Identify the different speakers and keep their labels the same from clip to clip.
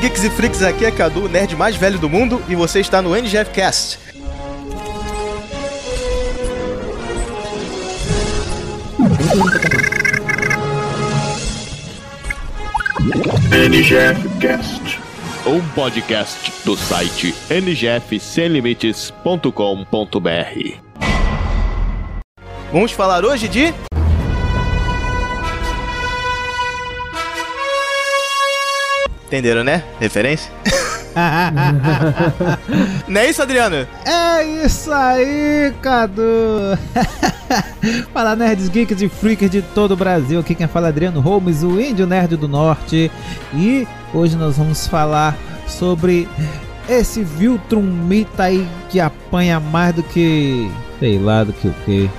Speaker 1: geeks e freaks, aqui é Cadu, o nerd mais velho do mundo, e você está no NGF Cast.
Speaker 2: NGF Cast.
Speaker 3: Um podcast do site ngfsemlimites.com.br.
Speaker 1: Vamos falar hoje de. Entenderam, né? Referência? Não é isso, Adriano?
Speaker 4: É isso aí, Cadu! Fala nerds, geeks e freaks de todo o Brasil. Aqui quem fala é Adriano Holmes, o índio nerd do norte. E hoje nós vamos falar sobre esse Viltrum mita aí que apanha mais do que... Sei lá do que o quê.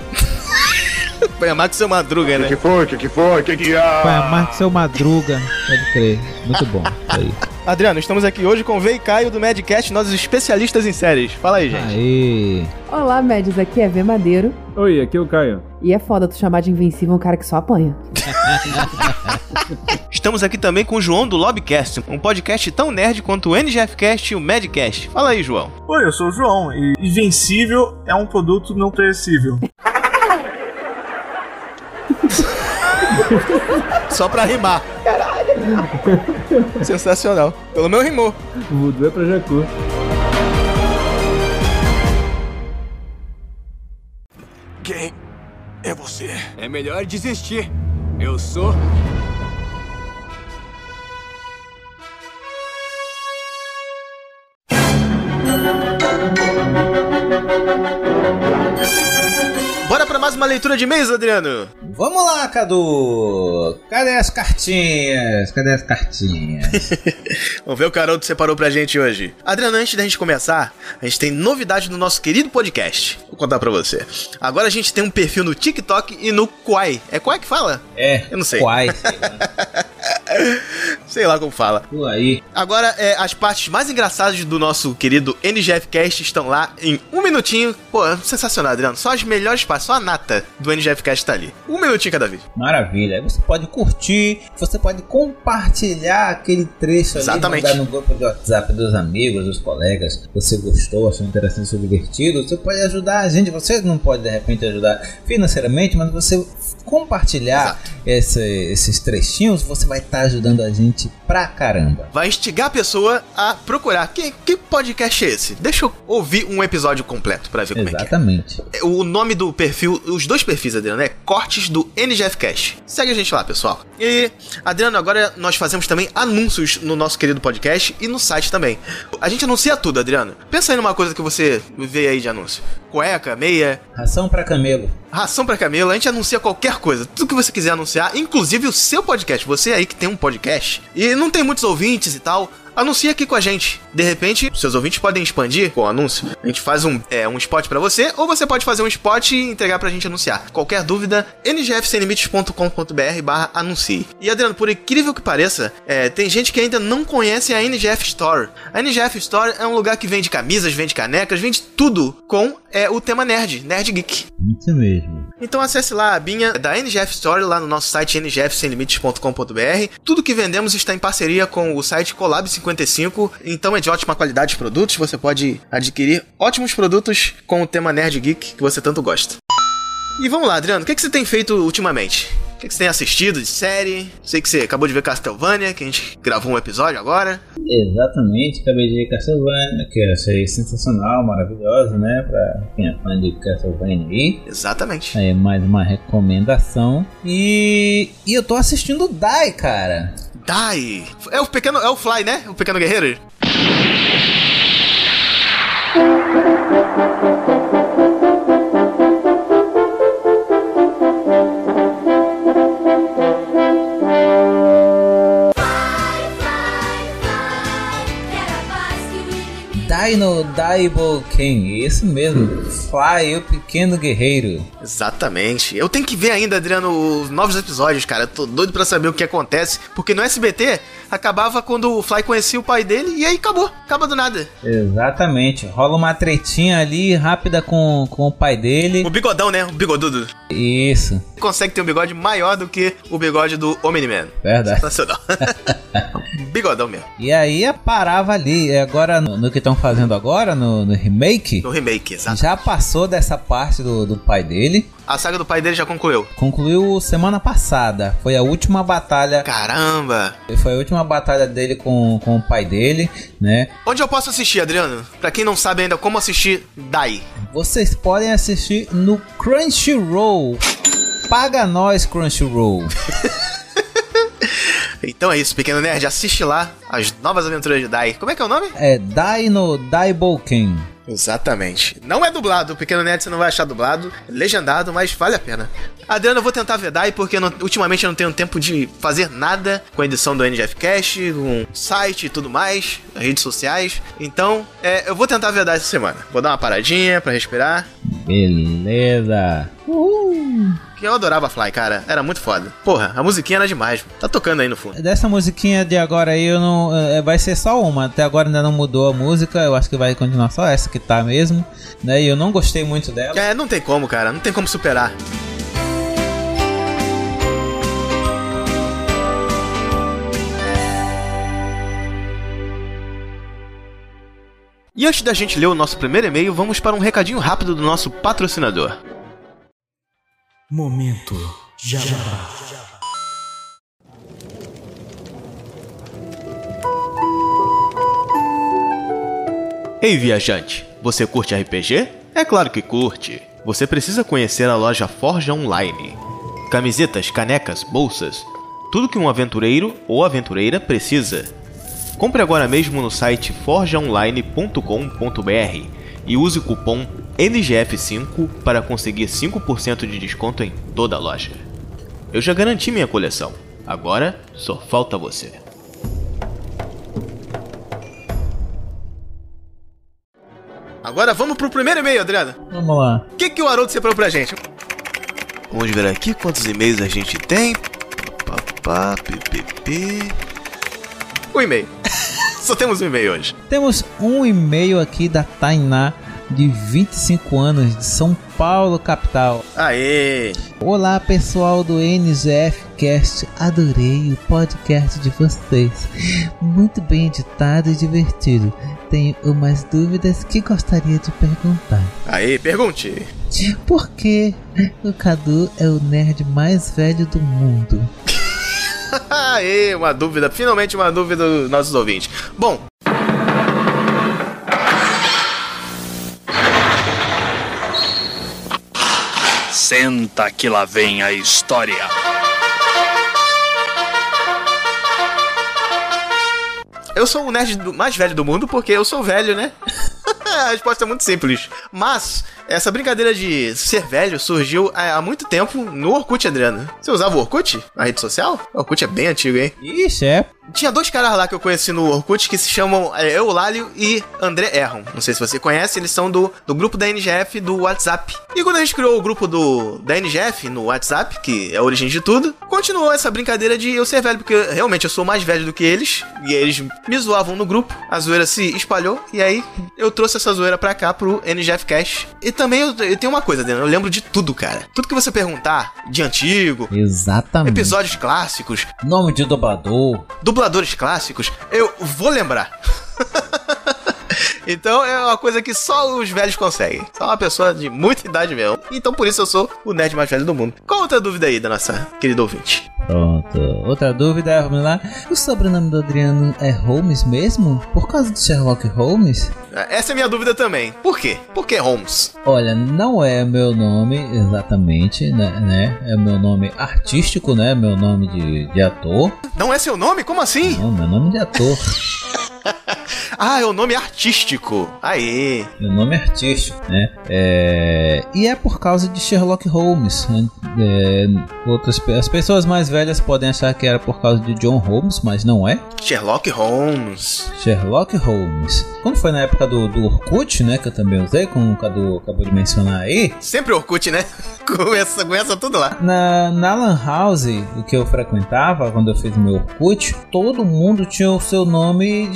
Speaker 1: Apanha mais que seu madruga,
Speaker 2: Que
Speaker 1: né?
Speaker 2: que foi? Que que foi? Que que ah?
Speaker 4: Apanha mais que seu Madruga. Pode crer. Muito bom. Isso aí.
Speaker 1: Adriano, estamos aqui hoje com o Vei e Caio do Madcast, nós especialistas em séries. Fala aí, gente.
Speaker 4: Aí.
Speaker 5: Olá, Médios, aqui é V Madeiro.
Speaker 6: Oi, aqui é o Caio.
Speaker 5: E é foda tu chamar de invencível um cara que só apanha.
Speaker 1: Estamos aqui também com o João do Lobcast, um podcast tão nerd quanto o NGFcast e o Madcast. Fala aí, João.
Speaker 7: Oi, eu sou o João e Invencível é um produto não perecível.
Speaker 1: Só pra rimar. Caralho. Sensacional. Pelo meu rimou.
Speaker 6: O Vudu é pra Jacu.
Speaker 8: Quem é você? É melhor desistir. Eu sou.
Speaker 1: Bora pra mais uma leitura de e-mails, Adriano.
Speaker 4: Vamos lá, Cadu! Cadê as cartinhas? Cadê as cartinhas?
Speaker 1: Vamos ver o que o Haroldo separou pra gente hoje. Adriano, antes da gente começar, a gente tem novidade do nosso querido podcast. Vou contar pra você. Agora a gente tem um perfil no TikTok e no Quai. É Quai que fala?
Speaker 4: É.
Speaker 1: Eu não sei.
Speaker 4: Quais? sei lá.
Speaker 1: Sei lá como fala.
Speaker 4: Pula aí.
Speaker 1: Agora, é, as partes mais engraçadas do nosso querido NGFcast estão lá em um minutinho. Pô, é sensacional, Adriano. Só as melhores partes, só a nata do NGFcast tá ali. Um minutinho cada vez.
Speaker 4: Maravilha. Aí Você pode curtir, você pode compartilhar aquele trecho ali,
Speaker 1: Exatamente.
Speaker 4: mandar no grupo de WhatsApp dos amigos, dos colegas. que Você gostou, achou interessante, achou divertido. Você pode ajudar a gente. Você não pode de repente ajudar financeiramente, mas você compartilhar esse- esses trechinhos, você vai estar ajudando a gente pra caramba.
Speaker 1: Vai instigar a pessoa a procurar. Que, que podcast é esse? Deixa eu ouvir um episódio completo pra ver como é que é.
Speaker 4: Exatamente.
Speaker 1: O nome do perfil, os dois perfis, Adriano, é Cortes do NGF Cash. Segue a gente lá, pessoal. E, Adriano, agora nós fazemos também anúncios no nosso querido podcast e no site também. A gente anuncia tudo, Adriano. Pensa aí numa coisa que você vê aí de anúncio: cueca, meia,
Speaker 4: Ração pra camelo.
Speaker 1: ração pra camelo. A gente anuncia qualquer coisa, tudo que você quiser anunciar, inclusive o seu podcast. Você aí que tem um podcast e não tem muitos ouvintes e tal. Anuncia aqui com a gente. De repente, seus ouvintes podem expandir com o anúncio. A gente faz um, é, um spot pra você, ou você pode fazer um spot e entregar pra gente anunciar. Qualquer dúvida, ngfsemlimites.com.br barra anuncie. E Adriano, por incrível que pareça, é, tem gente que ainda não conhece a NGF Store. A NGF Store é um lugar que vende camisas, vende canecas, vende tudo com é, o tema nerd, nerd geek.
Speaker 4: Isso mesmo.
Speaker 1: Então acesse lá a abinha da NGF Story lá no nosso site ngfsemlimites.com.br. Tudo que vendemos está em parceria com o site Collab55, então é de ótima qualidade de produtos, você pode adquirir ótimos produtos com o tema nerd geek que você tanto gosta. E vamos lá, Adriano, o que, é que você tem feito ultimamente? O que, é que você tem assistido de série? Sei que você acabou de ver Castlevania, que a gente gravou um episódio agora.
Speaker 4: Exatamente, acabei de ver Castlevania, que eu achei sensacional, maravilhosa, né? Pra quem é fã de Castlevania aí.
Speaker 1: Exatamente.
Speaker 4: Aí, mais uma recomendação. E, e eu tô assistindo Dai, cara.
Speaker 1: Dai! É o pequeno. É o Fly, né? O pequeno guerreiro?
Speaker 4: Dai no Daibo Ken, isso mesmo. Fly, o pequeno guerreiro.
Speaker 1: Exatamente. Eu tenho que ver ainda, Adriano, os novos episódios, cara. Eu tô doido pra saber o que acontece. Porque no SBT acabava quando o Fly conhecia o pai dele e aí acabou. Acaba do nada.
Speaker 4: Exatamente, rola uma tretinha ali rápida com, com o pai dele.
Speaker 1: O bigodão, né? O bigodudo.
Speaker 4: Isso.
Speaker 1: consegue ter um bigode maior do que o bigode do Omni-Man.
Speaker 4: Verdade.
Speaker 1: Sensacional. Bigodão mesmo.
Speaker 4: E aí parava ali. E Agora, no, no que estão fazendo agora, no, no remake,
Speaker 1: No remake, exato.
Speaker 4: já passou dessa parte do, do pai dele.
Speaker 1: A saga do pai dele já concluiu.
Speaker 4: Concluiu semana passada. Foi a última batalha.
Speaker 1: Caramba!
Speaker 4: Foi a última batalha dele com, com o pai dele, né?
Speaker 1: Onde eu posso assistir, Adriano? Pra quem não sabe ainda como assistir, Dai.
Speaker 4: Vocês podem assistir no Crunchyroll. Paga nós, Crunchyroll.
Speaker 1: Então é isso, pequeno nerd, assiste lá as novas aventuras de Dai. Como é que é o nome?
Speaker 4: É Dino Daiboken.
Speaker 1: Exatamente. Não é dublado, pequeno nerd você não vai achar dublado, é legendado, mas vale a pena. Adriano, eu vou tentar ver Dai porque eu não- ultimamente eu não tenho tempo de fazer nada com a edição do NGF Cast, com o site e tudo mais, as redes sociais. Então, é, eu vou tentar ver Dai essa semana. Vou dar uma paradinha pra respirar.
Speaker 4: Beleza.
Speaker 1: Que eu adorava Fly, cara. Era muito foda. Porra, a musiquinha era demais. Tá tocando aí no fundo.
Speaker 4: Dessa musiquinha de agora aí, eu não. é, Vai ser só uma. Até agora ainda não mudou a música. Eu acho que vai continuar só essa que tá mesmo. Né? E eu não gostei muito dela.
Speaker 1: É, não tem como, cara. Não tem como superar. E antes da gente ler o nosso primeiro e-mail, vamos para um recadinho rápido do nosso patrocinador.
Speaker 9: Momento Jabá.
Speaker 1: Ei, viajante, você curte RPG? É claro que curte. Você precisa conhecer a loja Forja Online. Camisetas, canecas, bolsas, tudo que um aventureiro ou aventureira precisa. Compre agora mesmo no site forjaonline.com.br e use o cupom NGF5 para conseguir 5% de desconto em toda a loja. Eu já garanti minha coleção. Agora só falta você. Agora vamos pro primeiro e-mail, Adriano.
Speaker 4: Vamos lá.
Speaker 1: O que, que o Haroldo separou pra gente? Vamos ver aqui quantos e-mails a gente tem. Papá, ppp. Um e-mail. Só temos um e-mail hoje.
Speaker 4: Temos um e-mail aqui da Tainá, de 25 anos, de São Paulo, capital.
Speaker 1: Aê!
Speaker 4: Olá pessoal do NGF Cast, adorei o podcast de vocês. Muito bem editado e divertido. Tenho umas dúvidas que gostaria de perguntar.
Speaker 1: Aê, pergunte.
Speaker 4: Por que o Cadu é o nerd mais velho do mundo?
Speaker 1: Aê, uma dúvida. Finalmente uma dúvida dos nossos ouvintes. Bom.
Speaker 9: Senta que lá vem a história.
Speaker 1: Eu sou o nerd do- mais velho do mundo porque eu sou velho, né? a resposta é muito simples. Mas, essa brincadeira de ser velho surgiu é, há há muito tempo no Orkut, Adriano. Você usava o Orkut? A rede social? O Orkut é bem antigo, hein?
Speaker 4: Ixi, é.
Speaker 1: Tinha dois caras lá que eu conheci no Orkut que se chamam é, Eulalio e André Erron. Não sei se você conhece, eles são do, do grupo da NGF do WhatsApp. E quando a gente criou o grupo do da NGF no WhatsApp, que é a origem de tudo, continuou essa brincadeira de eu ser velho, porque realmente eu sou mais velho do que eles, e é eles me zoavam no grupo, a zoeira se espalhou, e aí eu trouxe essa zoeira pra cá pro NGF Cash. E também eu, eu tenho uma coisa, Adriano, eu lembro de tudo, cara. Tudo que você perguntar, de antigo,
Speaker 4: Exatamente.
Speaker 1: episódios clássicos,
Speaker 4: Nome de dublador.
Speaker 1: dubladores clássicos, eu vou lembrar. então é uma coisa que só os velhos conseguem. Só uma pessoa de muita idade mesmo. Então por isso eu sou o nerd mais velho do mundo. Qual outra dúvida aí da nossa querida ouvinte?
Speaker 4: Pronto. Outra dúvida, vamos lá. O sobrenome do Adriano é Holmes mesmo? Por causa de Sherlock Holmes?
Speaker 1: Essa é a minha dúvida também. Por quê? Por que Holmes?
Speaker 4: Olha, não é meu nome exatamente, né? né? É meu nome artístico, né? Meu nome de, de ator.
Speaker 1: Não é seu nome? Como assim?
Speaker 4: Não, meu nome de ator.
Speaker 1: Ah, é o nome artístico. Aê.
Speaker 4: Meu nome é artístico, né? É, E é por causa de Sherlock Holmes. né? É, Outras pe- as pessoas mais velhas podem achar que era por causa de John Holmes, mas não é.
Speaker 1: Sherlock Holmes.
Speaker 4: Sherlock Holmes. Quando foi na época do, do Orkut, né? Que eu também usei, como o Cadu acabou de mencionar aí.
Speaker 1: Sempre Orkut, né? começa, começa tudo lá.
Speaker 4: Na, na Lan House, o que eu frequentava quando eu fiz meu Orkut, todo mundo tinha o seu nome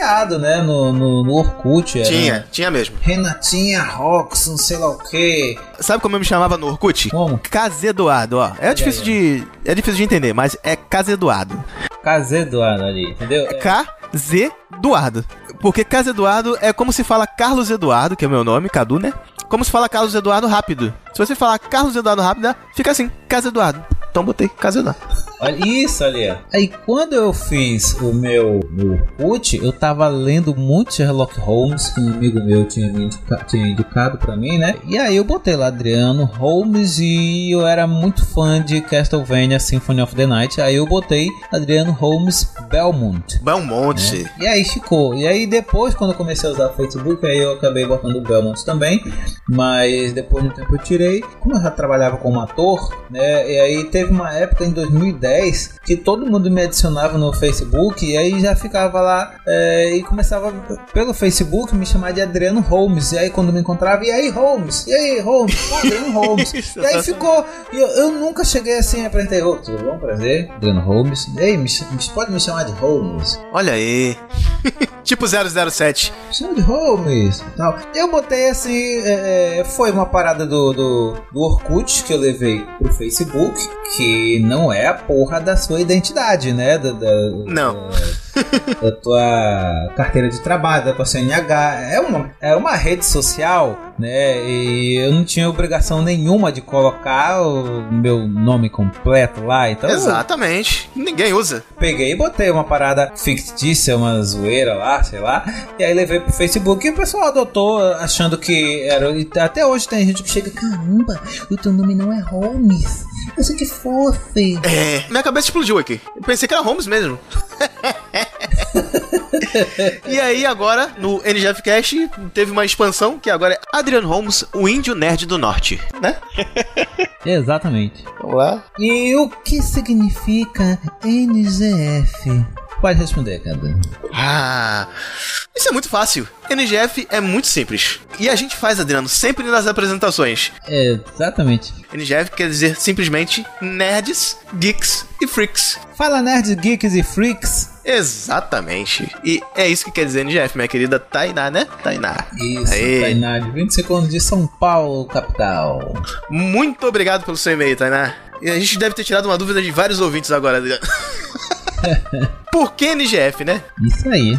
Speaker 4: criado, né? No, no, no Orkut. Era.
Speaker 1: Tinha, tinha mesmo.
Speaker 4: Renatinha Rox, não sei lá o quê.
Speaker 1: Sabe como eu me chamava no Orkut?
Speaker 4: Como?
Speaker 1: Cas Eduardo, ó. É difícil de. É difícil de entender, mas é Cas Eduardo.
Speaker 4: Casei Eduardo ali, entendeu?
Speaker 1: É KZ Eduardo. Porque Cas Eduardo é como se fala Carlos Eduardo, que é o meu nome, Cadu, né? Como se fala Carlos Eduardo rápido. Se você falar Carlos Eduardo rápido, fica assim, Cas Eduardo. Então botei Cas Eduardo.
Speaker 4: Olha isso ali. ó. Aí quando eu fiz o meu, meu Orkut, eu tava lendo muito Sherlock Holmes, que um amigo meu tinha, me indica- tinha indicado pra mim, né? E aí eu botei lá Adriano Holmes e eu era muito fã de Castlevania Symphony of the Night. Aí eu botei Adriano Holmes Belmont. Né?
Speaker 1: Belmonte.
Speaker 4: E aí ficou. E aí depois, quando eu comecei a usar o Facebook, aí eu acabei botando o Belmont também. Mas depois de um tempo eu tirei. Como eu já trabalhava como ator, né? E aí teve uma época em 2010 que todo mundo me adicionava no Facebook e aí já ficava lá é, e começava pelo Facebook me chamar de Adriano Holmes. E aí quando me encontrava, e aí Holmes? E aí Holmes? Tá, Adriano Holmes. E aí ficou. E eu, eu nunca cheguei assim, apresentei, ô, tudo bom? Prazer, Adriano Holmes. E aí, me ch- pode me chamar de Holmes?
Speaker 1: Olha aí. tipo 007.
Speaker 4: Sherlock Holmes e tal. Eu botei assim, é, é, foi uma parada do, do, do Orkut que eu levei pro Facebook, que não é a porra da sua identidade, né? Da, da-
Speaker 1: Não.
Speaker 4: da tua carteira de trabalho, da tua CNH. É uma, é uma rede social, né? E eu não tinha obrigação nenhuma de colocar o meu nome completo lá. Então eu
Speaker 1: Exatamente. Ninguém usa.
Speaker 4: peguei e botei uma parada fictícia, uma zoeira lá, sei lá, e aí levei pro Facebook e o pessoal adotou achando que era. e Até hoje tem gente que chega, caramba, o teu nome não é Holmes. Eu sei que fosse.
Speaker 1: É. Minha cabeça explodiu aqui. Eu pensei que era Holmes mesmo. e aí agora, no NGFcast, teve uma expansão que agora é Adrian Holmes, o índio nerd do norte. Né?
Speaker 4: Exatamente.
Speaker 1: Vamos lá.
Speaker 4: E o que significa NGF? Pode responder, Cadu.
Speaker 1: Ah, isso é muito fácil. NGF é muito simples. E a gente faz, Adriano, sempre nas apresentações.
Speaker 4: Exatamente.
Speaker 1: NGF quer dizer simplesmente nerds, geeks e freaks.
Speaker 4: Fala, nerds, geeks e freaks.
Speaker 1: Exatamente. E é isso que quer dizer NGF, minha querida Tainá, né? Tainá.
Speaker 4: Isso,
Speaker 1: Aê.
Speaker 4: Tainá, de 20 segundos de São Paulo, capital.
Speaker 1: Muito obrigado pelo seu e-mail, Tainá. E a gente deve ter tirado uma dúvida de vários ouvintes agora, Adriano. Por que NGF, né?
Speaker 4: Isso aí.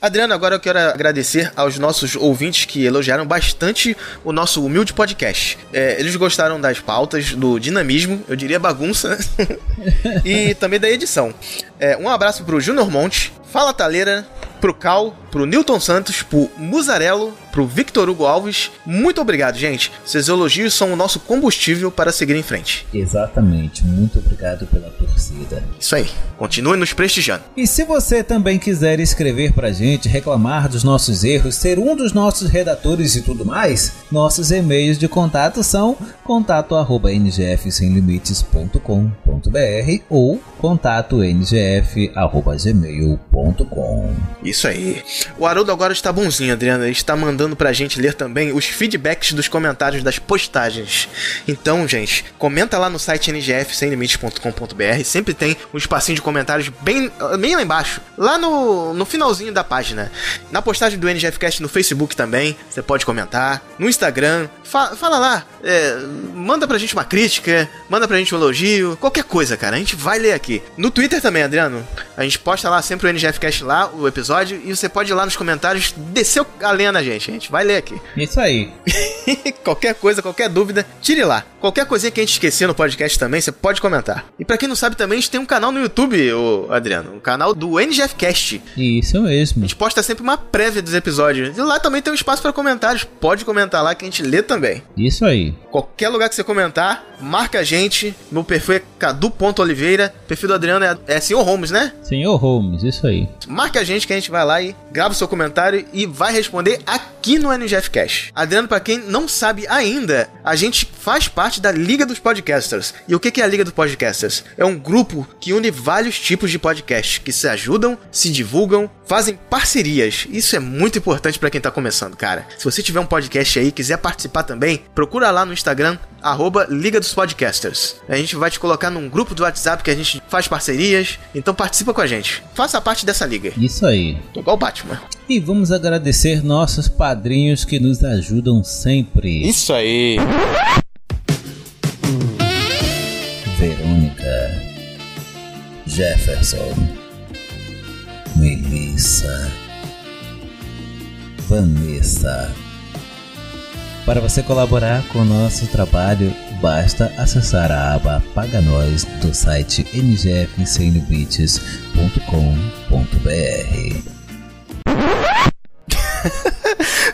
Speaker 1: Adriano, agora eu quero agradecer aos nossos ouvintes que elogiaram bastante o nosso humilde podcast. É, eles gostaram das pautas, do dinamismo, eu diria bagunça, né? e também da edição. É, um abraço pro Junior Monte, Fala Taleira, pro Cal, pro Newton Santos, pro Muzarello, pro Victor Hugo Alves. Muito obrigado, gente. Seus elogios são o nosso combustível para seguir em frente.
Speaker 4: Exatamente, muito obrigado pela torcida.
Speaker 1: Isso aí. Continue nos prestigiando.
Speaker 4: E se você também quiser escrever pra gente, reclamar dos nossos erros, ser um dos nossos redatores e tudo mais, nossos e-mails de contato são contato@ngfsemlimites.com.br ou contato@ngf@gmail.com.
Speaker 1: Isso aí. O Haroldo agora está bonzinho, Adriana. Ele está mandando pra gente ler também os feedbacks dos comentários das postagens. Então, gente, comenta lá no site ngfsemlimites.com.br. Sempre tem um espacinho de comentários bem, bem lá embaixo. Lá no, no finalzinho da página. Na postagem do NGFcast no Facebook também, você pode comentar. No Instagram. Fa- fala lá. é, manda pra gente uma crítica, manda pra gente um elogio, qualquer coisa, cara. A gente vai ler aqui. No Twitter também, Adriano. A gente posta lá sempre o NGFcast lá, o episódio, e você pode ir lá nos comentários descer a lenha na gente. A gente vai ler aqui.
Speaker 4: É Isso aí.
Speaker 1: qualquer coisa, qualquer dúvida, tire lá. Qualquer coisinha que a gente esqueceu no podcast também, você pode comentar. E pra quem não sabe também, a gente tem um canal no YouTube, ô Adriano. Um canal do NGFcast.
Speaker 4: Isso
Speaker 1: A
Speaker 4: mesmo.
Speaker 1: gente posta sempre uma prévia dos episódios. E lá também tem um espaço pra comentários. Pode comentar lá que a gente lê também.
Speaker 4: Isso aí.
Speaker 1: Qualquer lugar que você comentar, marca a gente. Meu perfil é cadu.oliveira. O perfil do Adriano é, é Sr. Holmes, né?
Speaker 4: Senhor Holmes, isso aí.
Speaker 1: Marca a gente que a gente vai lá e grava o seu comentário e vai responder aqui no NGF Cash. Adriano, pra quem não sabe ainda, a gente faz parte da Liga dos Podcasters. E o que que é a Liga dos Podcasters? É um grupo que une vários tipos de podcasts que se ajudam, se divulgam, fazem parcerias. Isso é muito importante pra quem tá começando, cara. Se você tiver um podcast aí e quiser participar também, procura lá no Instagram arroba Liga dos Podcasters. A gente vai te colocar num grupo do WhatsApp que a gente faz parcerias, então participa com a gente. Faça parte dessa liga.
Speaker 10: Isso aí.
Speaker 1: Tô igual o Batman.
Speaker 10: E vamos agradecer nossos padrinhos que nos ajudam sempre.
Speaker 11: Isso aí.
Speaker 10: Verônica, Jefferson, Melissa, Vanessa. Para você colaborar com o nosso trabalho, basta acessar a aba Paga Nós do site ngfinsanebits.com.br.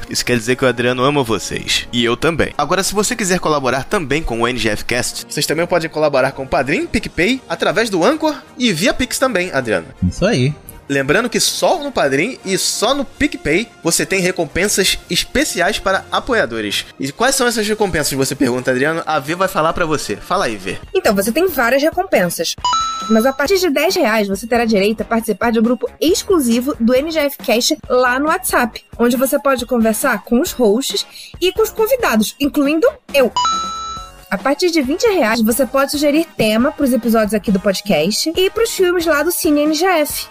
Speaker 1: Isso quer dizer que o Adriano ama vocês. E eu também. Agora, se você quiser colaborar também com o NGF Cast, vocês também podem colaborar com o Padrim, PicPay, através do Anchor e via Pix também, Adriano.
Speaker 10: Isso aí.
Speaker 1: Lembrando que só no Padrim e só no PicPay você tem recompensas especiais para apoiadores. E quais são essas recompensas, você pergunta, Adriano? A V vai falar pra você. Fala aí, V.
Speaker 5: Então, você tem várias recompensas. Mas a partir de 10 reais você terá direito a participar de um grupo exclusivo do NGF Cast lá no WhatsApp, onde você pode conversar com os hosts e com os convidados, incluindo eu. A partir de 20 reais, você pode sugerir tema para os episódios aqui do podcast e para os filmes lá do Cine NGF.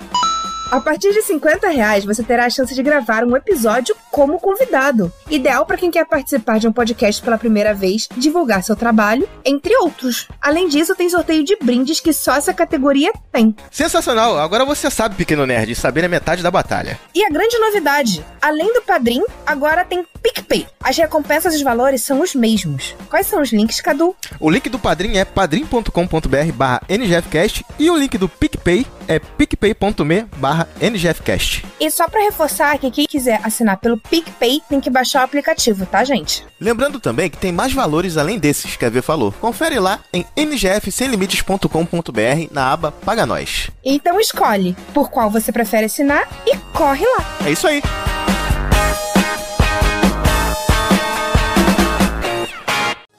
Speaker 5: A partir de 50 reais, você terá a chance de gravar um episódio como convidado. Ideal para quem quer participar de um podcast pela primeira vez, divulgar seu trabalho, entre outros. Além disso, tem sorteio de brindes que só essa categoria tem.
Speaker 1: Sensacional! Agora você sabe, pequeno nerd, e saber é metade da batalha.
Speaker 5: E a grande novidade, além do Padrim, agora tem PicPay. As recompensas e os valores são os mesmos. Quais são os links, Cadu?
Speaker 1: O link do Padrim é padrim.com.br barra NGFcast e o link do PicPay é picpay.me barra NGFcast.
Speaker 5: E só para reforçar que quem quiser assinar pelo PicPay tem que baixar o aplicativo, tá, gente?
Speaker 1: Lembrando também que tem mais valores além desses que a V falou. Confere lá em ngfsemlimites.com.br na aba Paga Nós.
Speaker 5: Então escolhe por qual você prefere assinar e corre lá.
Speaker 1: É isso aí.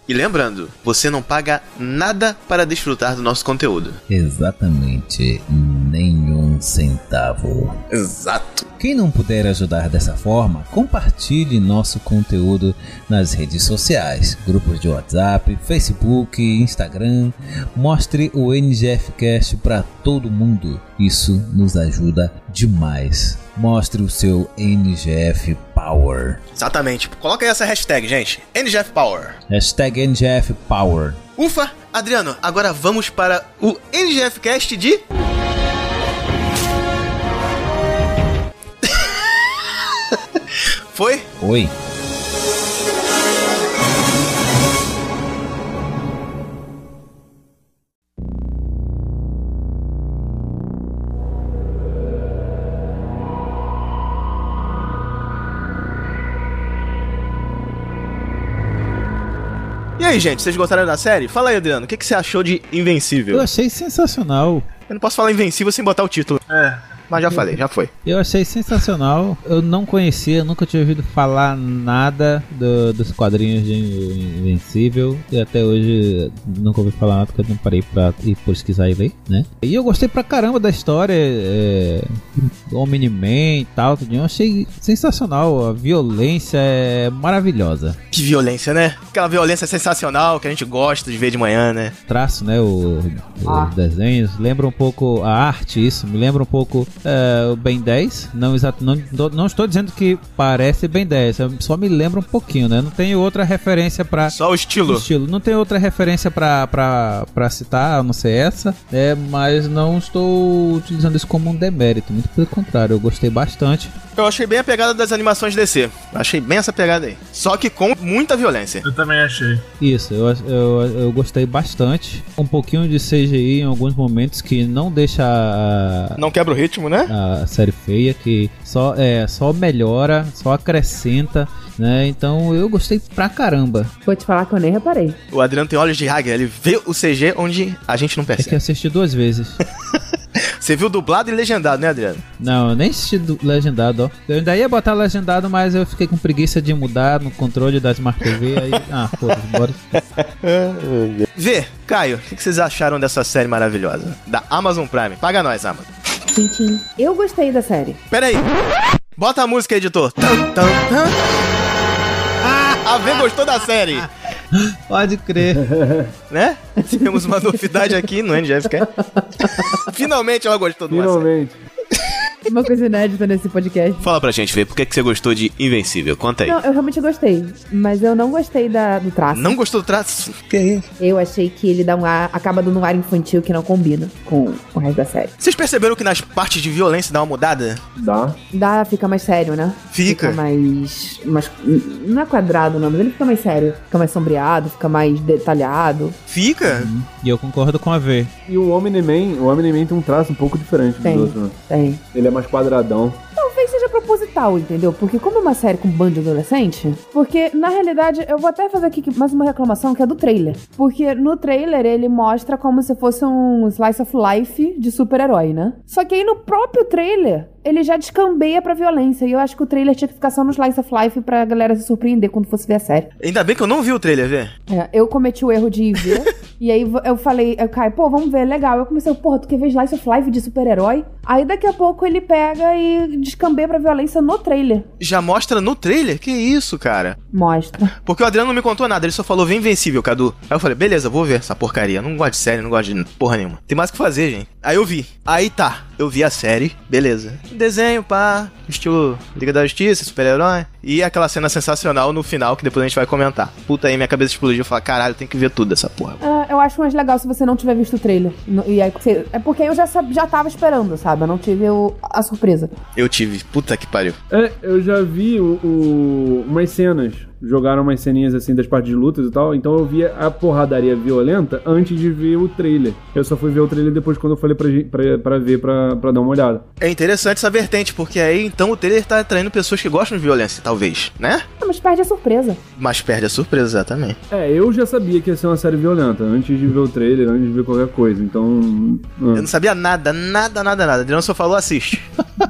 Speaker 1: E lembrando, você não paga nada para desfrutar do nosso conteúdo.
Speaker 10: Exatamente nenhum centavo.
Speaker 1: Exato.
Speaker 10: Quem não puder ajudar dessa forma, compartilhe nosso conteúdo nas redes sociais, grupos de WhatsApp, Facebook, Instagram. Mostre o NGFcast para todo mundo. Isso nos ajuda demais. Mostre o seu NGF Power.
Speaker 1: Exatamente. Coloca aí essa hashtag, gente. NGF Power.
Speaker 10: Hashtag NGF Power.
Speaker 1: Ufa! Adriano, agora vamos para o NGF Cast de. Foi?
Speaker 10: Oi.
Speaker 1: E aí, gente, vocês gostaram da série? Fala aí, Adriano, o que, que você achou de Invencível?
Speaker 4: Eu achei sensacional.
Speaker 1: Eu não posso falar Invencível sem botar o título. É. Mas já falei, já foi.
Speaker 4: Eu achei sensacional. Eu não conhecia, nunca tinha ouvido falar nada do- dos quadrinhos de Invencível. E até hoje nunca ouvi falar nada porque eu não parei pra ir pesquisar e ler, né? E eu gostei pra caramba da história. É, do Omni-Man e tal. Tudinho. Eu achei sensacional. A violência é maravilhosa.
Speaker 1: Que violência, né? Aquela violência sensacional que a gente gosta de ver de manhã, né?
Speaker 4: traço, né? O, os
Speaker 12: Ah.
Speaker 4: desenhos. Lembra um pouco a arte, isso. Me lembra um pouco é, o Ben 10. Não, exato, não, do- não estou dizendo que parece Ben 10. eu Só me lembra um pouquinho, né? Não tenho outra referência pra.
Speaker 1: Só o estilo.
Speaker 4: Estilo. Não tem outra referência pra, pra, pra citar, a não ser essa, né? mas não estou utilizando isso como um demérito, muito pelo contrário, eu gostei bastante.
Speaker 1: Eu achei bem a pegada das animações DC. Achei bem essa pegada aí. Só que com muita violência.
Speaker 13: Eu também achei.
Speaker 4: Isso, eu, eu, eu gostei bastante. Um pouquinho de CGI em alguns momentos que não deixa a-
Speaker 1: Não quebra o ritmo, né?
Speaker 4: a série feia que só é só melhora, só acrescenta, né? Então eu gostei pra caramba.
Speaker 12: Vou te falar que eu nem reparei.
Speaker 1: O Adriano tem olhos de Hager, ele vê o CG onde a gente não
Speaker 4: É que
Speaker 1: percebe.
Speaker 4: eu assisti duas vezes.
Speaker 1: Você viu dublado e legendado, né, Adriano?
Speaker 4: Não, eu nem assisti do- legendado, ó. Eu ainda ia botar legendado, mas eu fiquei com preguiça de mudar no controle da Smart TV aí, ah, pô, bora.
Speaker 1: Vê, Caio, o que que vocês acharam dessa série maravilhosa? Da Amazon Prime. Paga nós, Amazon.
Speaker 12: Tchim, tchim. Eu gostei da série.
Speaker 1: Pera aí. Bota a música, editor. Tan, tan, tan. Ah, a V gostou da série.
Speaker 4: Pode crer.
Speaker 1: né? Temos uma novidade aqui no NGFK. Finalmente ela gostou do Marcelo.
Speaker 6: Finalmente.
Speaker 5: Uma coisa inédita nesse podcast.
Speaker 1: Fala pra gente, Vê, por que, que você gostou de Invencível? Conta aí.
Speaker 5: Não, eu realmente gostei, mas eu não gostei da, do traço.
Speaker 1: Não gostou do traço?
Speaker 14: Que é isso?
Speaker 5: Eu achei que ele dá um ar, acaba dando um ar infantil que não combina com o resto da série.
Speaker 1: Vocês perceberam que nas partes de violência dá uma mudada?
Speaker 6: Dá.
Speaker 5: Dá, fica mais sério, né?
Speaker 1: Fica.
Speaker 5: mais, mais. Não é quadrado, não, mas ele fica mais sério. Fica mais sombreado, fica mais detalhado.
Speaker 1: Fica?
Speaker 4: Uhum. E eu concordo com a V.
Speaker 6: E o Omni-Man, o Omni-Man tem um traço um pouco diferente
Speaker 5: Tem.
Speaker 6: dos outros, né?
Speaker 5: Tem.
Speaker 6: Ele é mais quadradão.
Speaker 5: Talvez seja proposital, entendeu? Porque como é uma série com bando de adolescente, porque na realidade eu vou até fazer aqui que- mais uma reclamação que é do trailer. Porque no trailer ele mostra como se fosse um slice of life de super-herói, né? Só que aí no próprio trailer ele já descambeia pra violência. E eu acho que o trailer tinha que ficar só no slice of life pra galera se surpreender quando fosse ver a série.
Speaker 1: Ainda bem que eu não vi o trailer, Vê.
Speaker 5: É, eu cometi o erro de ir ver. e aí vo- eu falei, eu caio, pô, vamos ver, legal. Eu comecei, porra, tu quer ver Slice of Life de super-herói? Aí daqui a pouco ele pega e descambeia pra violência no trailer.
Speaker 1: Já mostra no trailer? Que isso, cara?
Speaker 5: Mostra.
Speaker 1: Porque o Adriano não me contou nada, ele só falou vem invencível, Cadu. Aí eu falei, beleza, vou ver essa porcaria. Não gosto de série, não gosto de porra nenhuma. Tem mais o que fazer, gente. Aí eu vi. Aí tá, eu vi a série, beleza. Desenho, pá, estilo Liga da Justiça, super-herói. E aquela cena sensacional no final que depois a gente vai comentar. Puta aí, minha cabeça explodiu. Eu falei, caralho, tem que ver tudo essa porra.
Speaker 5: Ah, eu acho mais legal se você não tiver visto o trailer. No- E aí, você- é porque eu já, sab- já tava esperando, sabe? Eu não tive o- a surpresa.
Speaker 1: Eu tive, puta que pariu.
Speaker 6: É, eu já vi o, o- umas cenas. Jogaram umas ceninhas assim das partes de lutas e tal. Então eu via a porradaria violenta antes de ver o trailer. Eu só fui ver o trailer depois quando eu falei pra, gen- pra, pra ver, pra, pra dar uma olhada.
Speaker 1: É interessante essa vertente, porque aí então o trailer tá atraindo pessoas que gostam de violência, talvez, né?
Speaker 5: Ah, mas perde a surpresa.
Speaker 1: Mas perde a surpresa, exatamente.
Speaker 6: É, eu já sabia que ia ser uma série violenta antes de ver o trailer, antes de ver qualquer coisa. Então.
Speaker 1: Eu não sabia nada, nada, nada, nada. Adriano só falou, assiste.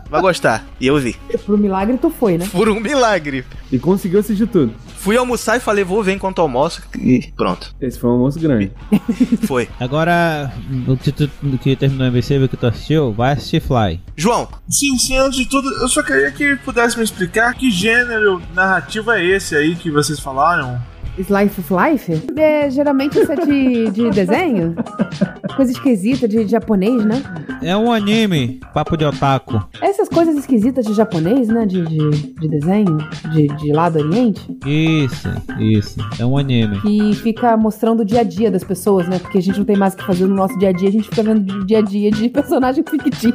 Speaker 1: Vai gostar. E eu vi.
Speaker 5: Pro um milagre tu foi, né?
Speaker 1: Por um milagre.
Speaker 6: E conseguiu assistir tudo.
Speaker 1: Fui almoçar e falei, vou ver enquanto almoço. E pronto.
Speaker 6: Esse foi um almoço grande.
Speaker 1: Foi.
Speaker 4: Agora, o que, tu, o que terminou o MCB que tu assistiu, vai assistir Fly.
Speaker 1: João,
Speaker 7: Sim, sim, antes de tudo, eu só queria que pudesse me explicar que gênero narrativo é esse aí que vocês falaram.
Speaker 5: Slice of Life? É, geralmente isso é de, de desenho. Coisa esquisita de japonês, né?
Speaker 4: É um anime, papo de otaku.
Speaker 5: Essas coisas esquisitas de japonês, né? De, de, de desenho, de, de lá do Oriente,
Speaker 4: Isso, isso. É um anime.
Speaker 5: que fica mostrando o dia a dia das pessoas, né? Porque a gente não tem mais o que fazer no nosso dia a dia, a gente fica vendo o dia a dia de personagem fictício.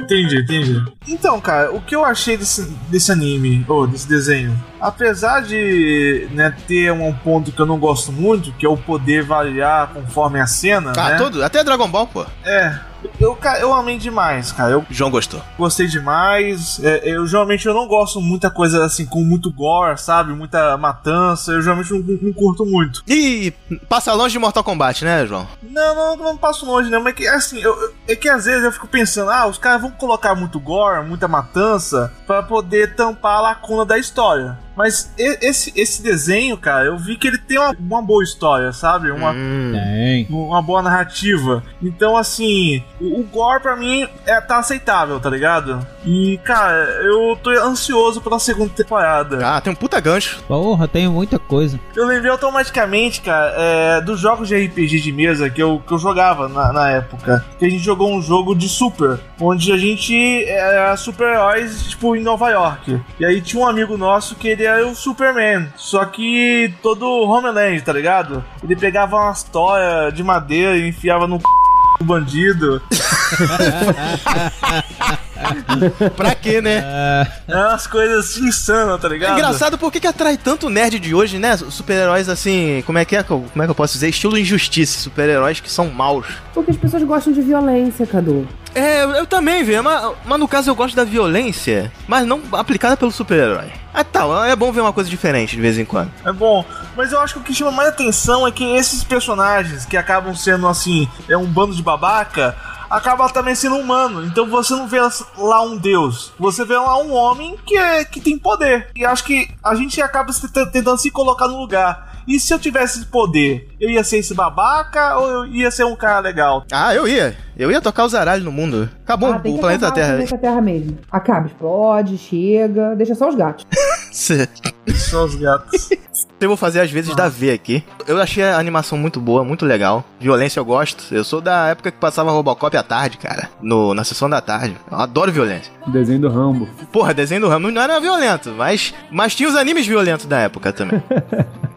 Speaker 7: Entendi, entendi. Então, cara, o que eu achei desse, desse anime, ou desse desenho? Apesar de né, ter um ponto que eu não gosto muito, que é o poder variar conforme a cena,
Speaker 1: ah,
Speaker 7: né?
Speaker 1: todo, até Dragon Ball, pô.
Speaker 7: É. Eu, cara, eu amei demais, cara. Eu
Speaker 1: João gostou.
Speaker 7: gostei demais. É, eu geralmente eu não gosto muita coisa assim com muito gore, sabe? Muita matança. Então, Eu geralmente não, não curto muito.
Speaker 1: E passa longe de Mortal Kombat, né, João?
Speaker 7: Não, não, não passo longe, não. Mas é que assim, eu- eu- é que às vezes eu fico pensando, ah, os caras vão colocar muito gore, muita matança, pra poder tampar a lacuna da história. Mas e- esse, esse desenho, cara, eu vi que ele tem uma, uma boa história, sabe? Uma,
Speaker 1: Hum.
Speaker 4: Tem.
Speaker 7: uma boa narrativa. Então, assim, o, o gore pra mim é, tá aceitável, tá ligado? E, cara, eu tô ansioso pela segunda temporada.
Speaker 1: Ah, tem um puta gancho.
Speaker 4: Porra, tem muita coisa.
Speaker 7: Eu lembrei automaticamente, cara, é, dos jogos de RPG de mesa que eu, que eu jogava na, na época. Que a gente jogou um jogo de Super, onde a gente era super-heróis, tipo, em Nova York. E aí tinha um amigo nosso que ele era o Superman, só que todo Homeland, tá ligado? Ele pegava uma história de madeira e enfiava no c... do bandido.
Speaker 1: Pra quê, né?
Speaker 7: É umas coisas assim insanas, tá
Speaker 1: É
Speaker 7: ligado?
Speaker 1: engraçado por que, que atrai tanto nerd de hoje, né? Super-heróis assim, como é que é? que eu- Como é que eu posso dizer? Estilo injustiça. Super-heróis que são maus.
Speaker 5: Porque as pessoas gostam de violência, Cadu.
Speaker 1: É, eu, eu também, vê, mas, mas no caso eu gosto da violência, mas não aplicada pelo super-herói. Ah, tá, é bom ver uma coisa diferente de vez em quando.
Speaker 7: É bom, mas eu acho que o que chama mais atenção é que esses personagens que acabam sendo assim, é um bando de babaca, acaba também sendo humano. Então você não vê lá um deus, você vê lá um homem que, é- que tem poder. E acho que a gente acaba se t- tentando se colocar no lugar. E se eu tivesse esse poder, eu ia ser esse babaca ou eu ia ser um cara legal?
Speaker 1: Ah, eu ia. Eu ia tocar os zaralhos no mundo. Acabou
Speaker 5: Ah, tem
Speaker 1: o
Speaker 5: que
Speaker 1: planeta
Speaker 5: acabar com o
Speaker 1: Terra.
Speaker 5: planeta Terra mesmo. Acaba, explode, chega, deixa só os gatos.
Speaker 1: Cê-
Speaker 7: Só os gatos.
Speaker 1: Eu vou fazer as vezes da V aqui. Eu achei a animação muito boa, muito legal. Violência eu gosto. Eu sou da época que passava Robocop à tarde, cara. No, na sessão da tarde. Eu adoro violência.
Speaker 6: Desenho do Rambo.
Speaker 1: Porra, desenho do Ramos não era violento, mas, mas tinha os animes violentos da época também.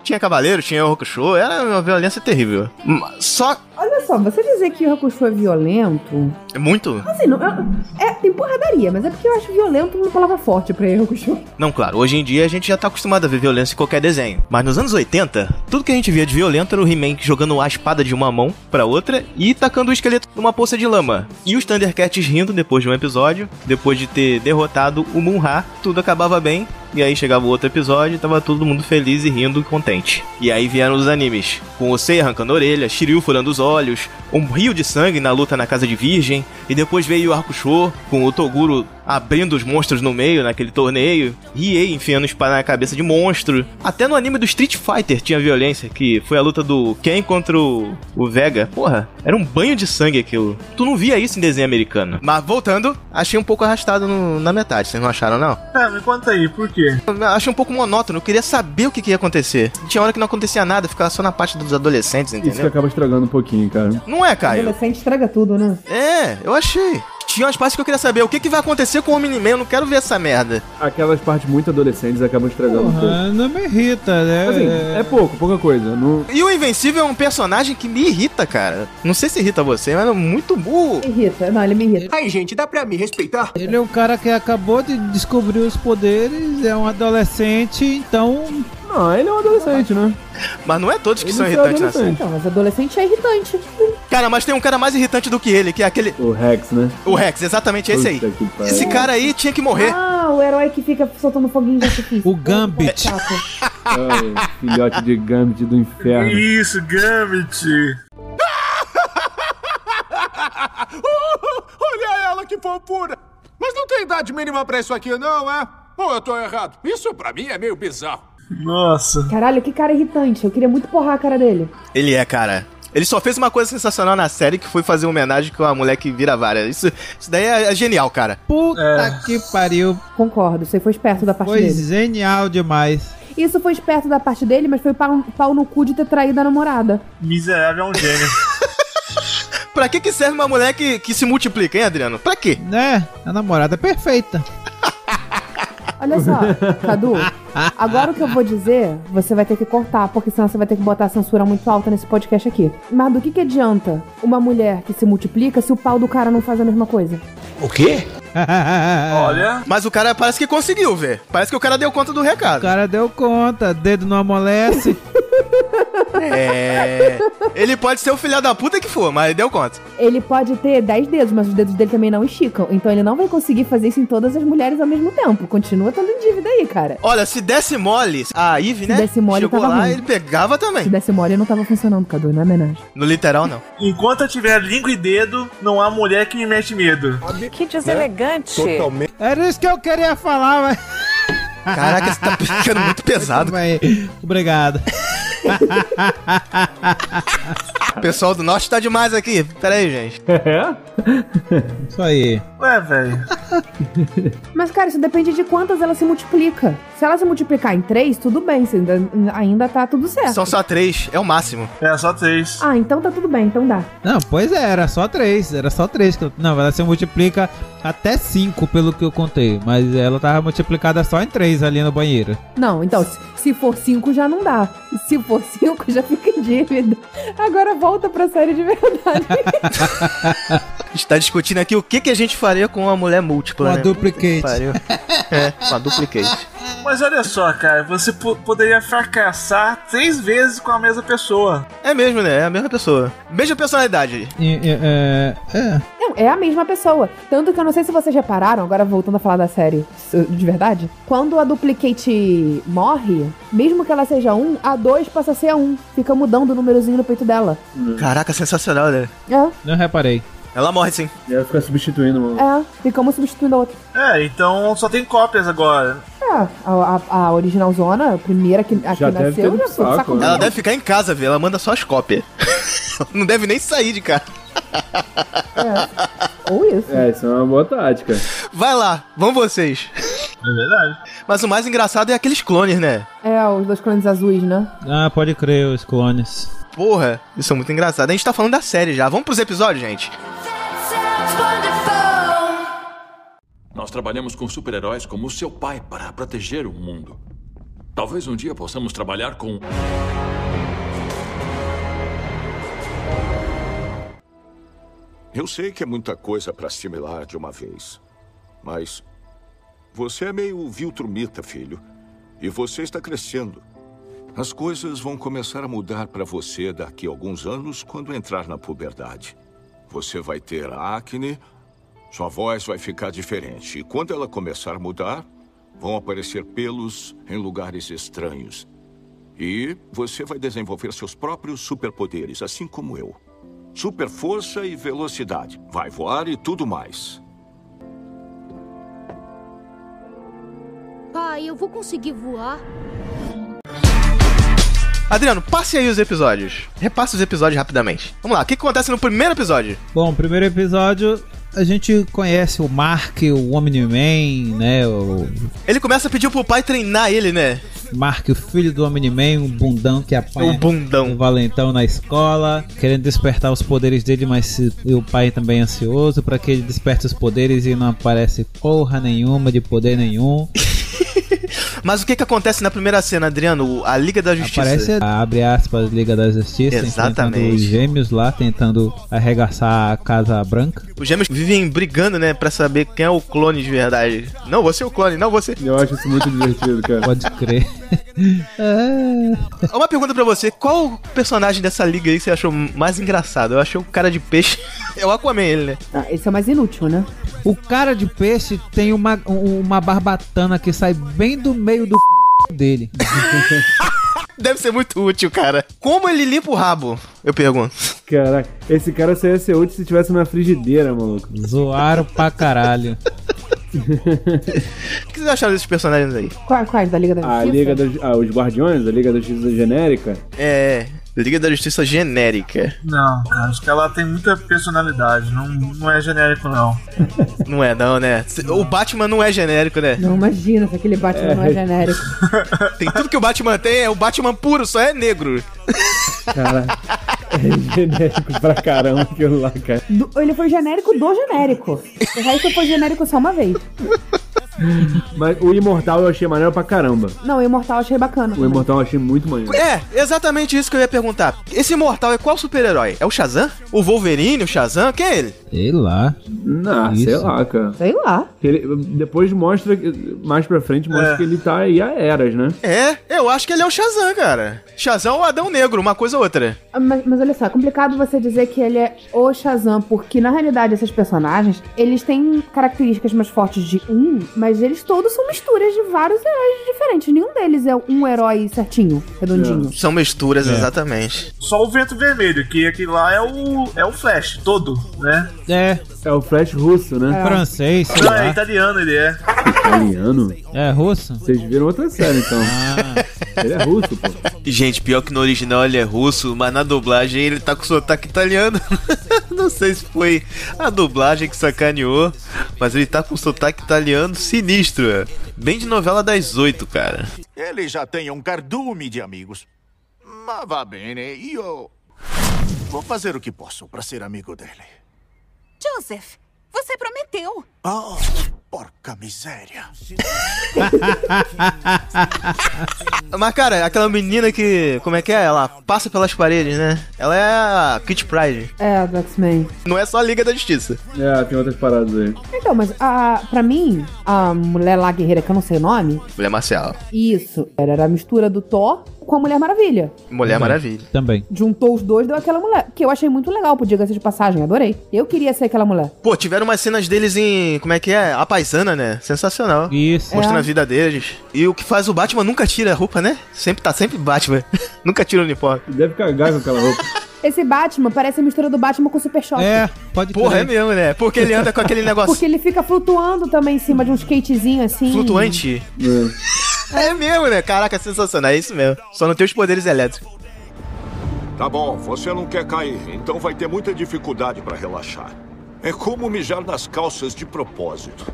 Speaker 1: tinha Cavaleiro, tinha Rokusho, era uma violência terrível. Mas Só. É
Speaker 5: Olha só, você dizer que o Hakusho é violento.
Speaker 1: Muito.
Speaker 5: Assim, não. eu- é, tem porradaria, mas é porque eu acho violento uma palavra forte pra Hakusho.
Speaker 1: Não, claro, hoje em dia a gente já tá acostumado a ver violência em qualquer desenho. Mas nos anos 80, tudo que a gente via de violento era o He-Man jogando a espada de uma mão pra outra e tacando o esqueleto numa poça de lama. E os Thundercats rindo depois de um episódio, depois de ter derrotado o Munra, tudo acabava bem. E aí chegava o outro episódio e tava todo mundo feliz e rindo e contente. E aí vieram os animes, com o Sei arrancando a orelha, Shiryu furando os olhos, um rio de sangue na luta na casa de virgem, e depois veio o Arkusho, com o Toguro abrindo os monstros no meio naquele torneio, Riei enfiando espada na cabeça de monstro. Até no anime do Street Fighter tinha violência, que foi a luta do Ken contra o, o Vega. Porra, era um banho de sangue aquilo. Tu não via isso em desenho americano. Mas voltando, achei um pouco arrastado no- na metade, vocês não acharam não?
Speaker 7: É, me conta aí, por quê?
Speaker 1: Eu Achei um pouco monótono, eu queria saber o que, que ia acontecer. Tinha hora que não acontecia nada, ficava só na parte dos adolescentes,
Speaker 6: Isso que
Speaker 1: entendeu?
Speaker 6: acaba estragando um pouquinho, cara.
Speaker 1: Não é, Caio?
Speaker 5: Adolescente estraga tudo, né?
Speaker 1: É, eu achei. Tinha umas partes que eu queria saber o que, que vai acontecer com o Omni-Man, eu não quero ver essa merda.
Speaker 6: Aquelas partes muito adolescentes acabam estragando um pouco.
Speaker 4: Ah, não me irrita, né?
Speaker 6: Assim,
Speaker 4: É-
Speaker 6: é pouco, pouca coisa. Não,
Speaker 1: E o Invencível é um personagem que me irrita, cara. Não sei se irrita você, mas é muito burro.
Speaker 5: Me irrita. Não, ele me irrita.
Speaker 8: Aí, gente, dá pra me respeitar?
Speaker 4: Ele é um cara que acabou de descobrir os poderes, é um adolescente, então
Speaker 6: não, ele é um adolescente, né?
Speaker 1: Mas não é todos que
Speaker 6: Ele
Speaker 1: são
Speaker 6: é
Speaker 1: irritantes na série.
Speaker 6: adolescente.
Speaker 5: Então, mas adolescente é irritante.
Speaker 1: Cara, mas tem um cara mais irritante do que ele, que é aquele.
Speaker 6: O Rex, né?
Speaker 1: O Rex, exatamente esse aí.
Speaker 6: Puta que pariu.
Speaker 1: Esse cara aí tinha que morrer.
Speaker 5: Ah, o herói que fica soltando foguinho de artifício.
Speaker 4: O Gambit.
Speaker 5: Chato.
Speaker 6: Ai, É, filhote de Gambit do inferno.
Speaker 7: Isso, Gambit.
Speaker 8: Olha ela, que fofura! Mas não tem idade mínima pra isso aqui, não, é? Ou eu tô errado? Isso pra mim é meio bizarro.
Speaker 7: Nossa.
Speaker 5: Caralho, que cara irritante. Eu queria muito porrar a cara dele.
Speaker 1: Ele é, cara. Ele só fez uma coisa sensacional na série que foi fazer uma homenagem com a mulher que vira vara. Isso, isso daí é, é genial, cara.
Speaker 4: puta
Speaker 6: É.
Speaker 4: que pariu.
Speaker 5: Concordo, você foi esperto da parte
Speaker 4: Foi
Speaker 5: dele.
Speaker 4: genial demais.
Speaker 5: Isso foi esperto da parte dele, mas foi pau, pau no cu de ter traído a namorada.
Speaker 7: Miserável é um gênio.
Speaker 1: Pra que, que serve uma mulher que, que se multiplica, hein, Adriano? Pra quê?
Speaker 4: Né? A namorada perfeita.
Speaker 5: Olha só, Cadu. Agora o que eu vou dizer, você vai ter que cortar, porque senão você vai ter que botar a censura muito alta nesse podcast aqui. Mas do que, que adianta uma mulher que se multiplica se o pau do cara não faz a mesma coisa?
Speaker 7: Olha.
Speaker 1: Mas o cara parece que conseguiu, ver. Parece que o cara deu conta do
Speaker 4: O
Speaker 1: recado.
Speaker 4: cara deu conta, dedo não amolece.
Speaker 1: É. Ele pode ser o filho da puta que for, mas deu conta.
Speaker 5: Ele pode ter 10 dedos, mas os dedos dele também não esticam. Então ele não vai conseguir fazer isso em todas as mulheres ao mesmo tempo. Continua estando em dívida aí, cara.
Speaker 1: Olha, se desse mole, a Eve, né?
Speaker 5: desse mole,
Speaker 1: chegou
Speaker 5: tava
Speaker 1: lá,
Speaker 5: ruim.
Speaker 1: ele pegava
Speaker 5: Se
Speaker 1: também.
Speaker 5: desse mole, não tava funcionando, Cadu, não é homenagem.
Speaker 1: No literal, não.
Speaker 7: Enquanto eu tiver língua e dedo, não há mulher que me mete medo.
Speaker 15: Que deselegante.
Speaker 8: É,
Speaker 4: Era isso que eu queria falar, mas.
Speaker 1: Caraca, você tá ficando muito pesado.
Speaker 4: Então Vai. Obrigado.
Speaker 1: O pessoal do norte tá demais aqui. Pera aí, gente.
Speaker 6: É?
Speaker 4: Isso aí.
Speaker 7: Ué, velho.
Speaker 5: Mas, cara, isso depende de quantas ela se multiplica. Se ela se multiplicar em três, tudo bem, você ainda, ainda tá tudo certo.
Speaker 1: São só três, é o máximo.
Speaker 7: É, só três.
Speaker 5: Ah, então tá tudo bem, então dá.
Speaker 4: Não, pois é, era só três. Era só três. que eu- Não, ela se multiplica até cinco, pelo que eu contei. Mas ela tava multiplicada só em três ali no banheiro.
Speaker 5: Não, então, se- se for cinco, já não dá. Se for cinco, já fica em dívida. Agora volta pra série de verdade.
Speaker 1: A gente tá discutindo aqui o que, que a gente faria com uma mulher múltipla,
Speaker 4: Uma
Speaker 1: né?
Speaker 4: duplicate.
Speaker 1: Pariu. É, uma duplicate.
Speaker 7: Mas olha só, cara, você po- poderia fracassar três vezes com a mesma pessoa.
Speaker 1: É mesmo, né? É a mesma pessoa. Mesma personalidade.
Speaker 4: E, e, é, é.
Speaker 5: Não, é a mesma pessoa. Tanto que eu não sei se vocês repararam, agora voltando a falar da série s- de verdade. Quando a duplicate morre, mesmo que ela seja um, a dois passa a ser a um. Fica mudando o númerozinho no peito dela.
Speaker 1: Caraca, sensacional, né?
Speaker 5: É,
Speaker 4: Não reparei.
Speaker 1: Ela morre sim.
Speaker 6: E aí fica substituindo, mano.
Speaker 5: é. Fica uma substituindo a outra.
Speaker 7: É, então só tem cópias agora.
Speaker 5: É, a, a, a original zona, a primeira que, a
Speaker 6: Já
Speaker 5: que
Speaker 6: deve ter
Speaker 5: nasceu,
Speaker 6: ido
Speaker 5: já
Speaker 6: pro
Speaker 5: foi pro
Speaker 6: saco,
Speaker 5: saco.
Speaker 6: né?
Speaker 5: mesmo.
Speaker 1: Ela deve ficar em casa, viu? Ela manda só as cópias. Não deve nem sair de casa.
Speaker 5: Ou isso.
Speaker 6: É, isso é uma boa tática.
Speaker 1: Vai lá, vão vocês.
Speaker 7: É verdade.
Speaker 1: Mas o mais engraçado é aqueles clones, né?
Speaker 5: É, os dois clones azuis, né?
Speaker 4: Ah, pode crer, os clones.
Speaker 1: Porra, isso é muito engraçado. A gente tá falando da série já. Vamos pros episódios, gente?
Speaker 15: Nós trabalhamos com super-heróis como seu pai para proteger o mundo. Talvez um dia possamos trabalhar com.
Speaker 16: Eu sei que é muita coisa para assimilar de uma vez, mas você é meio viltrumita, filho, e você está crescendo. As coisas vão começar a mudar para você daqui a alguns anos quando entrar na puberdade. Você vai ter acne, sua voz vai ficar diferente, e quando ela começar a mudar, vão aparecer pelos em lugares estranhos. E você vai desenvolver seus próprios superpoderes, assim como eu. Super força e velocidade. Vai voar e tudo mais.
Speaker 17: Pai, eu vou conseguir voar?
Speaker 1: Adriano, passe aí os episódios. Repasse os episódios rapidamente. Vamos lá, o que que acontece no primeiro episódio?
Speaker 4: Bom, primeiro episódio, a gente conhece o Mark, o Omni-Man, né? O
Speaker 1: Ele começa a pedir pro pai treinar ele, né?
Speaker 4: Mark, o filho do Omni-Man, um bundão que apanha
Speaker 1: O bundão.
Speaker 4: o valentão na escola, querendo despertar os poderes dele, mas se- e o pai também ansioso pra que ele desperte os poderes e não aparece porra nenhuma de poder nenhum.
Speaker 1: Mas o que que acontece na primeira cena, Adriano? O- A Liga da Justiça.
Speaker 4: Aparece, a, abre aspas, Liga da Justiça, enfrentando
Speaker 1: Exatamente.
Speaker 4: os gêmeos lá, tentando arregaçar a Casa Branca.
Speaker 1: Os gêmeos vivem brigando, né, pra saber quem é o clone de verdade. Não, você é o clone, não você.
Speaker 6: Eu acho isso muito divertido, cara.
Speaker 4: Pode crer.
Speaker 1: Ah. Uma pergunta pra você, qual personagem dessa liga aí você achou mais engraçado? Eu achei o cara de peixe. É o Aquaman, ele, né?
Speaker 5: Ah, esse é o mais inútil, né?
Speaker 4: O cara de peixe tem uma, um- uma barbatana que sai bem do meio do c... dele.
Speaker 1: Deve ser muito útil, cara. Como ele limpa o rabo? Eu pergunto.
Speaker 6: Caraca, esse cara só ia ser útil se tivesse uma frigideira, maluco.
Speaker 4: Zoaram pra caralho.
Speaker 1: O que vocês acharam desses personagens aí?
Speaker 5: Quais, quais da Liga da
Speaker 6: A
Speaker 5: Justiça?
Speaker 6: Liga da, Ju- ah, os Guardiões, a Liga da Justiça Genérica.
Speaker 1: É. Liga da Justiça genérica.
Speaker 7: Não, cara, acho que ela tem muita personalidade. Não, não é genérico, não.
Speaker 1: Não é, não, né? O Batman não é genérico, né?
Speaker 5: Não, imagina se aquele Batman não é genérico.
Speaker 1: Tem tudo que o Batman tem, é o Batman puro, só é negro.
Speaker 6: Cara, é genérico pra caramba aquilo lá, cara.
Speaker 5: Do- ele foi genérico do genérico. O resto foi genérico só uma vez.
Speaker 6: Mas o Imortal eu achei maneiro pra caramba.
Speaker 5: Não, o Imortal eu achei bacana.
Speaker 6: O Imortal eu achei muito maneiro.
Speaker 1: É, exatamente isso que eu ia perguntar. Esse imortal é qual super-herói? É o Shazam? O Wolverine, o Shazam? Quem é ele?
Speaker 4: Sei lá.
Speaker 6: Não, sei lá, cara.
Speaker 5: Sei lá.
Speaker 6: Ele, depois mostra, que- mais pra frente, mostra
Speaker 7: É.
Speaker 6: que ele tá aí a eras, né?
Speaker 1: É, eu acho que ele é o Shazam, cara. Shazam ou Adão Negro, uma coisa ou outra.
Speaker 5: Ah, Mas, mas olha só, é complicado você dizer que ele é o Shazam, porque na realidade esses personagens, eles têm características mais fortes de um, mas eles todos são misturas de vários heróis diferentes. Nenhum deles é um herói certinho, redondinho.
Speaker 1: São misturas,
Speaker 7: É.
Speaker 1: exatamente.
Speaker 7: Só o vento vermelho, que aquele lá é o. é o Flash todo, né?
Speaker 4: É.
Speaker 6: É o Flash russo, né?
Speaker 7: É.
Speaker 4: Francês, sei
Speaker 7: Não, é
Speaker 4: lá.
Speaker 7: italiano ele é.
Speaker 6: Italiano?
Speaker 4: É, russo? Ah.
Speaker 6: Vocês viram outra série, então. Ele é russo, pô.
Speaker 1: Gente, pior que no original ele é russo, mas na dublagem ele tá com sotaque italiano. Não sei se foi a dublagem que sacaneou, mas ele tá com sotaque italiano sinistro. é. Bem de novela das oito, cara.
Speaker 18: Ele já tem um cardume de amigos. Mas vá bem, né? E eu. Vou fazer o que posso para ser amigo dele.
Speaker 19: Joseph, você prometeu.
Speaker 18: Oh, porca miséria.
Speaker 1: Mas, cara, aquela menina que. Como é que é? Ela passa pelas paredes, né? Ela é a Kit Pride.
Speaker 5: É, do X-Men.
Speaker 1: Não é só a Liga da Justiça.
Speaker 6: É, tem outras paradas aí.
Speaker 5: Então, mas a, pra mim, a mulher lá guerreira, que eu não sei o nome,
Speaker 1: Mulher Marcial.
Speaker 5: isso, era a mistura do Thor com a Mulher Maravilha.
Speaker 1: Mulher Maravilha.
Speaker 4: Também.
Speaker 5: Juntou os dois, deu aquela mulher. Que eu achei muito legal, por diga-se de passagem, adorei. Eu queria ser aquela mulher.
Speaker 1: Pô, tiveram umas cenas deles em. Como é que é? A paisana, né? Sensacional.
Speaker 4: Isso.
Speaker 1: Mostrando
Speaker 5: É.
Speaker 1: a vida deles. E o que faz o Batman nunca tira a roupa, né? Sempre tá sempre Batman. nunca tira o uniforme.
Speaker 6: Deve cagar com aquela roupa.
Speaker 5: Esse Batman parece a mistura do Batman com o Super Choque.
Speaker 4: É, pode
Speaker 1: Porra, é mesmo, né? Porque ele anda com aquele negócio
Speaker 5: Porque ele fica flutuando também em cima de um skatezinho assim.
Speaker 1: flutuante. É. mesmo, né? Caraca, sensacional. É isso mesmo. Só não tem os poderes elétricos.
Speaker 16: Tá bom, você não quer cair, então vai ter muita dificuldade para relaxar. É como mijar nas calças de propósito.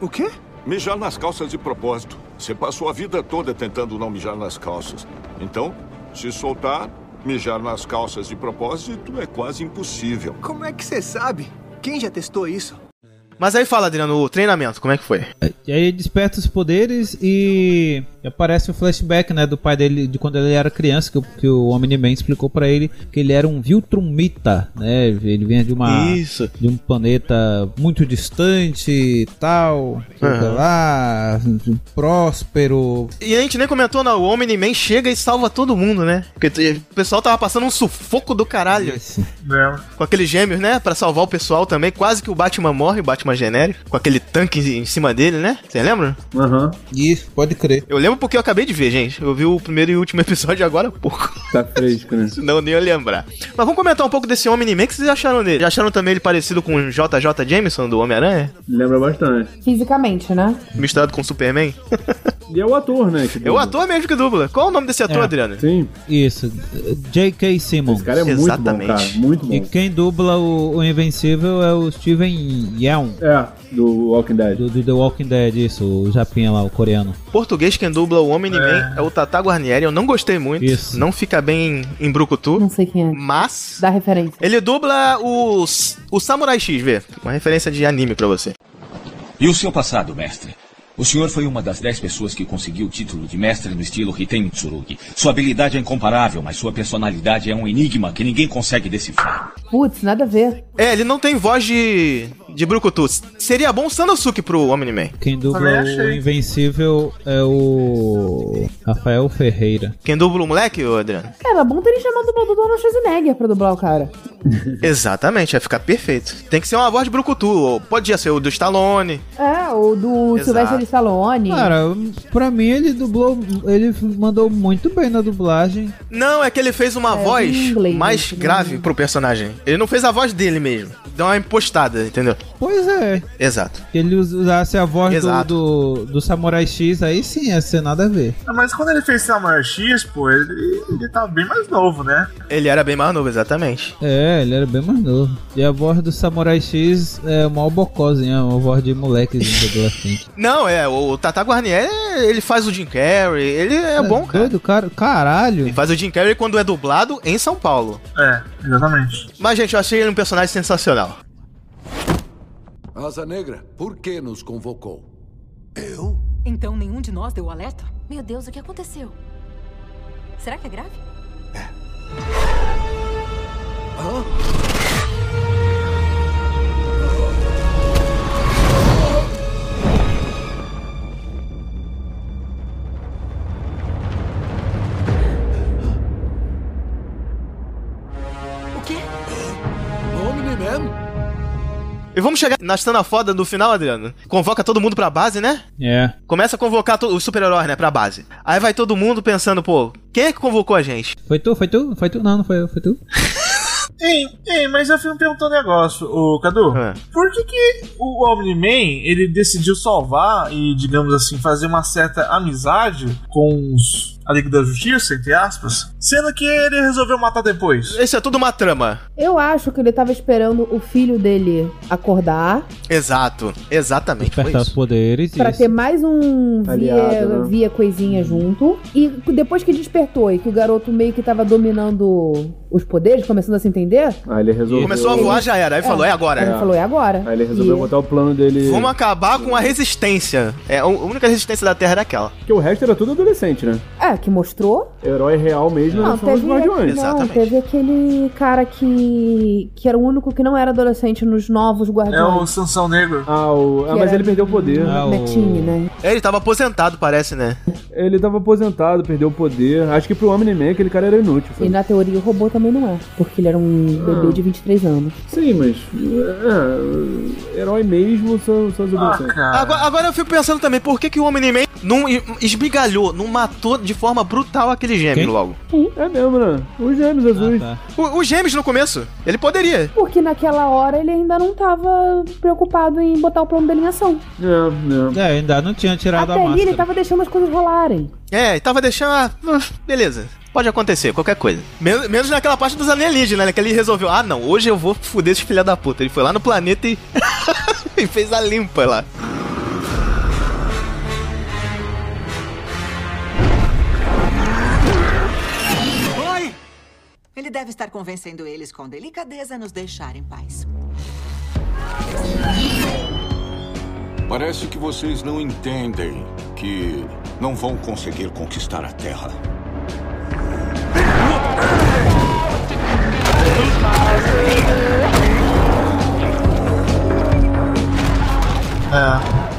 Speaker 18: O quê?
Speaker 16: Mijar nas calças de propósito. Você passou a vida toda tentando não mijar nas calças. Então, se soltar, mijar nas calças de propósito é quase impossível.
Speaker 17: Como é que você sabe? Quem já testou isso?
Speaker 1: Mas aí fala, Adriano, o treinamento, como é que foi?
Speaker 4: E aí desperta os poderes e aparece o flashback, né, do pai dele, de quando ele era criança, que, o- que o Omni-Man explicou pra ele que ele era um Viltrumita, né? Ele vinha de uma
Speaker 1: Isso.
Speaker 4: de um planeta muito distante e tal, sei
Speaker 1: Aham.
Speaker 4: lá, próspero.
Speaker 1: E a gente nem comentou, não. O Omni-Man chega e salva todo mundo, né? Porque t- o pessoal tava passando um sufoco do caralho. Com aqueles gêmeos, né? Pra salvar o pessoal também. Quase que o Batman morre, o Batman genérico. Com aquele tanque em em cima dele, né? Você lembra?
Speaker 6: Aham.
Speaker 4: Isso, pode crer.
Speaker 1: Eu lembro porque eu acabei de ver, gente. Eu vi o primeiro e último episódio agora há pouco.
Speaker 6: Tá fresco, né?
Speaker 1: Senão eu nem ia lembrar. Mas vamos comentar um pouco desse Omni-Man. O que vocês acharam dele? Já acharam também ele parecido com o JJ Jameson do Homem-Aranha?
Speaker 6: Lembra bastante.
Speaker 5: Fisicamente, né?
Speaker 1: Misturado com o Superman?
Speaker 6: E é o ator, né? que
Speaker 1: É o
Speaker 6: dubla.
Speaker 1: ator mesmo que dubla. Qual o nome desse ator,
Speaker 4: É.
Speaker 1: Adriano?
Speaker 6: Sim.
Speaker 4: Isso, J.K. Simmons. Esse
Speaker 6: cara é muito bom, Exatamente. cara, muito bom.
Speaker 4: E quem dubla o, o Invencível é o Steven Yeun.
Speaker 6: É, do Walking Dead.
Speaker 4: Do, do The Walking Dead, isso, o japinha lá, o coreano.
Speaker 1: Português quem dubla o Homem-Man é. o Tata Guarnieri. Eu não gostei muito. Não fica bem em Brucutu. Não
Speaker 5: sei quem é.
Speaker 1: Mas.
Speaker 5: Dá referência.
Speaker 1: Ele dubla o, S- o Samurai X, vê. Uma referência de anime pra você.
Speaker 20: E o seu passado, mestre? O senhor foi uma das dez pessoas que conseguiu o título de mestre no estilo Hiten Tsurugi. Sua habilidade é incomparável, mas sua personalidade é um enigma que ninguém consegue decifrar.
Speaker 5: Putz, nada a ver.
Speaker 1: É, ele não tem voz de. de Brucutu. S- Seria bom o Sanosuke pro Omni-Man.
Speaker 4: Quem dubla o Invencível é o Rafael Ferreira.
Speaker 1: Quem dubla o moleque, ô Adriano?
Speaker 5: Cara, É, bom terem chamado o dublador do Arnold Schwarzenegger pra dublar o cara.
Speaker 1: Exatamente, vai ficar perfeito. Tem que ser uma voz de Brucutu. ou Podia ser o do Stallone.
Speaker 5: É, ou do
Speaker 1: Exato.
Speaker 5: Sylvester Stallone.
Speaker 4: Cara, pra mim ele dublou, ele mandou muito bem na dublagem.
Speaker 1: Não, é que ele fez uma voz
Speaker 4: em inglês,
Speaker 1: mais grave pro personagem. Ele não fez a voz dele mesmo. Deu uma impostada, entendeu?
Speaker 4: Pois é.
Speaker 1: Exato.
Speaker 4: Que ele us- usasse a voz do,
Speaker 1: Exato.
Speaker 4: do, do Samurai X, aí sim ia ser nada a ver.
Speaker 7: Ah, Mas quando ele fez Samurai X, pô, ele, ele tá bem mais novo, né?
Speaker 1: Ele era bem mais novo, exatamente.
Speaker 4: É, ele era bem mais novo. E a voz do Samurai X é uma albocózinha, uma voz de moleque de adolescente.
Speaker 1: Não, é, o Tata Guarnieri, ele faz o Jim Carrey, ele é, bom, cara.
Speaker 4: Doido, cara. Caralho. Ele
Speaker 1: faz o Jim Carrey quando é dublado em São Paulo.
Speaker 7: É, exatamente.
Speaker 1: Mas, gente, eu achei ele um personagem sensacional.
Speaker 21: Asa Negra, por que nos convocou?
Speaker 22: Então nenhum de nós deu alerta? Meu Deus, o que aconteceu? Será que é grave?
Speaker 21: O quê? Omni-Man?
Speaker 1: E vamos chegar na cena foda do final, Adriano. Convoca todo mundo pra base, né?
Speaker 4: É.
Speaker 1: Começa a convocar to- os super-heróis, né, pra base. Aí vai todo mundo pensando, pô, quem é que convocou a gente?
Speaker 4: Foi tu? Foi tu? Foi tu? Não, não foi eu, foi tu.
Speaker 7: Ei, ei, mas eu fui me perguntar um negócio, ô Cadu.
Speaker 1: É.
Speaker 7: Por que, que o Omni-Man ele decidiu salvar e, digamos assim, fazer uma certa amizade com os, a Liga da Justiça, entre aspas, sendo que ele resolveu matar depois?
Speaker 1: Isso é tudo uma trama.
Speaker 5: Eu acho que ele tava esperando o filho dele acordar
Speaker 1: Exato, exatamente. Foi
Speaker 4: Despertar os
Speaker 1: isso.
Speaker 4: poderes.
Speaker 5: pra
Speaker 4: isso.
Speaker 5: ter mais um via,
Speaker 1: Aliado, né?
Speaker 5: via coisinha junto. E depois que despertou e que o garoto meio que tava dominando os poderes, começando a se entender,
Speaker 6: Ah, ele resolveu.
Speaker 1: Começou a voar, já era. Aí falou, é agora.
Speaker 5: ele falou, é agora.
Speaker 6: Aí ele resolveu
Speaker 5: E-
Speaker 6: botar Tá o plano dele.
Speaker 1: Vamos acabar com a resistência. É, a única resistência da Terra era aquela.
Speaker 6: Porque o resto era tudo adolescente, né?
Speaker 5: É, que mostrou.
Speaker 6: Herói real mesmo
Speaker 5: Não,
Speaker 6: não, são os
Speaker 5: teve,
Speaker 6: Guardiões.
Speaker 5: não teve aquele cara que, que era o único que não era adolescente nos novos
Speaker 7: É o
Speaker 5: Guardiões.
Speaker 7: Sansão Negro.
Speaker 6: Ah, o...
Speaker 5: Que mas era- ele perdeu o
Speaker 6: poder.
Speaker 1: Ah, o-
Speaker 5: Betinho, né?
Speaker 1: É, ele tava aposentado, parece, né?
Speaker 6: Ele tava aposentado, perdeu o poder. Acho que pro Omni-Man aquele cara era inútil.
Speaker 5: E
Speaker 6: sabe?
Speaker 5: na teoria o robô também não é, porque ele era um bebê de 23 anos.
Speaker 6: Sim, mas. É, herói mesmo são,
Speaker 4: Ah,
Speaker 6: são os adolescentes.
Speaker 1: Agora, agora eu fico pensando também, por que, que o Omni-Man não e- esmigalhou, não matou de forma brutal aquele gêmeo
Speaker 6: Quem?
Speaker 1: logo?
Speaker 6: É mesmo, né? Os gêmeos azuis.
Speaker 1: O- Os gêmeos no começo, ele poderia.
Speaker 5: Porque naquela hora ele ainda não tava preocupado em botar o plano dele em ação.
Speaker 4: É, é. ainda não tinha tirado
Speaker 5: Até
Speaker 4: a
Speaker 5: ali
Speaker 4: máscara.
Speaker 5: ele tava deixando as coisas rolarem.
Speaker 1: É, ele tava deixando. ah, ah, Beleza. Pode acontecer, qualquer coisa. Men- menos naquela parte dos alienígenas, né? Que ele resolveu, ah não, hoje eu vou fuder esse filho da puta. Ele foi lá no planeta e, e fez a limpa lá.
Speaker 23: Ele deve estar convencendo eles com delicadeza a nos deixar em paz.
Speaker 16: Parece que vocês não entendem que não vão conseguir conquistar a Terra.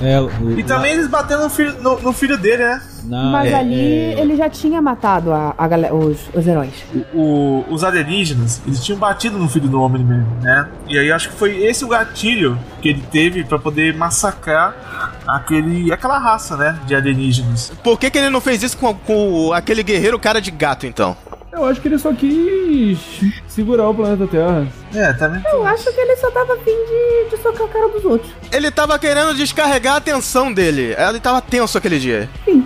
Speaker 7: É. e
Speaker 1: Então,
Speaker 7: também eles batendo no filho, no, no filho dele, né?
Speaker 4: Não,
Speaker 5: Mas
Speaker 7: é,
Speaker 5: ali
Speaker 7: é.
Speaker 5: ele já tinha matado a, a galera, os, os heróis.
Speaker 7: O- o- os alienígenas, eles tinham batido no filho do homem mesmo, né? E aí acho que foi esse o gatilho que ele teve pra poder massacrar aquele, aquela raça, né? De alienígenas.
Speaker 1: Por que, que ele não fez isso com, com aquele guerreiro cara de gato, então?
Speaker 6: Eu acho que ele só quis segurar o planeta Terra.
Speaker 7: É, também.
Speaker 5: Eu acho que ele só tava afim de, de socar a cara dos outros.
Speaker 1: Ele tava querendo descarregar a tensão dele. Ele tava tenso aquele dia.
Speaker 5: Sim.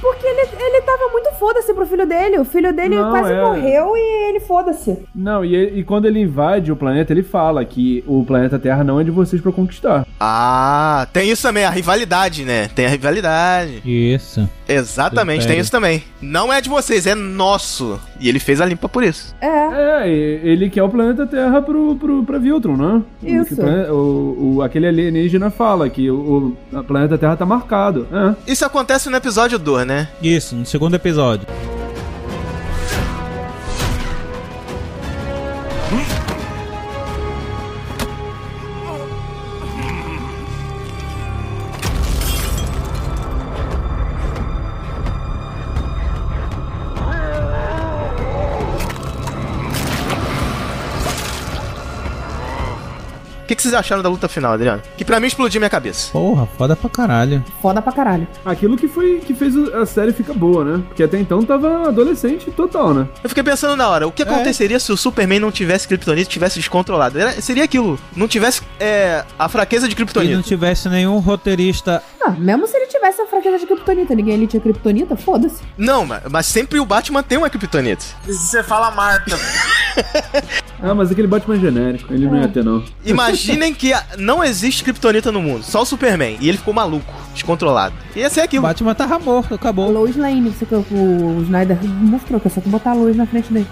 Speaker 5: Porque ele, ele tava muito foda-se pro filho dele. O filho dele
Speaker 6: Não,
Speaker 5: quase
Speaker 6: é.
Speaker 5: morreu e ele foda-se.
Speaker 6: Não, e, e quando ele invade o planeta, ele fala que o planeta Terra não é de vocês pra conquistar.
Speaker 1: Ah, tem isso também, a rivalidade, né? Tem a rivalidade.
Speaker 4: Isso.
Speaker 1: Exatamente, tem isso também. Não é de vocês, é nosso. E ele fez a limpa por isso.
Speaker 6: É. e- ele quer o planeta Terra pro, pro, pra Viltron, né?
Speaker 1: Isso.
Speaker 6: O que O, plane- o, o- aquele alienígena fala que o, o a planeta Terra tá marcado. É.
Speaker 1: Isso acontece no episódio 2, né?
Speaker 4: Isso, no segundo episódio.
Speaker 1: O que, que vocês acharam da luta final, Adriano? Que pra mim explodiu minha cabeça.
Speaker 4: Porra, foda pra caralho.
Speaker 5: Foda pra caralho.
Speaker 6: Aquilo que foi que fez o- a série ficar boa, né? Porque até então tava adolescente total, né?
Speaker 1: Eu fiquei pensando na hora, o
Speaker 4: É.
Speaker 1: que aconteceria se o Superman não tivesse Kryptonita e tivesse descontrolado? Era- seria aquilo, não tivesse é, a fraqueza de
Speaker 4: Se não
Speaker 1: Kryptonita.
Speaker 4: tivesse nenhum roteirista.
Speaker 5: Ah, mesmo se ele tivesse a fraqueza de Kryptonita, ninguém ali tinha Kryptonita, foda-se.
Speaker 1: Não, ma- mas sempre o Batman tem um uma Kryptonita.
Speaker 7: Você fala Marta.
Speaker 6: Ah, mas aquele Batman genérico, ele não ia ter, não.
Speaker 1: Imaginem que a- não existe Kryptonita no mundo, só o Superman. E ele ficou maluco, descontrolado. E esse é aquilo.
Speaker 4: Batman tava morto, acabou.
Speaker 5: Lois Lane, você que o o Snyder mostrou que é só tu botar a Lois na frente dele.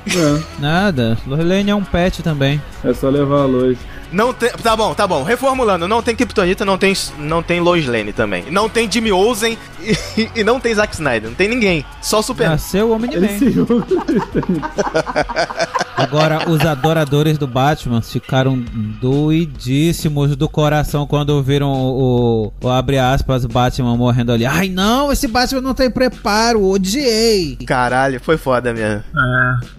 Speaker 4: Nada. Lorelane é um pet também.
Speaker 6: É só levar a luz.
Speaker 1: Não tem, tá bom, tá bom. Reformulando, não tem Kryptonita, não tem, não tem Lois Lane também. Não tem Jimmy Olsen e, e não tem Zack Snyder. Não tem ninguém. Só o Superman.
Speaker 4: Nasceu o homem de bem. Agora, os adoradores do Batman ficaram doidíssimos do coração quando viram o, o abre aspas, Batman morrendo ali. Ai, não, esse Batman não tem preparo, odiei.
Speaker 1: Caralho, foi foda mesmo.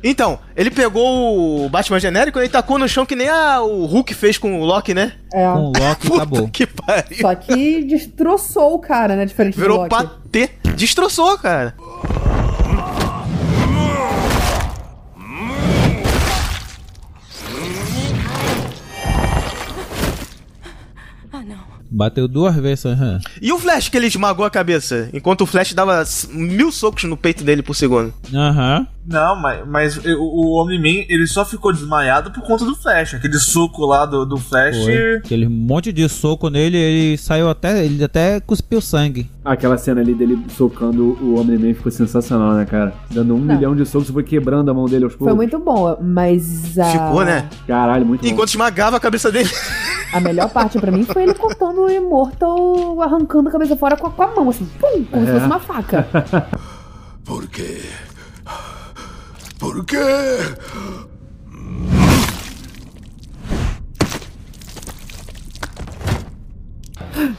Speaker 1: Então, ele pegou o Batman genérico e tacou no chão que nem a, o Hulk fez com o Loki, né?
Speaker 5: É.
Speaker 4: Com o Loki, acabou.
Speaker 1: Que pariu.
Speaker 5: Só que destroçou o cara, né? Diferente do
Speaker 1: Virou
Speaker 5: Loki.
Speaker 1: patê. Destroçou, cara.
Speaker 4: Bateu duas vezes, aham.
Speaker 1: E o Flash que ele esmagou a cabeça, enquanto o Flash dava s- mil socos no peito dele por segundo.
Speaker 4: Aham.
Speaker 7: Não, mas, mas o, o Omni-Man, ele só ficou desmaiado por conta do Flash. Aquele soco lá do, do Flash.
Speaker 4: Foi. Aquele monte de soco nele, ele saiu até. Ele até cuspiu sangue.
Speaker 6: Aquela cena ali dele socando o Omni-Man ficou sensacional, né, cara? Dando um
Speaker 5: Não.
Speaker 6: milhão de socos e foi quebrando a mão dele aos poucos.
Speaker 5: Foi muito boa, mas a.
Speaker 1: Ficou, né?
Speaker 6: Caralho, muito bom.
Speaker 1: Enquanto esmagava a cabeça dele.
Speaker 5: A melhor parte pra mim foi ele cortando o Immortal, arrancando a cabeça fora com a, com a mão, assim, pum, como se
Speaker 8: É.
Speaker 5: fosse uma faca.
Speaker 8: Por quê? Por quê?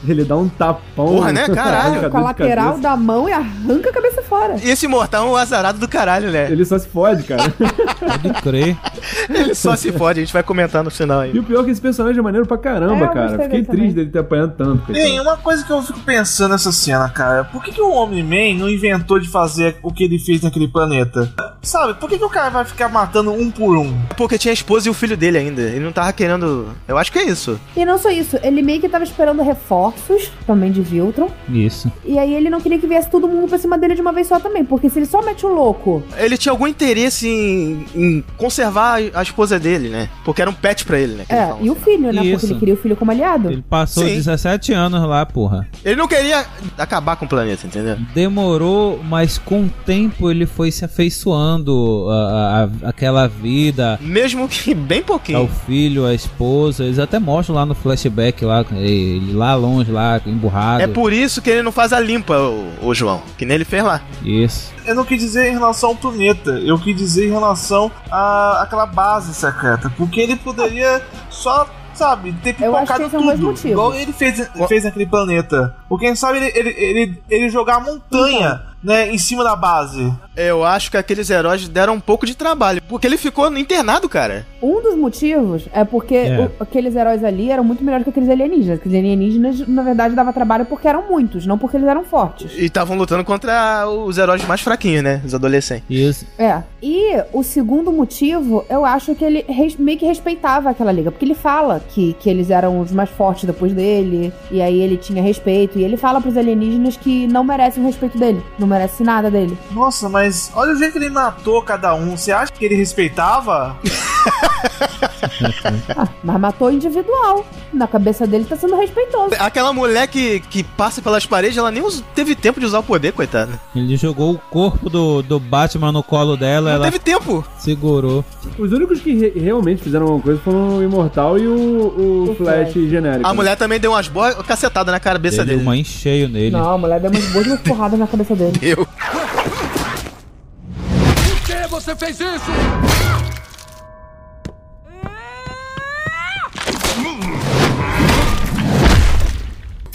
Speaker 6: Ele dá um tapão.
Speaker 1: Porra, né? Caralho.
Speaker 6: Arrancador
Speaker 5: Com a
Speaker 6: de
Speaker 5: lateral
Speaker 6: cabeça.
Speaker 5: da mão e arranca a cabeça fora.
Speaker 1: E esse mortal é um azarado do caralho, né?
Speaker 6: Ele só se fode, cara.
Speaker 4: Pode crer.
Speaker 1: Ele só se fode, a gente vai comentar no final aí.
Speaker 6: E o pior é que esse personagem é maneiro pra caramba,
Speaker 7: É, eu
Speaker 6: cara.
Speaker 7: gostei
Speaker 6: Fiquei
Speaker 7: dele também.
Speaker 6: triste dele ter apanhado tanto. coitado.
Speaker 7: Tem uma coisa que eu fico pensando nessa cena, cara. Por que, que o Omni-Man não inventou de fazer o que ele fez naquele planeta? Sabe, por que, que o cara vai ficar matando um por um?
Speaker 1: Porque tinha a esposa e o filho dele ainda. Ele não tava querendo. Eu acho que é isso.
Speaker 5: E não só isso, ele meio que tava esperando reforços também de Viltron.
Speaker 4: Isso.
Speaker 5: E aí ele não queria que viesse todo mundo pra cima dele de uma vez só também, porque se ele só mete o louco.
Speaker 1: Ele tinha algum interesse em, em conservar a esposa dele, né? Porque era um pet pra ele, né? que ele
Speaker 5: É,
Speaker 1: fala.
Speaker 5: e o filho, né?
Speaker 1: Isso.
Speaker 5: Porque ele queria o filho como aliado.
Speaker 4: Passou
Speaker 1: Sim.
Speaker 4: 17 anos lá, porra.
Speaker 1: Ele não queria acabar com o planeta, né? entendeu?
Speaker 4: Demorou, mas com o tempo ele foi se afeiçoando. doando a- a- aquela vida.
Speaker 1: Mesmo que bem pouquinho.
Speaker 4: Ao filho, à esposa. Eles até mostram lá no flashback, lá, ele lá longe, lá emburrado.
Speaker 1: É por isso que ele não faz a limpa, o, o João. Que nem ele fez lá.
Speaker 4: Isso.
Speaker 7: Eu não quis dizer em relação ao Tuneta, eu quis dizer em relação à aquela base secreta, porque ele poderia só, sabe, ter
Speaker 5: Eu acho que
Speaker 7: pipocado
Speaker 5: esse é um dos
Speaker 7: tudo,
Speaker 5: motivos.
Speaker 7: igual ele fez, fez naquele planeta. Ou quem sabe ele, ele, ele, ele jogar a montanha,
Speaker 5: Então.
Speaker 7: né, em cima da base.
Speaker 1: Eu acho que aqueles heróis deram um pouco de trabalho. Porque ele ficou internado, cara.
Speaker 5: Um dos motivos é porque
Speaker 1: É.
Speaker 5: o- aqueles heróis ali eram muito melhores que aqueles alienígenas. Aqueles alienígenas, na verdade, dava trabalho porque eram muitos, não porque eles eram fortes.
Speaker 1: E estavam lutando contra os heróis mais fraquinhos, né? Os adolescentes.
Speaker 4: Isso.
Speaker 5: É. E o segundo motivo, eu acho que ele res- meio que respeitava aquela liga. Porque ele fala que, que eles eram os mais fortes depois dele. E aí ele tinha respeito. E ele fala pros alienígenas que não merecem o respeito dele. Não merece nada dele.
Speaker 7: Nossa, mas olha o jeito que ele matou cada um. Você acha que ele respeitava?
Speaker 5: Mas matou o individual. Na cabeça dele tá sendo respeitoso.
Speaker 1: Aquela mulher que, que passa pelas paredes, ela nem us- teve tempo de usar o poder, coitada.
Speaker 4: Ele jogou o corpo do, do Batman no colo dela. ela
Speaker 1: teve tempo.
Speaker 4: Segurou.
Speaker 6: Os únicos que re- realmente fizeram alguma coisa foram o Imortal e o,
Speaker 5: Um
Speaker 6: o Flash genérico.
Speaker 5: né?
Speaker 1: A mulher também deu umas boas cacetadas na cabeça
Speaker 4: Deu
Speaker 1: dele.
Speaker 4: uma em um cheio nele.
Speaker 5: Não, a mulher deu umas boas porradas na cabeça dele.
Speaker 1: Eu.
Speaker 21: Por que você fez isso?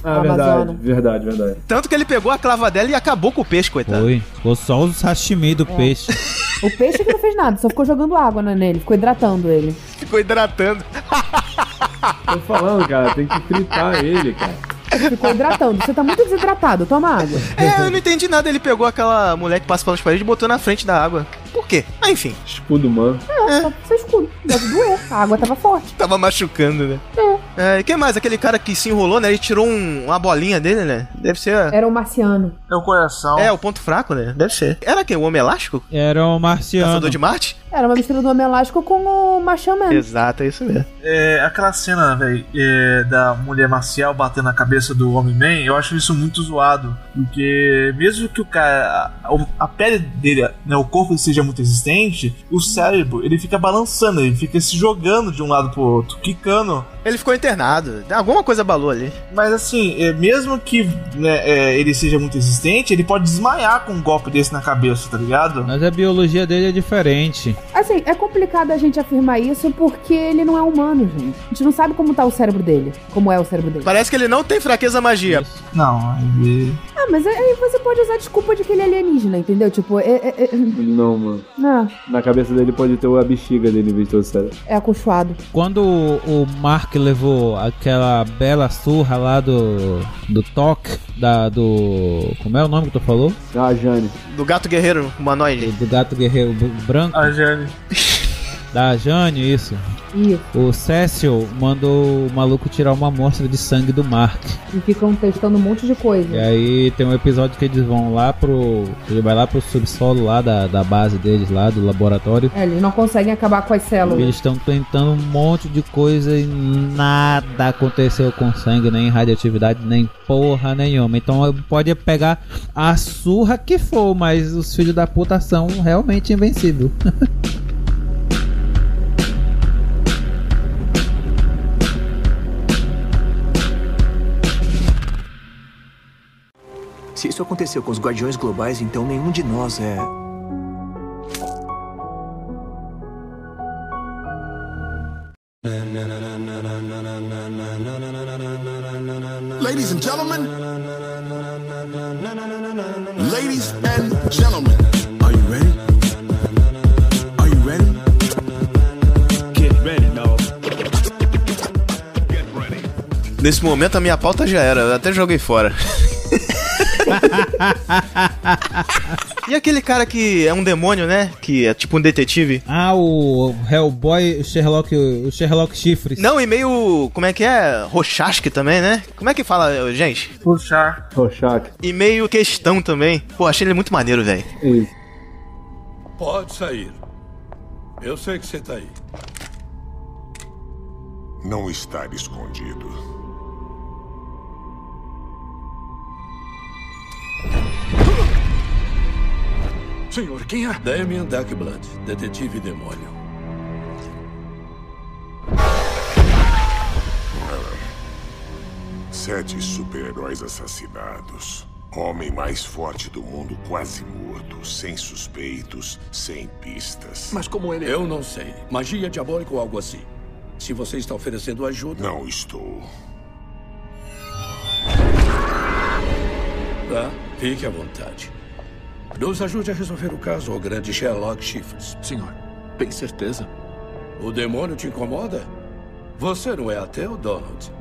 Speaker 6: Ah, verdade, verdade, verdade.
Speaker 1: Tanto que ele pegou a clava dela e acabou com o peixe, coitado.
Speaker 4: Foi. Ficou só o sashimi do peixe.
Speaker 5: O peixe que não fez nada, só ficou jogando água né, nele, ficou hidratando ele.
Speaker 1: Ficou hidratando.
Speaker 6: Tô falando, cara, tem que fritar ele, cara.
Speaker 5: Ficou hidratando. Você tá muito desidratado, toma água.
Speaker 1: É, eu não entendi nada. Ele pegou aquela mulher que passa pelas paredes e botou na frente da água. Por quê? Ah, enfim.
Speaker 6: Escudo humano.
Speaker 5: É, só seu escudo. Deve doer. A água tava forte.
Speaker 1: Tava machucando, né? É. e quem mais? Aquele cara que se enrolou, né? Ele tirou um- uma bolinha dele, né? Deve ser.
Speaker 5: Era um marciano.
Speaker 7: É o coração.
Speaker 1: É, o ponto fraco, né? Deve ser. Era quem? O Homem Elástico?
Speaker 4: Era o Marciano.
Speaker 1: Caçador de Marte?
Speaker 5: Era uma mistura do homem elástico com o Machan Man.
Speaker 1: Exato, é isso mesmo.
Speaker 7: É, aquela cena, velho, é, da mulher marcial batendo na cabeça do Homem-Man, eu acho isso muito zoado. Porque mesmo que o cara. A, a pele dele, né, o corpo seja muito resistente, o cérebro ele fica balançando, ele fica se jogando de um lado pro outro, quicando.
Speaker 1: Ele ficou internado, alguma coisa balou ali.
Speaker 7: Mas assim, é, mesmo que né, é, ele seja muito resistente, ele pode desmaiar com um golpe desse na cabeça, tá ligado?
Speaker 4: Mas a biologia dele é diferente.
Speaker 5: Assim, é complicado a gente afirmar isso porque ele não é humano, gente. A gente não sabe como tá o cérebro dele. Como é o cérebro dele.
Speaker 1: Parece que ele não tem fraqueza à magia.
Speaker 7: Não, ele.
Speaker 5: Ah, mas aí você pode usar a desculpa de que ele é alienígena, entendeu? Tipo, é. é, é...
Speaker 6: Ele não, mano.
Speaker 5: Ah,
Speaker 6: Na cabeça dele pode ter a bexiga dele em vez de ter o cérebro.
Speaker 5: é acolchoado.
Speaker 4: Quando o o Mark levou aquela bela surra lá do. do Toque, da. do. Como é o nome que tu falou?
Speaker 6: Ah, Jane.
Speaker 1: Do gato guerreiro humanoide.
Speaker 4: Do gato guerreiro br- branco.
Speaker 1: Ah,
Speaker 7: A Jane.
Speaker 4: Da Jane, isso.
Speaker 5: Isso.
Speaker 4: O Cecil mandou o maluco tirar uma amostra de sangue do Mark.
Speaker 5: E ficam testando um monte de coisa.
Speaker 4: E aí tem um episódio que eles vão lá pro. Ele vai lá pro subsolo lá da, da base deles, lá do laboratório.
Speaker 5: É, eles não conseguem acabar com as
Speaker 4: E
Speaker 5: células.
Speaker 4: Eles estão tentando um monte de coisa e nada aconteceu com sangue, nem radioatividade, nem porra nenhuma. Então pode pegar a surra que for, mas os filhos da puta são realmente invencível.
Speaker 17: Se isso aconteceu com os Guardiões Globais, então nenhum de nós é.
Speaker 24: Ladies and gentlemen, ladies and gentlemen, are you ready? Are you ready? Get ready, dog.
Speaker 1: Nesse momento a minha pauta já era, eu até joguei fora. e aquele cara que é um demônio, né? Que é tipo um detetive.
Speaker 4: Ah, o Hellboy, o Sherlock, o Sherlock Chifres.
Speaker 1: Não, e meio. Como é que é? Rochasque também, né? Como é que fala, gente?
Speaker 7: Rochar.
Speaker 6: Rochak.
Speaker 1: E meio questão também. Pô, achei ele muito maneiro, velho.
Speaker 10: Pode sair. Eu sei que você tá aí.
Speaker 9: Não estar escondido.
Speaker 10: Senhor, quem é? Damien Duckblood, detetive demônio.
Speaker 9: Sete super-heróis assassinados. Homem mais forte do mundo quase morto, sem suspeitos, sem pistas.
Speaker 10: Mas como ele. Eu não sei. Magia diabólica ou algo assim. Se você está oferecendo ajuda.
Speaker 9: Não estou.
Speaker 10: Tá, fique à vontade. Nos ajude a resolver o caso, o grande Sherlock Chifres.
Speaker 18: Senhor, tem certeza?
Speaker 10: O demônio te incomoda? Você não é ateu, Donald?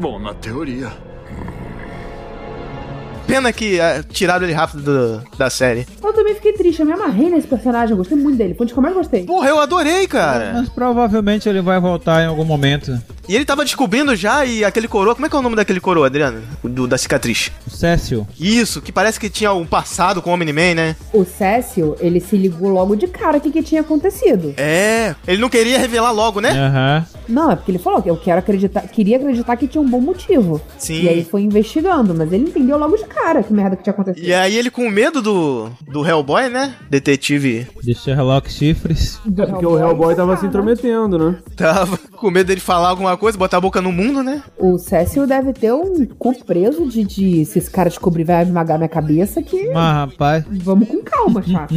Speaker 18: Bom, na teoria.
Speaker 1: Pena que ah, tiraram ele rápido do- da série.
Speaker 5: Eu também fiquei triste, eu me amarrei nesse personagem, eu gostei muito dele. Foi um dos que eu mais gostei.
Speaker 1: Porra, eu adorei, cara.
Speaker 4: É, Mas provavelmente ele vai voltar em algum momento.
Speaker 1: E ele tava descobrindo já e aquele coroa. Como é que é o nome daquele coroa, Adriano? Do, da cicatriz.
Speaker 4: O Cécio.
Speaker 1: Isso, que parece que tinha um passado com o Omni-Man, né?
Speaker 5: O Cécio, ele se ligou logo de cara o que, que tinha acontecido.
Speaker 1: É, ele não queria revelar logo, né?
Speaker 4: Aham.
Speaker 5: Não, é porque ele falou que eu quero acreditar, queria acreditar que tinha um bom motivo.
Speaker 1: Sim.
Speaker 5: E aí foi investigando, mas ele entendeu logo de cara que merda que tinha acontecido.
Speaker 1: E aí ele com medo do, do Hellboy, né? Detetive
Speaker 4: De Sherlock Chifres.
Speaker 6: É porque o Hellboy tava se intrometendo, né?
Speaker 1: tava com medo dele falar alguma coisa, botar a boca no mundo, né?
Speaker 5: O Cécio deve ter um cu preso de, de se esse cara descobrir vai esmagar minha cabeça que
Speaker 4: Mas, rapaz.
Speaker 5: vamos com calma, chato.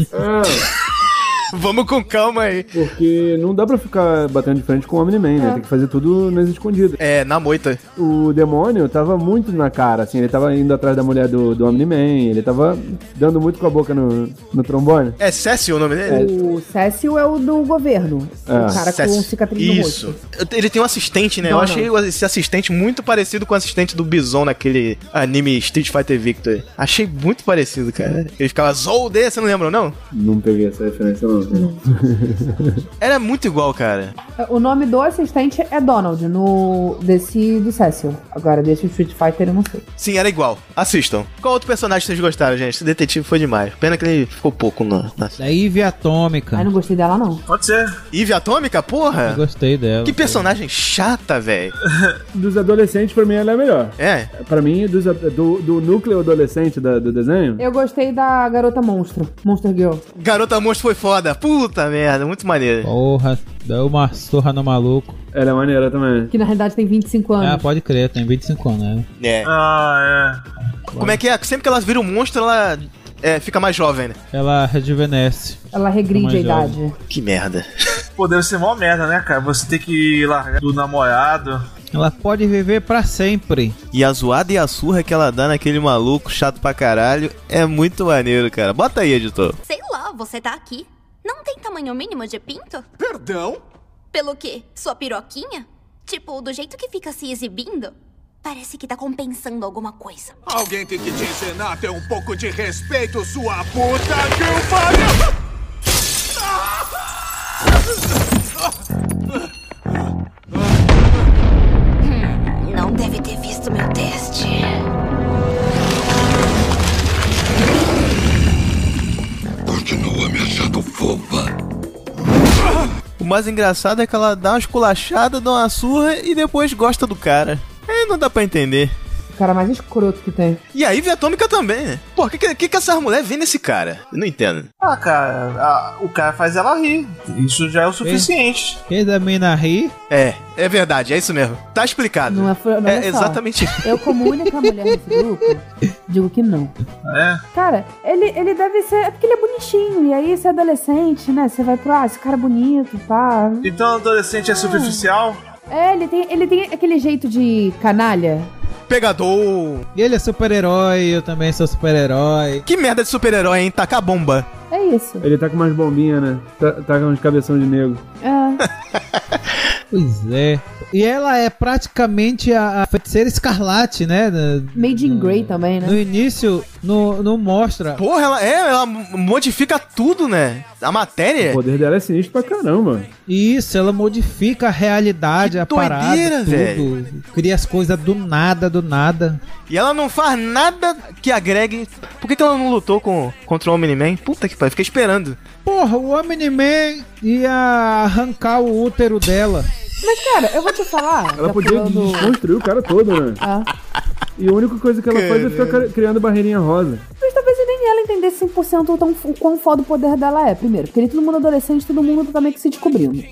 Speaker 1: Vamos com calma aí.
Speaker 6: Ah. Porque não dá pra ficar batendo de frente com o Omni-Man, né? Tem que fazer tudo nas escondidas.
Speaker 1: É, na moita.
Speaker 6: O demônio tava muito na cara, assim. Ele tava indo atrás da mulher do, do Omni-Man. Ele tava dando muito com a boca no, no trombone.
Speaker 1: É Cécio o nome dele?
Speaker 5: O Cécio é o do governo. O cara com
Speaker 1: Cécio.
Speaker 5: cicatriz no rosto.
Speaker 1: Isso. Ele tem um assistente, né?
Speaker 5: Não,
Speaker 1: Eu achei esse assistente muito parecido com o assistente do Bison naquele anime Street Fighter Victor. Achei muito parecido, cara. Ele ficava Zolde, você não lembra, não?
Speaker 6: Não peguei essa referência, não.
Speaker 1: Era muito igual, cara.
Speaker 5: É, O nome do assistente é Donald, no desse do Cecil. Agora, desse Street Fighter eu não sei.
Speaker 1: Sim, era igual. Assistam. Qual outro personagem vocês gostaram, gente? Esse detetive foi demais. Pena que ele ficou pouco na. na...
Speaker 4: Da Ivy Atômica.
Speaker 5: Ai, não gostei dela, não.
Speaker 7: Pode ser.
Speaker 1: Eve Atômica,
Speaker 4: Eu
Speaker 1: porra?
Speaker 4: gostei dela.
Speaker 1: Que personagem chata, velho.
Speaker 6: Dos adolescentes, pra mim, ela é a melhor.
Speaker 1: É.
Speaker 6: Pra mim, dos a- do, do núcleo adolescente da- do desenho,
Speaker 5: Eu gostei da garota monstro, Monster Girl.
Speaker 1: Garota Monstro foi foda. Puta merda, muito maneiro.
Speaker 4: Porra, deu uma surra no maluco.
Speaker 6: ela é maneira também.
Speaker 5: Que na realidade tem 25
Speaker 4: Ah,
Speaker 5: anos.
Speaker 4: pode crer, tem 25 anos, né?
Speaker 1: É.
Speaker 7: Ah, é.
Speaker 1: Como é que é? Sempre que ela vira um monstro, ela é, fica mais jovem, né?
Speaker 4: Ela rejuvenesce.
Speaker 5: Ela regride a
Speaker 4: Fica mais
Speaker 5: idade.
Speaker 4: jovem.
Speaker 1: Que merda.
Speaker 7: Pô, deve ser mó merda, né, cara? Você ter que largar do namorado.
Speaker 4: Ela pode viver pra sempre.
Speaker 1: E a zoada e a surra que ela dá naquele maluco chato pra caralho é muito maneiro, cara. Bota aí, editor.
Speaker 19: Sei lá, você tá aqui. Não tem tamanho mínimo de pinto?
Speaker 8: Perdão?
Speaker 19: Pelo quê? Sua piroquinha? Tipo, do jeito que fica se exibindo? Parece que tá compensando alguma coisa.
Speaker 8: Alguém tem que te ensinar a ter um pouco de respeito, sua puta que o pariu!
Speaker 19: Não deve ter visto meu teste.
Speaker 10: Continua me achando fofa.
Speaker 1: O mais engraçado é que ela dá uma esculachada, dá uma surra e depois gosta do cara. É, não dá pra entender.
Speaker 5: O cara mais escroto que tem.
Speaker 1: E aí, Via Atômica também, né? Pô, o que, que, que que essas mulheres vê nesse cara? Eu não entendo.
Speaker 7: Ah, cara, a- o cara faz ela rir. Isso já é o suficiente.
Speaker 4: Quem da mina ri,
Speaker 1: É, é verdade, é isso mesmo. Tá explicado.
Speaker 5: Não é, fr- não, olha
Speaker 1: é
Speaker 5: só.
Speaker 1: exatamente.
Speaker 5: Eu, como única mulher desse grupo, digo que não.
Speaker 7: É.
Speaker 5: Cara, ele, ele deve ser. É porque ele é bonitinho. E aí, você é adolescente, né? Você vai pro. Ah, esse cara é bonito, pá.
Speaker 7: Então, adolescente é superficial.
Speaker 5: É, ele tem, ele tem aquele jeito de canalha.
Speaker 1: Pegador.
Speaker 4: ele é super-herói, eu também sou super-herói.
Speaker 1: Que merda de super-herói, hein? Tacar bomba.
Speaker 5: É isso.
Speaker 6: Ele tá com umas bombinhas, né? Tá, tá com uns cabeção de negro.
Speaker 5: É.
Speaker 4: Pois é. E ela é praticamente a, a feiticeira escarlate, né? No
Speaker 5: Made in Grey também, né?
Speaker 4: início, não não mostra.
Speaker 1: Porra, ela é, ela modifica tudo, né? A
Speaker 6: O
Speaker 1: matéria.
Speaker 6: poder dela é sinistro pra caramba.
Speaker 4: Isso, ela modifica a realidade,
Speaker 1: Que
Speaker 4: a
Speaker 1: doideira,
Speaker 4: parada, tudo.
Speaker 1: velho.
Speaker 4: Cria as coisas do nada, do nada.
Speaker 1: E ela não faz nada que agregue. Por que, que ela não lutou com, contra o Omni-Man? Puta que pariu, fiquei esperando.
Speaker 4: Porra, o Omni-Man ia arrancar o útero dela.
Speaker 5: Mas, cara, eu vou te falar.
Speaker 6: Ela
Speaker 5: tá
Speaker 6: podia
Speaker 5: falando-
Speaker 6: desconstruir o cara todo, né?
Speaker 5: Ah.
Speaker 6: E a única coisa que ela faz é ficar cri- criando barreirinha rosa.
Speaker 5: Mas talvez nem ela entender 100% o, tão, o quão foda o poder dela é, primeiro. Porque ele é todo mundo adolescente, todo mundo tá meio que se descobrindo.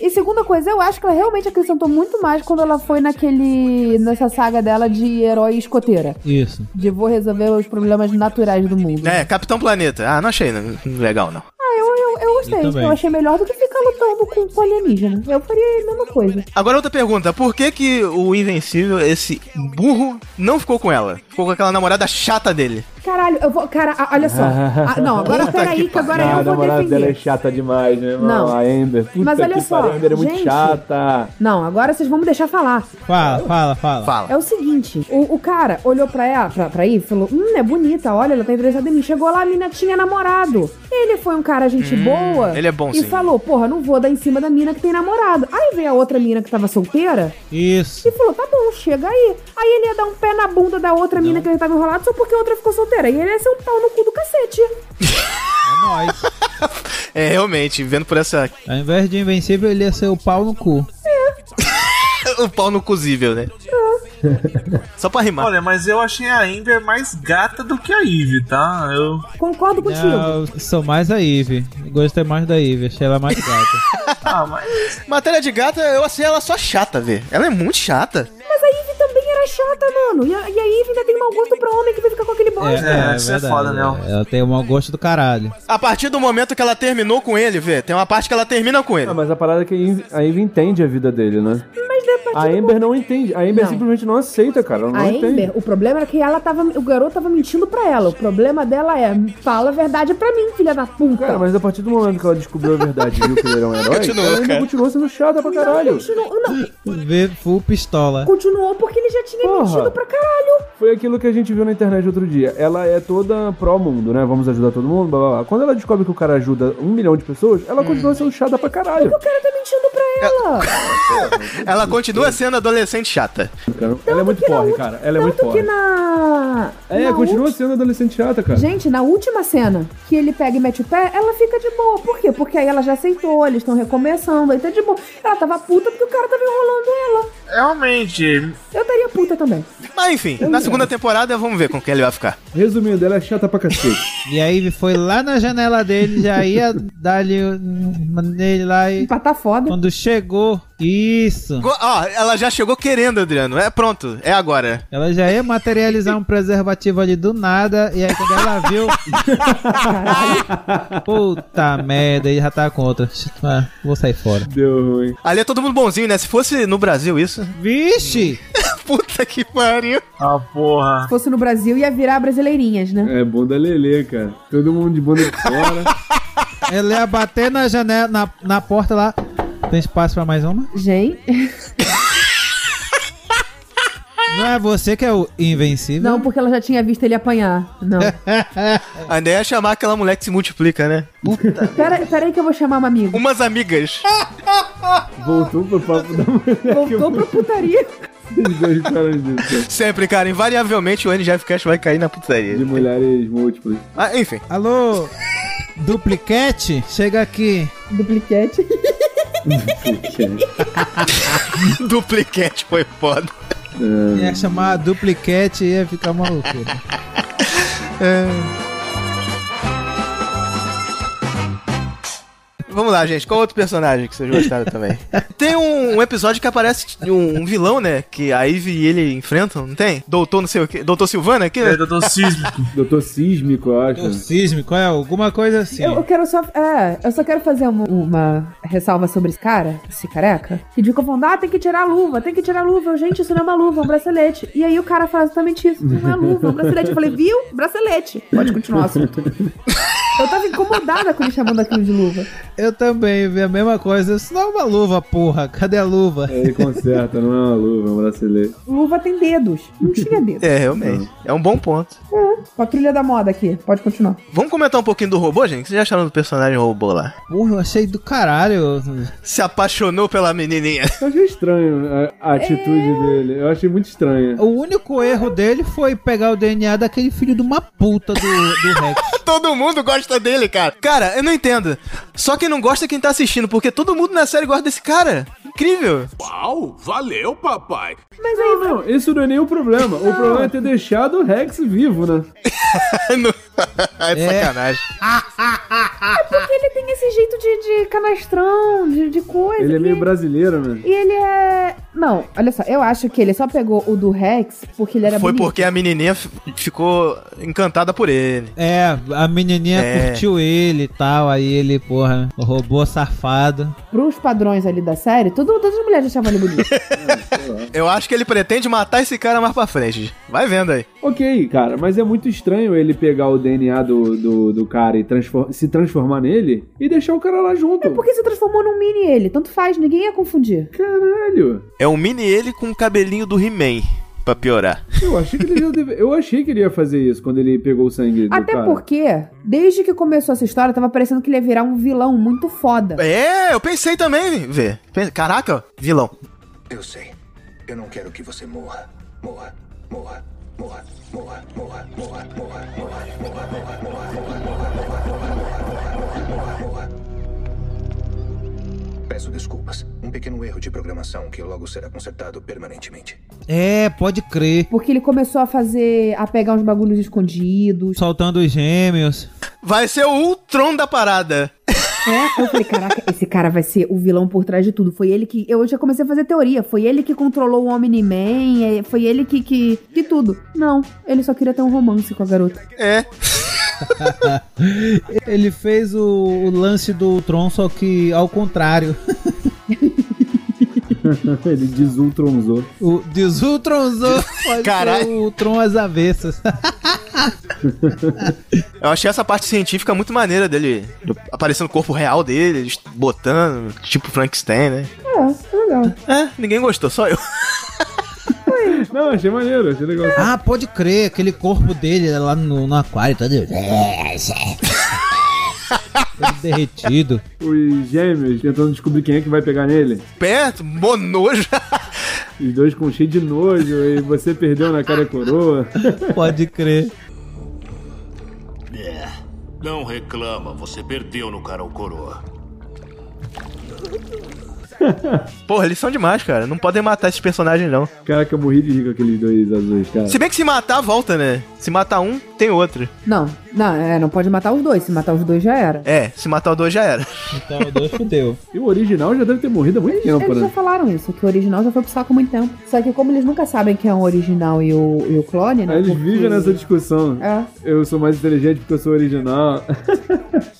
Speaker 5: E segunda coisa, eu acho que ela realmente acrescentou muito mais quando ela foi naquele. nessa saga dela de herói escoteira.
Speaker 4: Isso.
Speaker 5: De vou resolver os problemas naturais do mundo.
Speaker 1: É, Capitão Planeta. Ah, não achei né, legal, não.
Speaker 5: Ah, eu, eu, eu gostei. Eu,
Speaker 1: também.
Speaker 5: achei melhor do que ficar lutando com, com alienígena. Eu faria a mesma coisa.
Speaker 1: Agora outra pergunta, por que que o Invencível, esse burro, não ficou com ela? Ficou com aquela namorada chata dele.
Speaker 5: Caralho, eu vou. Cara, a- olha só. Ah, não, agora
Speaker 6: Puta
Speaker 5: peraí, que, agora
Speaker 6: Ah,
Speaker 5: eu vou
Speaker 6: namorada dela é
Speaker 5: defender.
Speaker 6: chata demais, né? irmão?
Speaker 5: Não.
Speaker 6: A Ender. Puta
Speaker 5: Mas olha
Speaker 6: que
Speaker 5: só,
Speaker 6: pariu, A Ender é muito
Speaker 5: gente.
Speaker 6: chata.
Speaker 5: Não, agora vocês vão me deixar falar.
Speaker 4: Fala, fala, fala.
Speaker 5: É o seguinte, o, o cara olhou pra ela, pra, pra ele, falou: Hum, é bonita, olha, ela tá interessada em mim. Chegou lá, a mina tinha namorado. Ele foi um cara gente
Speaker 1: Hum,
Speaker 5: boa.
Speaker 1: ele é bom,
Speaker 5: E
Speaker 1: sim.
Speaker 5: falou: Porra, não vou dar em cima da mina que tem namorado. Aí veio a outra mina que tava solteira.
Speaker 4: Isso.
Speaker 5: E falou: Tá bom, chega aí. Aí ele ia dar um pé na bunda da outra mina que ele tava enrolado só porque a outra ficou solteira. E ele ia ser um pau no cu do cacete.
Speaker 1: É, realmente, vendo por essa...
Speaker 4: Ao invés de invencível, ele ia ser o pau no cu.
Speaker 1: o pau no cozível, né? Só pra rimar.
Speaker 7: Olha, mas eu achei a Amber mais gata do que a Eve, tá? Eu.
Speaker 5: Concordo
Speaker 4: Não, eu sou mais a Eve. Gostei mais da Eve, achei ela mais gata.
Speaker 1: Matéria de gata, eu achei ela só chata, ver. Ela é muito chata.
Speaker 5: Mas a Ivy também era chata, mano. E a, e a Ivy ainda tem mau gosto pra homem que vai ficar com aquele bosta.
Speaker 4: verdade, é. Ela tem um mau gosto do caralho.
Speaker 1: A partir do momento que ela terminou com ele, vê, tem uma parte que ela termina com ele.
Speaker 6: Ah, mas a parada é que a Eve- a Eve entende a vida dele, né?
Speaker 5: Mas é depois.
Speaker 6: A Amber não entende. A Amber
Speaker 5: Não.
Speaker 6: simplesmente não aceita, cara. Ela não
Speaker 5: A
Speaker 6: entende.
Speaker 5: Amber, o problema era que ela tava. O garoto tava mentindo pra ela. O problema dela é, fala a verdade pra mim, filha da puta.
Speaker 6: Cara, mas a partir do momento que ela descobriu a verdade e viu que ele era um herói,
Speaker 4: Continuou,
Speaker 6: ela ainda
Speaker 4: cara.
Speaker 6: continuou sendo chata pra caralho.
Speaker 5: Continuou, não,
Speaker 4: Vê full pistola.
Speaker 5: continuou porque ele já tinha
Speaker 6: Porra.
Speaker 5: mentido pra caralho.
Speaker 6: Foi aquilo que a gente viu na internet outro dia. Ela é toda pró-mundo, né? Vamos ajudar todo mundo, blá blá blá. Quando ela descobre que o cara ajuda um milhão de pessoas, ela continua sendo chata pra caralho.
Speaker 5: O cara tá mentindo pra ela.
Speaker 1: É. Ela continua sendo adolescente chata.
Speaker 6: Ela é muito porre, cara. Ela é muito
Speaker 5: Tanto que
Speaker 6: porre.
Speaker 5: na.
Speaker 6: É,
Speaker 5: na
Speaker 6: continua sendo adolescente chata, cara.
Speaker 5: Gente, na última cena que ele pega e mete o pé, ela fica de boa. Por quê? Porque aí ela já aceitou, eles estão recomeçando, aí tá de boa. Ela tava puta porque o cara tava enrolando ela.
Speaker 7: Realmente.
Speaker 5: Eu tá- estaria puta também.
Speaker 1: Mas enfim, na segunda temporada vamos ver com quem ele vai ficar.
Speaker 6: Resumindo, ela é chata pra cacete.
Speaker 4: E a Eve foi lá na janela dele, já ia dar-lhe um- nele lá e.
Speaker 5: Empatar foda.
Speaker 4: Quando chegou. Isso.
Speaker 1: Go- Ó, ela já chegou querendo, Adriano. É pronto, é agora.
Speaker 4: Ela já ia materializar um preservativo ali do nada, e aí quando ela viu. Puta merda, e já tá com outra. Ah, vou sair fora.
Speaker 6: Deu ruim.
Speaker 1: Ali é todo mundo bonzinho, né? Se fosse no Brasil isso.
Speaker 4: Vixe!
Speaker 1: Puta que pariu.
Speaker 7: Ah, porra.
Speaker 5: Se fosse no Brasil, ia virar brasileirinhas, né?
Speaker 6: É, bunda lelê, cara. Todo mundo de bunda de fora.
Speaker 4: Ela ia bater na janela, na, na porta lá. Tem espaço pra mais uma?
Speaker 5: Gente.
Speaker 4: Não é você que é o invencível?
Speaker 5: Não, porque ela já tinha visto ele apanhar. Não.
Speaker 1: Ainda ia é chamar aquela mulher que se multiplica, né? Puta.
Speaker 5: Pera, pera aí que eu vou chamar uma amiga.
Speaker 1: Umas amigas.
Speaker 6: Voltou pro papo da mulher.
Speaker 5: Voltou pra putaria.
Speaker 6: Os dois caras disso.
Speaker 1: Sempre, cara, invariavelmente o NGF Cash vai cair na putaria. De
Speaker 6: mulheres múltiplas.
Speaker 1: Ah, enfim.
Speaker 4: Alô? Dupliquete? Chega aqui.
Speaker 5: Dupliquete?
Speaker 1: Dupliquete foi foda.
Speaker 6: É.
Speaker 4: Ia chamar a dupliquete e ia ficar uma loucura. É.
Speaker 1: Vamos lá, gente. Qual outro personagem que vocês gostaram também? Tem um, um episódio que aparece um, um vilão, né? Que a Ivy e ele enfrentam, não tem? Doutor não sei o quê. Doutor Silvana aqui? né?
Speaker 7: É, Doutor Sísmico.
Speaker 6: Doutor Sísmico, eu acho.
Speaker 4: Sísmico, é alguma coisa assim.
Speaker 5: Eu, eu quero só. É, eu só quero fazer uma, uma ressalva sobre esse cara, esse careca. E ficam falando, ah, tem que tirar a luva, tem que tirar a luva. Eu, Gente, isso não é uma luva, é um bracelete. E aí o cara fala exatamente isso: não é luva, é um bracelete. Eu falei, viu? Bracelete. Pode continuar o assunto. Eu tava incomodada com ele chamando aquilo de luva.
Speaker 4: Eu também vi a mesma coisa. Isso não é uma luva, porra. Cadê a luva?
Speaker 6: Ele conserta, não é uma luva, é um brasileiro.
Speaker 5: Luva tem dedos. Não tinha dedo.
Speaker 1: É, realmente. É um bom ponto.
Speaker 5: É, patrulha da moda aqui, pode continuar.
Speaker 1: Vamos comentar um pouquinho do robô, gente? O que Vocês acharam do personagem robô lá?
Speaker 4: Porra, eu achei do caralho.
Speaker 1: Se apaixonou pela menininha.
Speaker 6: Eu achei estranho a, a atitude dele. Eu achei muito estranha.
Speaker 4: O único erro dele foi pegar o DNA daquele filho de uma puta do, do Rex.
Speaker 1: Todo mundo gosta dele, cara. Cara, eu não entendo. Só quem não gosta é quem tá assistindo, porque todo mundo na série gosta desse cara. Incrível.
Speaker 8: Uau, valeu, papai.
Speaker 5: Mas
Speaker 6: aí, não, isso não é nenhum problema. O problema é ter deixado o Rex vivo, né?
Speaker 1: Aí é sacanagem.
Speaker 5: É porque ele tem esse jeito de, de canastrão, de, de coisa.
Speaker 6: Ele é
Speaker 5: que-
Speaker 6: meio brasileiro, né?
Speaker 5: E ele é. Não, olha só, eu acho que ele só pegou o do Rex porque ele era
Speaker 1: Foi
Speaker 5: bonito.
Speaker 1: porque a menininha fi- ficou encantada por ele.
Speaker 4: É, a menininha
Speaker 1: É.
Speaker 4: curtiu ele e tal, aí ele, porra, roubou safado.
Speaker 5: Pros padrões ali da série, todo, todas as mulheres achavam ele bonito.
Speaker 1: Eu acho que ele pretende matar esse cara mais pra frente. Vai vendo aí.
Speaker 6: Ok, cara, mas é muito estranho ele pegar o DNA do, do, do cara e transfor- se transformar nele e deixar o cara lá junto.
Speaker 5: É porque se transformou num mini ele, tanto faz, ninguém ia confundir.
Speaker 6: Caralho!
Speaker 1: É um mini ele com o cabelinho do He-Man, pra piorar.
Speaker 6: Eu achei que ele já deve... Eu achei que ele ia fazer isso quando ele pegou o sangue do
Speaker 5: Até
Speaker 6: cara.
Speaker 5: porque, desde que começou essa história, tava parecendo que ele ia virar um vilão muito foda.
Speaker 1: É, eu pensei também, vê. Pen- Caraca, vilão.
Speaker 2: Eu sei. Eu não quero que você morra. Morra, morra, morra, morra, morra, morra, morra, morra, morra, morra, morra, morra, morra, morra, morra, morra, morra, morra. Peço desculpas. Um pequeno erro de programação que logo será consertado permanentemente.
Speaker 4: É, pode crer.
Speaker 5: Porque ele começou a fazer. a pegar uns bagulhos escondidos.
Speaker 4: Soltando os gêmeos.
Speaker 1: Vai ser o Ultron da parada.
Speaker 5: É, eu falei, caraca, esse cara vai ser o vilão por trás de tudo. Foi ele que. Eu já comecei a fazer teoria. Foi ele que controlou o Omni-Man. é, Foi ele que, que. que tudo. Não, ele só queria ter um romance com a garota.
Speaker 1: É.
Speaker 4: ele fez o, o lance do Tron, só que ao contrário.
Speaker 6: ele desultronzou.
Speaker 4: O desultronzou. Pode
Speaker 1: Caralho.
Speaker 4: ser o Tron às avessas.
Speaker 1: Eu achei essa parte científica muito maneira dele. do- Aparecendo o corpo real dele, eles botando, tipo Frankenstein, né?
Speaker 5: É, legal.
Speaker 1: É, ninguém gostou, só eu.
Speaker 6: Não, achei maneiro, achei legal.
Speaker 4: Ah, pode crer, aquele corpo dele lá no, no aquário, todo...
Speaker 6: Ah.
Speaker 4: Todo derretido.
Speaker 6: Os gêmeos tentando descobrir quem é que vai pegar nele.
Speaker 1: Perto, monojo.
Speaker 6: Os dois com cheio de nojo e você perdeu na cara e coroa.
Speaker 4: Pode crer.
Speaker 3: É. Não reclama, você perdeu no cara ou coroa.
Speaker 1: Porra, eles são demais, cara. Não podem matar esses personagens, não.
Speaker 6: Caraca, eu morri de rico aqueles dois azuis, cara.
Speaker 1: Se bem que se matar, volta, né? Se matar um, tem outro.
Speaker 5: Não, não, é, não pode matar os dois. Se matar os dois já era.
Speaker 1: É, se matar o dois já era.
Speaker 4: Então o dois fudeu.
Speaker 6: E o original já deve ter morrido há muito tempo,
Speaker 5: Eles já
Speaker 6: né?
Speaker 5: falaram isso, que o original já foi pro saco há muito tempo. Só que como eles nunca sabem quem é o original e o, e o clone, né?
Speaker 6: Aí eles
Speaker 5: porque-
Speaker 6: vivem nessa discussão.
Speaker 5: É.
Speaker 6: Eu sou mais inteligente porque eu sou original.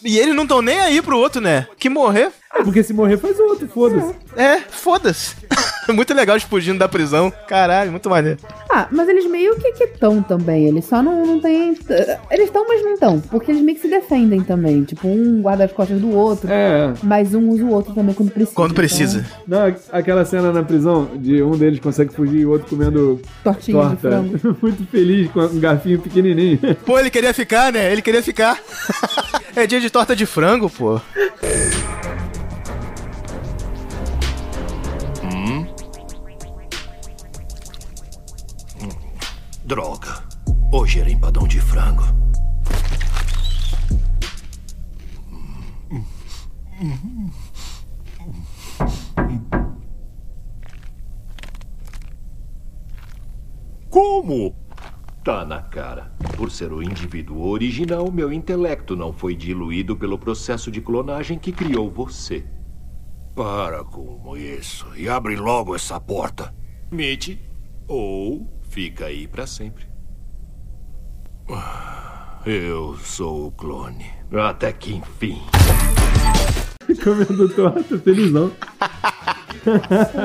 Speaker 1: E eles não estão nem aí pro outro, né? Que morrer.
Speaker 6: Porque se morrer faz outro, foda-se.
Speaker 1: É, foda-se. muito legal explodindo da prisão. Caralho, muito maneiro.
Speaker 5: Ah, mas eles meio que estão também. Eles só não, não têm. eh, Eles estão, mas não estão. Porque eles meio que se defendem também. Tipo, um guarda as costas do outro.
Speaker 6: É.
Speaker 5: Mas um usa o outro também quando precisa. então,
Speaker 1: Quando precisa.
Speaker 6: Não, aquela cena na prisão de um deles consegue fugir e o outro comendo
Speaker 5: Tortinha de
Speaker 6: torta. Muito feliz com um garfinho pequenininho.
Speaker 1: Pô, ele queria ficar, né? Ele queria ficar. é dia de torta de frango, pô.
Speaker 3: Hum? Hum. Droga. Hoje era empadão de frango.
Speaker 25: Como? Tá na cara. Por ser o indivíduo original, meu intelecto não foi diluído pelo processo de clonagem que criou você.
Speaker 3: Para com isso e abre logo essa porta.
Speaker 25: Mite ou fica aí pra sempre.
Speaker 3: Ah, Eu sou o clone. Até que enfim.
Speaker 6: comendo torta, felizão.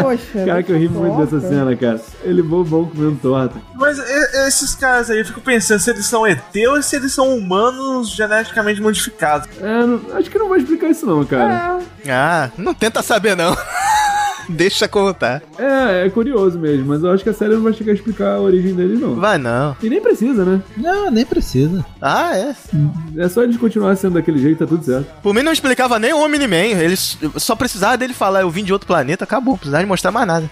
Speaker 3: Poxa,
Speaker 6: Caraca, eu ri muito
Speaker 7: torta.
Speaker 6: dessa cena, tá cara. Ele bobão comendo torta.
Speaker 7: Mas e- esses caras aí, eu fico pensando se eles são ET ou se eles são humanos geneticamente modificados.
Speaker 6: É, não- acho que não vai explicar isso não, cara.
Speaker 1: Ah, não tenta saber, não. Deixa contar.
Speaker 6: É, é curioso mesmo, mas eu acho que a série não vai chegar a explicar a origem dele, não.
Speaker 1: Vai não.
Speaker 6: E nem precisa, né?
Speaker 4: Não, nem precisa.
Speaker 1: Ah, é?
Speaker 6: É só eles continuar sendo daquele jeito, tá tudo certo.
Speaker 1: Por mim não explicava nem o Omni-Man. Ele s- só precisava dele falar, eu vim de outro planeta, acabou. Não precisava de mostrar mais nada.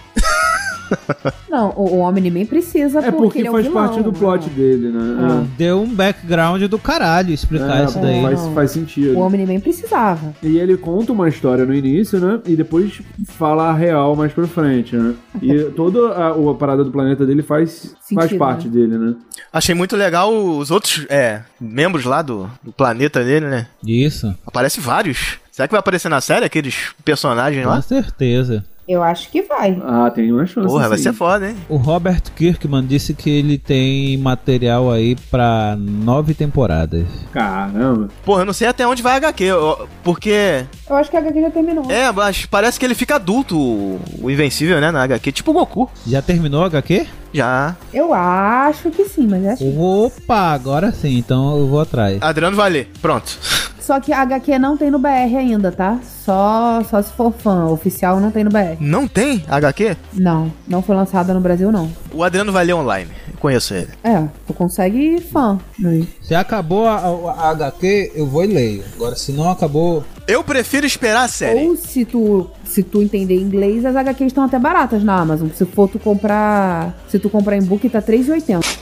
Speaker 5: Não, o, o homem nem precisa
Speaker 6: É porque
Speaker 5: ele é o
Speaker 6: faz
Speaker 5: vilão.
Speaker 6: parte do plot dele, né?
Speaker 4: Deu um background do caralho explicar
Speaker 6: É,
Speaker 4: isso daí.
Speaker 6: Faz, faz sentido.
Speaker 5: O homem nem precisava.
Speaker 6: E ele conta uma história no início, né? E depois fala a real mais pra frente, né? E toda a, a parada do planeta dele faz, faz
Speaker 1: Sentido,
Speaker 6: parte
Speaker 1: né?
Speaker 6: dele, né?
Speaker 1: Achei muito legal os outros é, membros lá do, do planeta dele, né?
Speaker 4: Isso.
Speaker 1: Aparece vários. Será que vai aparecer na série aqueles personagens lá?
Speaker 4: Com certeza.
Speaker 5: Eu acho que vai.
Speaker 6: Ah, tem uma chance.
Speaker 1: Porra, vai ser foda, hein?
Speaker 4: O Robert Kirkman disse que ele tem material aí pra nove temporadas.
Speaker 6: Caramba.
Speaker 1: Porra, eu não sei até onde vai a HQ, eu- porque.
Speaker 5: Eu acho que a HQ já terminou.
Speaker 1: É, mas parece que ele fica adulto, o o Invencível, né? Na HQ, tipo o Goku.
Speaker 4: Já terminou a HQ?
Speaker 1: Já.
Speaker 5: Eu acho que sim, mas é assim. acho.
Speaker 6: Uhum.
Speaker 4: Opa, agora sim, então eu vou atrás.
Speaker 1: Adriano vai ler. Pronto.
Speaker 5: Só que a HQ não tem no BR ainda, tá? Só, só se for fã. Oficial não tem no BR.
Speaker 1: Não tem HQ?
Speaker 5: Não, não foi lançada no Brasil, não.
Speaker 1: O Adriano vai ler online. Eu conheço ele.
Speaker 5: É, tu consegue fã. né?
Speaker 4: Se acabou a, a- a HQ, eu vou e leio. Agora, se não acabou.
Speaker 1: Eu prefiro esperar a série.
Speaker 5: Ou se tu, se tu entender inglês, as HQs estão até baratas na Amazon. Se for tu comprar. Se tu comprar em book, tá R$3,80.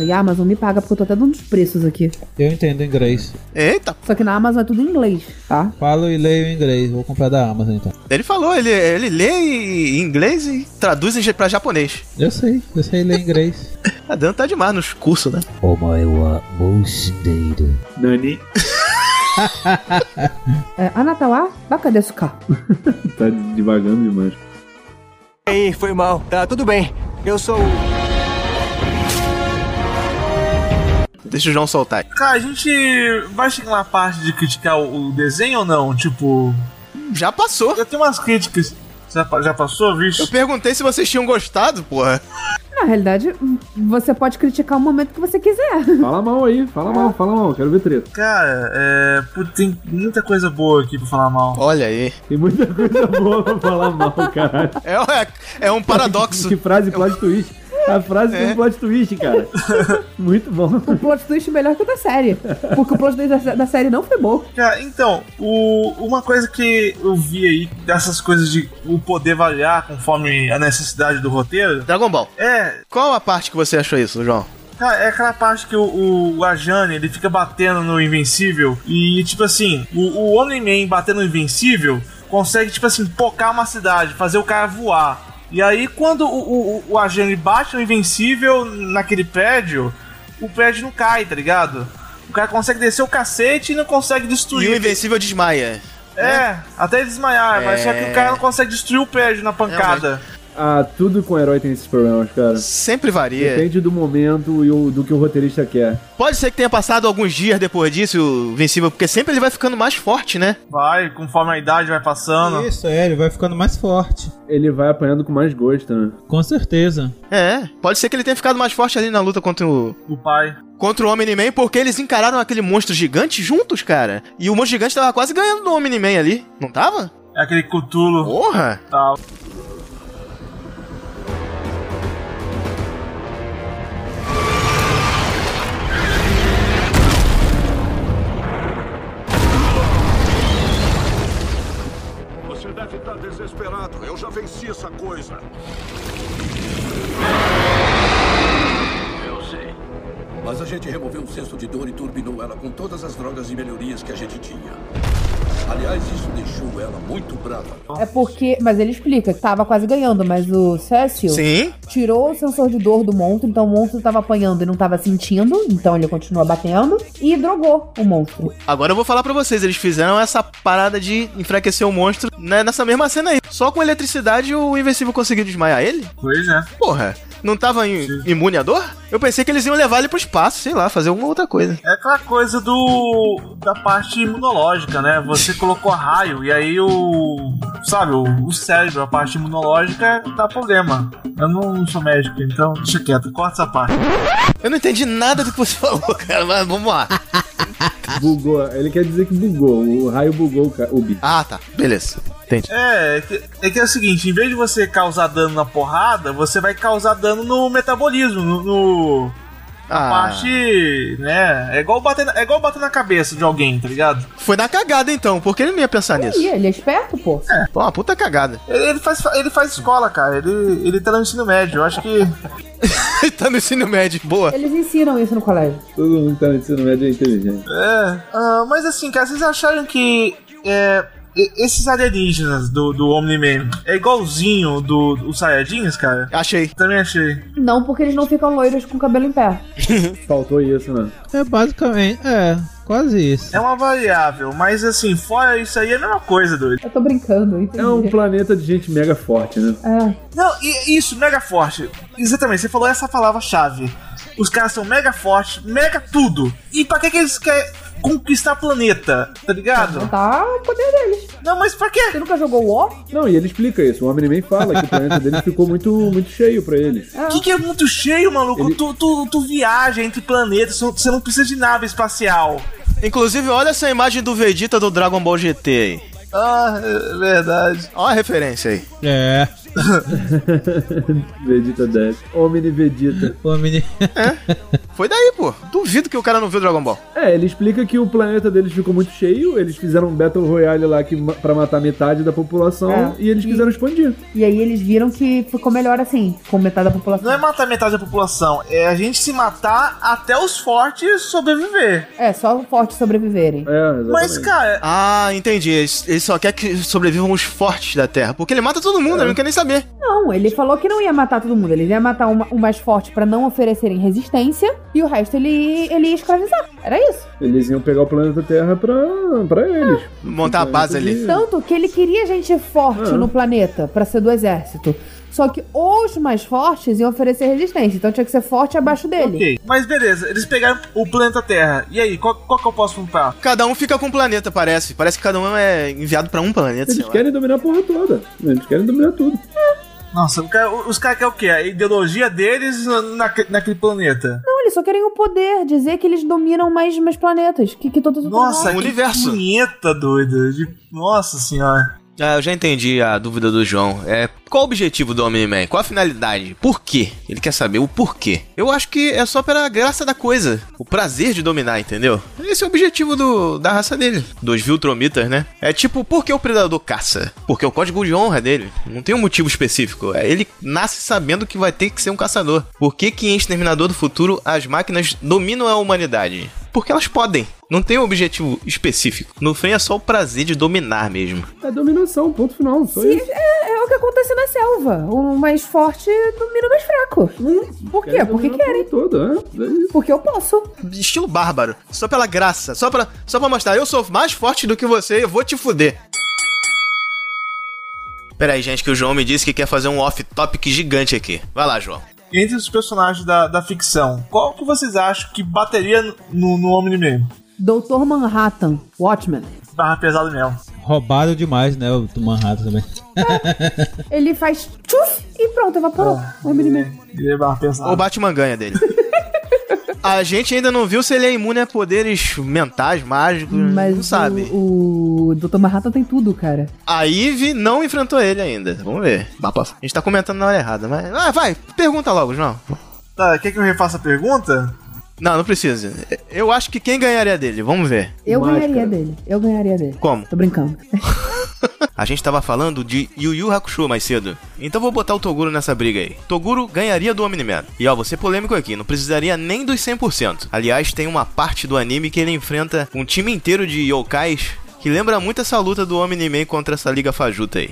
Speaker 5: E a Amazon me paga, porque eu tô até dando os preços aqui.
Speaker 4: Eu entendo inglês.
Speaker 1: Eita!
Speaker 5: Só que na Amazon é tudo em inglês. Tá.
Speaker 4: Falo e leio em inglês. Vou comprar da Amazon então.
Speaker 1: Ele falou, ele, ele lê em inglês e traduz em ja- pra japonês.
Speaker 4: Eu sei, eu sei ler inglês.
Speaker 1: Adriano tá demais nos cursos, né?
Speaker 4: O my wa data.
Speaker 6: Nani.
Speaker 5: É, Anatawa, Bakadesuka.
Speaker 6: Tá devagando demais.
Speaker 17: Aí, foi mal. Tá tudo bem. Eu sou o.
Speaker 1: Deixa o João soltar aí.
Speaker 7: Cara, a gente vai chegar na parte de criticar o, o desenho ou não? Tipo.
Speaker 1: Já passou.
Speaker 7: Já tem umas críticas. Já, pa- já passou, vixe?
Speaker 1: Eu perguntei se vocês tinham gostado, porra.
Speaker 5: Na realidade, você pode criticar o momento que você quiser.
Speaker 6: Fala mal aí, fala mal, fala mal, quero ver treta.
Speaker 7: Cara, é. Putz, tem muita coisa boa aqui pra falar mal.
Speaker 1: Olha aí.
Speaker 6: Tem muita coisa boa pra falar mal, caralho.
Speaker 1: É, é um paradoxo.
Speaker 6: Que frase plot twist. A frase tem um plot twist, cara. Muito bom.
Speaker 5: O Um plot twist melhor que o da série. Porque o plot twist da, da série não foi bom.
Speaker 7: Cara, então, o- uma coisa que eu vi aí, dessas coisas de o poder variar conforme a necessidade do roteiro.
Speaker 1: Dragon Ball.
Speaker 7: É.
Speaker 1: Qual a parte que você achou isso, João?
Speaker 7: Cara, é aquela parte que o, o, o Ajane, ele fica batendo no Invencível e, tipo assim, o, o Omni-Man batendo no Invencível consegue, tipo assim, pocar uma cidade, fazer o cara voar. E aí, quando o, o, o Ajane bate no Invencível naquele prédio, o prédio não cai, tá ligado? O cara consegue descer o cacete e não consegue destruir.
Speaker 1: E o Invencível desmaia. Né?
Speaker 7: É, até ele desmaiar, mas
Speaker 1: É.
Speaker 7: só que o cara não consegue destruir o prédio na pancada.
Speaker 6: Ah, tudo com herói tem esses problemas, cara.
Speaker 1: né? Sempre varia.
Speaker 6: Depende do momento e o- do que o roteirista quer.
Speaker 1: Pode ser que tenha passado alguns dias depois disso, o Invencível, porque sempre ele vai ficando mais forte, né?
Speaker 7: Vai, conforme a idade vai passando.
Speaker 4: Isso, é, ele vai ficando mais forte.
Speaker 6: Ele vai apanhando com mais gosto, né?
Speaker 4: Com certeza.
Speaker 1: É, pode ser que ele tenha ficado mais forte ali na luta contra o.
Speaker 7: O pai.
Speaker 1: Contra o Omni-Man, porque eles encararam aquele monstro gigante juntos, cara. E o monstro gigante tava quase ganhando do Omni-Man ali, não tava?
Speaker 7: É aquele cutulo.
Speaker 1: Porra!
Speaker 7: Tal.
Speaker 9: Você deve estar Tá desesperado. Eu já venci essa coisa.
Speaker 10: Eu sei. Mas a gente removeu um senso de dor e turbinou ela com todas as drogas e melhorias que a gente tinha. Aliás, isso deixou ela muito brava.
Speaker 5: É porque. Mas ele explica que tava quase ganhando, mas o Cecil
Speaker 10: Sim.
Speaker 5: tirou o sensor de dor do monstro, então o monstro tava apanhando e não tava sentindo, então ele continua batendo. E drogou o monstro.
Speaker 1: Agora eu vou falar pra vocês, eles fizeram essa parada de enfraquecer o monstro né, nessa mesma cena aí. Só com eletricidade o Invencível conseguiu desmaiar ele?
Speaker 7: Pois é.
Speaker 1: Porra, não tava im imune à dor? Eu pensei que eles iam levar ele pro espaço, sei lá, fazer alguma outra coisa.
Speaker 7: É aquela coisa do. da parte imunológica, né? Você colocou raio e aí o. sabe, o, o cérebro, a parte imunológica, dá problema. Eu não sou médico, então deixa quieto, corta essa parte.
Speaker 1: Eu não entendi nada do que você falou, cara, mas vamos lá.
Speaker 6: Bugou. Ele quer dizer que bugou. O raio bugou o ca- o bicho.
Speaker 1: Ah, tá. Beleza. Entendi.
Speaker 7: É, é que, é que é o seguinte, em vez de você causar dano na porrada, você vai causar dano no metabolismo, no. no-
Speaker 1: Ah.
Speaker 7: A parte, né? É igual, bater na, é igual bater na cabeça de alguém, tá ligado?
Speaker 1: Foi na cagada então, porque ele não ia pensar nisso.
Speaker 5: Ih, ele é esperto, pô.
Speaker 1: É. Pô, uma puta cagada.
Speaker 7: Ele, ele faz, ele faz escola, cara. Ele, ele tá no ensino médio. Eu acho que.
Speaker 1: ele tá no ensino médio, boa.
Speaker 5: Eles ensinam isso no colégio.
Speaker 6: Todo mundo que tá no ensino médio é inteligente.
Speaker 7: É. Ah, mas assim, cara, vocês acharam que. É, e- esses alienígenas do, do Omni-Man é igualzinho do, do Saiyajins, cara?
Speaker 1: Achei.
Speaker 7: Também achei.
Speaker 5: Não, porque eles não ficam loiros com o cabelo em pé.
Speaker 6: Faltou isso, né?
Speaker 4: É basicamente, é, quase isso.
Speaker 7: É uma variável, mas assim, fora isso aí é a mesma coisa, doido.
Speaker 5: Eu tô brincando, entendi.
Speaker 6: É um planeta de gente mega forte, né?
Speaker 5: É.
Speaker 7: Não, e isso, mega forte. Exatamente, você falou essa palavra-chave. Os caras são mega fortes, mega tudo. E pra que, que eles querem conquistar planeta? Tá ligado?
Speaker 5: Tá o poder deles.
Speaker 7: Não, mas pra quê?
Speaker 5: Você nunca jogou War?
Speaker 6: Não, e ele explica isso. O Omni-Man fala que o planeta dele ficou muito, muito cheio pra eles.
Speaker 7: O que, que é muito cheio, maluco? Tu, tu, tu viaja entre planetas, tu- você não precisa de nave espacial.
Speaker 1: Inclusive, olha essa imagem do Vegeta do Dragon Ball GT aí.
Speaker 7: Ah, é verdade.
Speaker 1: Olha a referência aí.
Speaker 4: É.
Speaker 6: Vegeta 10. Omni Vegeta.
Speaker 4: Omni.
Speaker 1: É? Foi daí, pô. Duvido que o cara não viu Dragon Ball.
Speaker 6: É, ele explica que o planeta deles ficou muito cheio, eles fizeram um Battle Royale lá que, ma- pra matar metade da população
Speaker 5: É.
Speaker 6: e eles quiseram expandir.
Speaker 5: E aí eles viram que ficou melhor assim, com metade da população.
Speaker 7: Não é matar metade da população, é a gente se matar até os fortes sobreviver.
Speaker 5: É, só os fortes sobreviverem.
Speaker 6: É,
Speaker 7: Mas, cara,
Speaker 1: Ah, entendi. Ele ele só quer que sobrevivam os fortes da Terra. Porque ele mata todo
Speaker 7: É.
Speaker 1: mundo, ele não quer nem saber.
Speaker 5: É. Não, ele falou que não ia matar todo mundo. Ele ia matar uma- o mais forte pra não oferecerem resistência e o resto ele, ele ia escravizar. Era isso.
Speaker 6: Eles iam pegar o planeta Terra pra, pra eles.
Speaker 1: É.
Speaker 6: Então,
Speaker 1: Montar a base ali.
Speaker 5: Tanto que ele queria gente forte
Speaker 6: É.
Speaker 5: no planeta pra ser do exército. Só que os mais fortes iam oferecer resistência. Então tinha que ser forte abaixo dele.
Speaker 7: ok. Mas beleza, eles pegaram o planeta Terra. E aí, qual, qual que é eu posso comprar?
Speaker 1: Cada um fica com um planeta, parece. Parece que cada um é enviado pra um planeta, sei
Speaker 6: Eles
Speaker 1: lá.
Speaker 6: querem dominar a porra toda. Eles querem dominar tudo.
Speaker 7: Nossa, o cara- os caras querem o quê? A ideologia deles na, naque- naquele planeta.
Speaker 5: Não, eles só querem o poder, dizer que eles dominam mais, mais planetas. Que, que todos os
Speaker 7: Nossa, que
Speaker 5: outros-
Speaker 1: universo.
Speaker 7: punheta doida. de- Nossa senhora.
Speaker 1: Ah, eu já entendi a dúvida do João. É, qual o objetivo do Omni-Man? Qual a finalidade? Por quê? Ele quer saber o porquê. Eu acho que é só pela graça da coisa. O prazer de dominar, entendeu? Esse é o objetivo do, da raça dele. Dos Viltromitas, né? É tipo, por que o Predador caça? Porque é o código de honra dele. Não tem um motivo específico. É, ele nasce sabendo que vai ter que ser um caçador. Por que que em Exterminador do Futuro as máquinas dominam a humanidade? Porque elas podem. Não tem um objetivo específico. No fim é só o prazer de dominar mesmo.
Speaker 6: É dominação, ponto final. Só
Speaker 5: Se-
Speaker 6: isso.
Speaker 5: é, é o que acontece na selva. O mais forte domina o mais fraco.
Speaker 6: Hum?
Speaker 5: Por quê? Porque querem.
Speaker 6: Toda, é. É isso.
Speaker 5: Porque eu posso.
Speaker 1: estilo bárbaro, só pela graça, só pra, só pra mostrar, eu sou mais forte do que você, eu vou te fuder. Peraí, gente, que o João me disse que quer fazer um off-topic gigante aqui. Vai lá, João.
Speaker 7: Entre os personagens da, da ficção, qual que vocês acham que bateria no, no Omni-Man?
Speaker 5: Doutor Manhattan, Watchman.
Speaker 7: Barra pesado mesmo.
Speaker 4: Roubado demais, né? O do Manhattan também.
Speaker 5: Ele faz tchuf e pronto, evaporou. Um O Omni-Man.
Speaker 7: Ah, Ele é barra pesado.
Speaker 1: O Batman ganha dele. A gente ainda não viu se ele é imune a poderes mentais, mágicos,
Speaker 5: Mas
Speaker 1: não sabe.
Speaker 5: O, o Dr. Manhattan tem tudo, cara.
Speaker 1: A Eve não enfrentou ele ainda. Vamos ver. Vá pra- A gente tá comentando na hora errada, mas. Ah, vai, pergunta logo, João.
Speaker 7: Tá, quer que eu refaça a pergunta?
Speaker 1: Não, não precisa. Eu acho que quem ganharia dele? Vamos ver.
Speaker 5: Eu
Speaker 6: Máscara.
Speaker 5: ganharia dele. Eu ganharia dele.
Speaker 1: Como?
Speaker 5: Tô brincando.
Speaker 1: A gente tava falando de Yu Yu Hakusho mais cedo. Então vou botar o Toguro nessa briga aí. Toguro ganharia do Omni-Man. E ó, vou ser polêmico aqui, não precisaria nem dos 100%. Aliás, tem uma parte do anime que ele enfrenta um time inteiro de yokais que lembra muito essa luta do Omni-Man contra essa liga fajuta aí.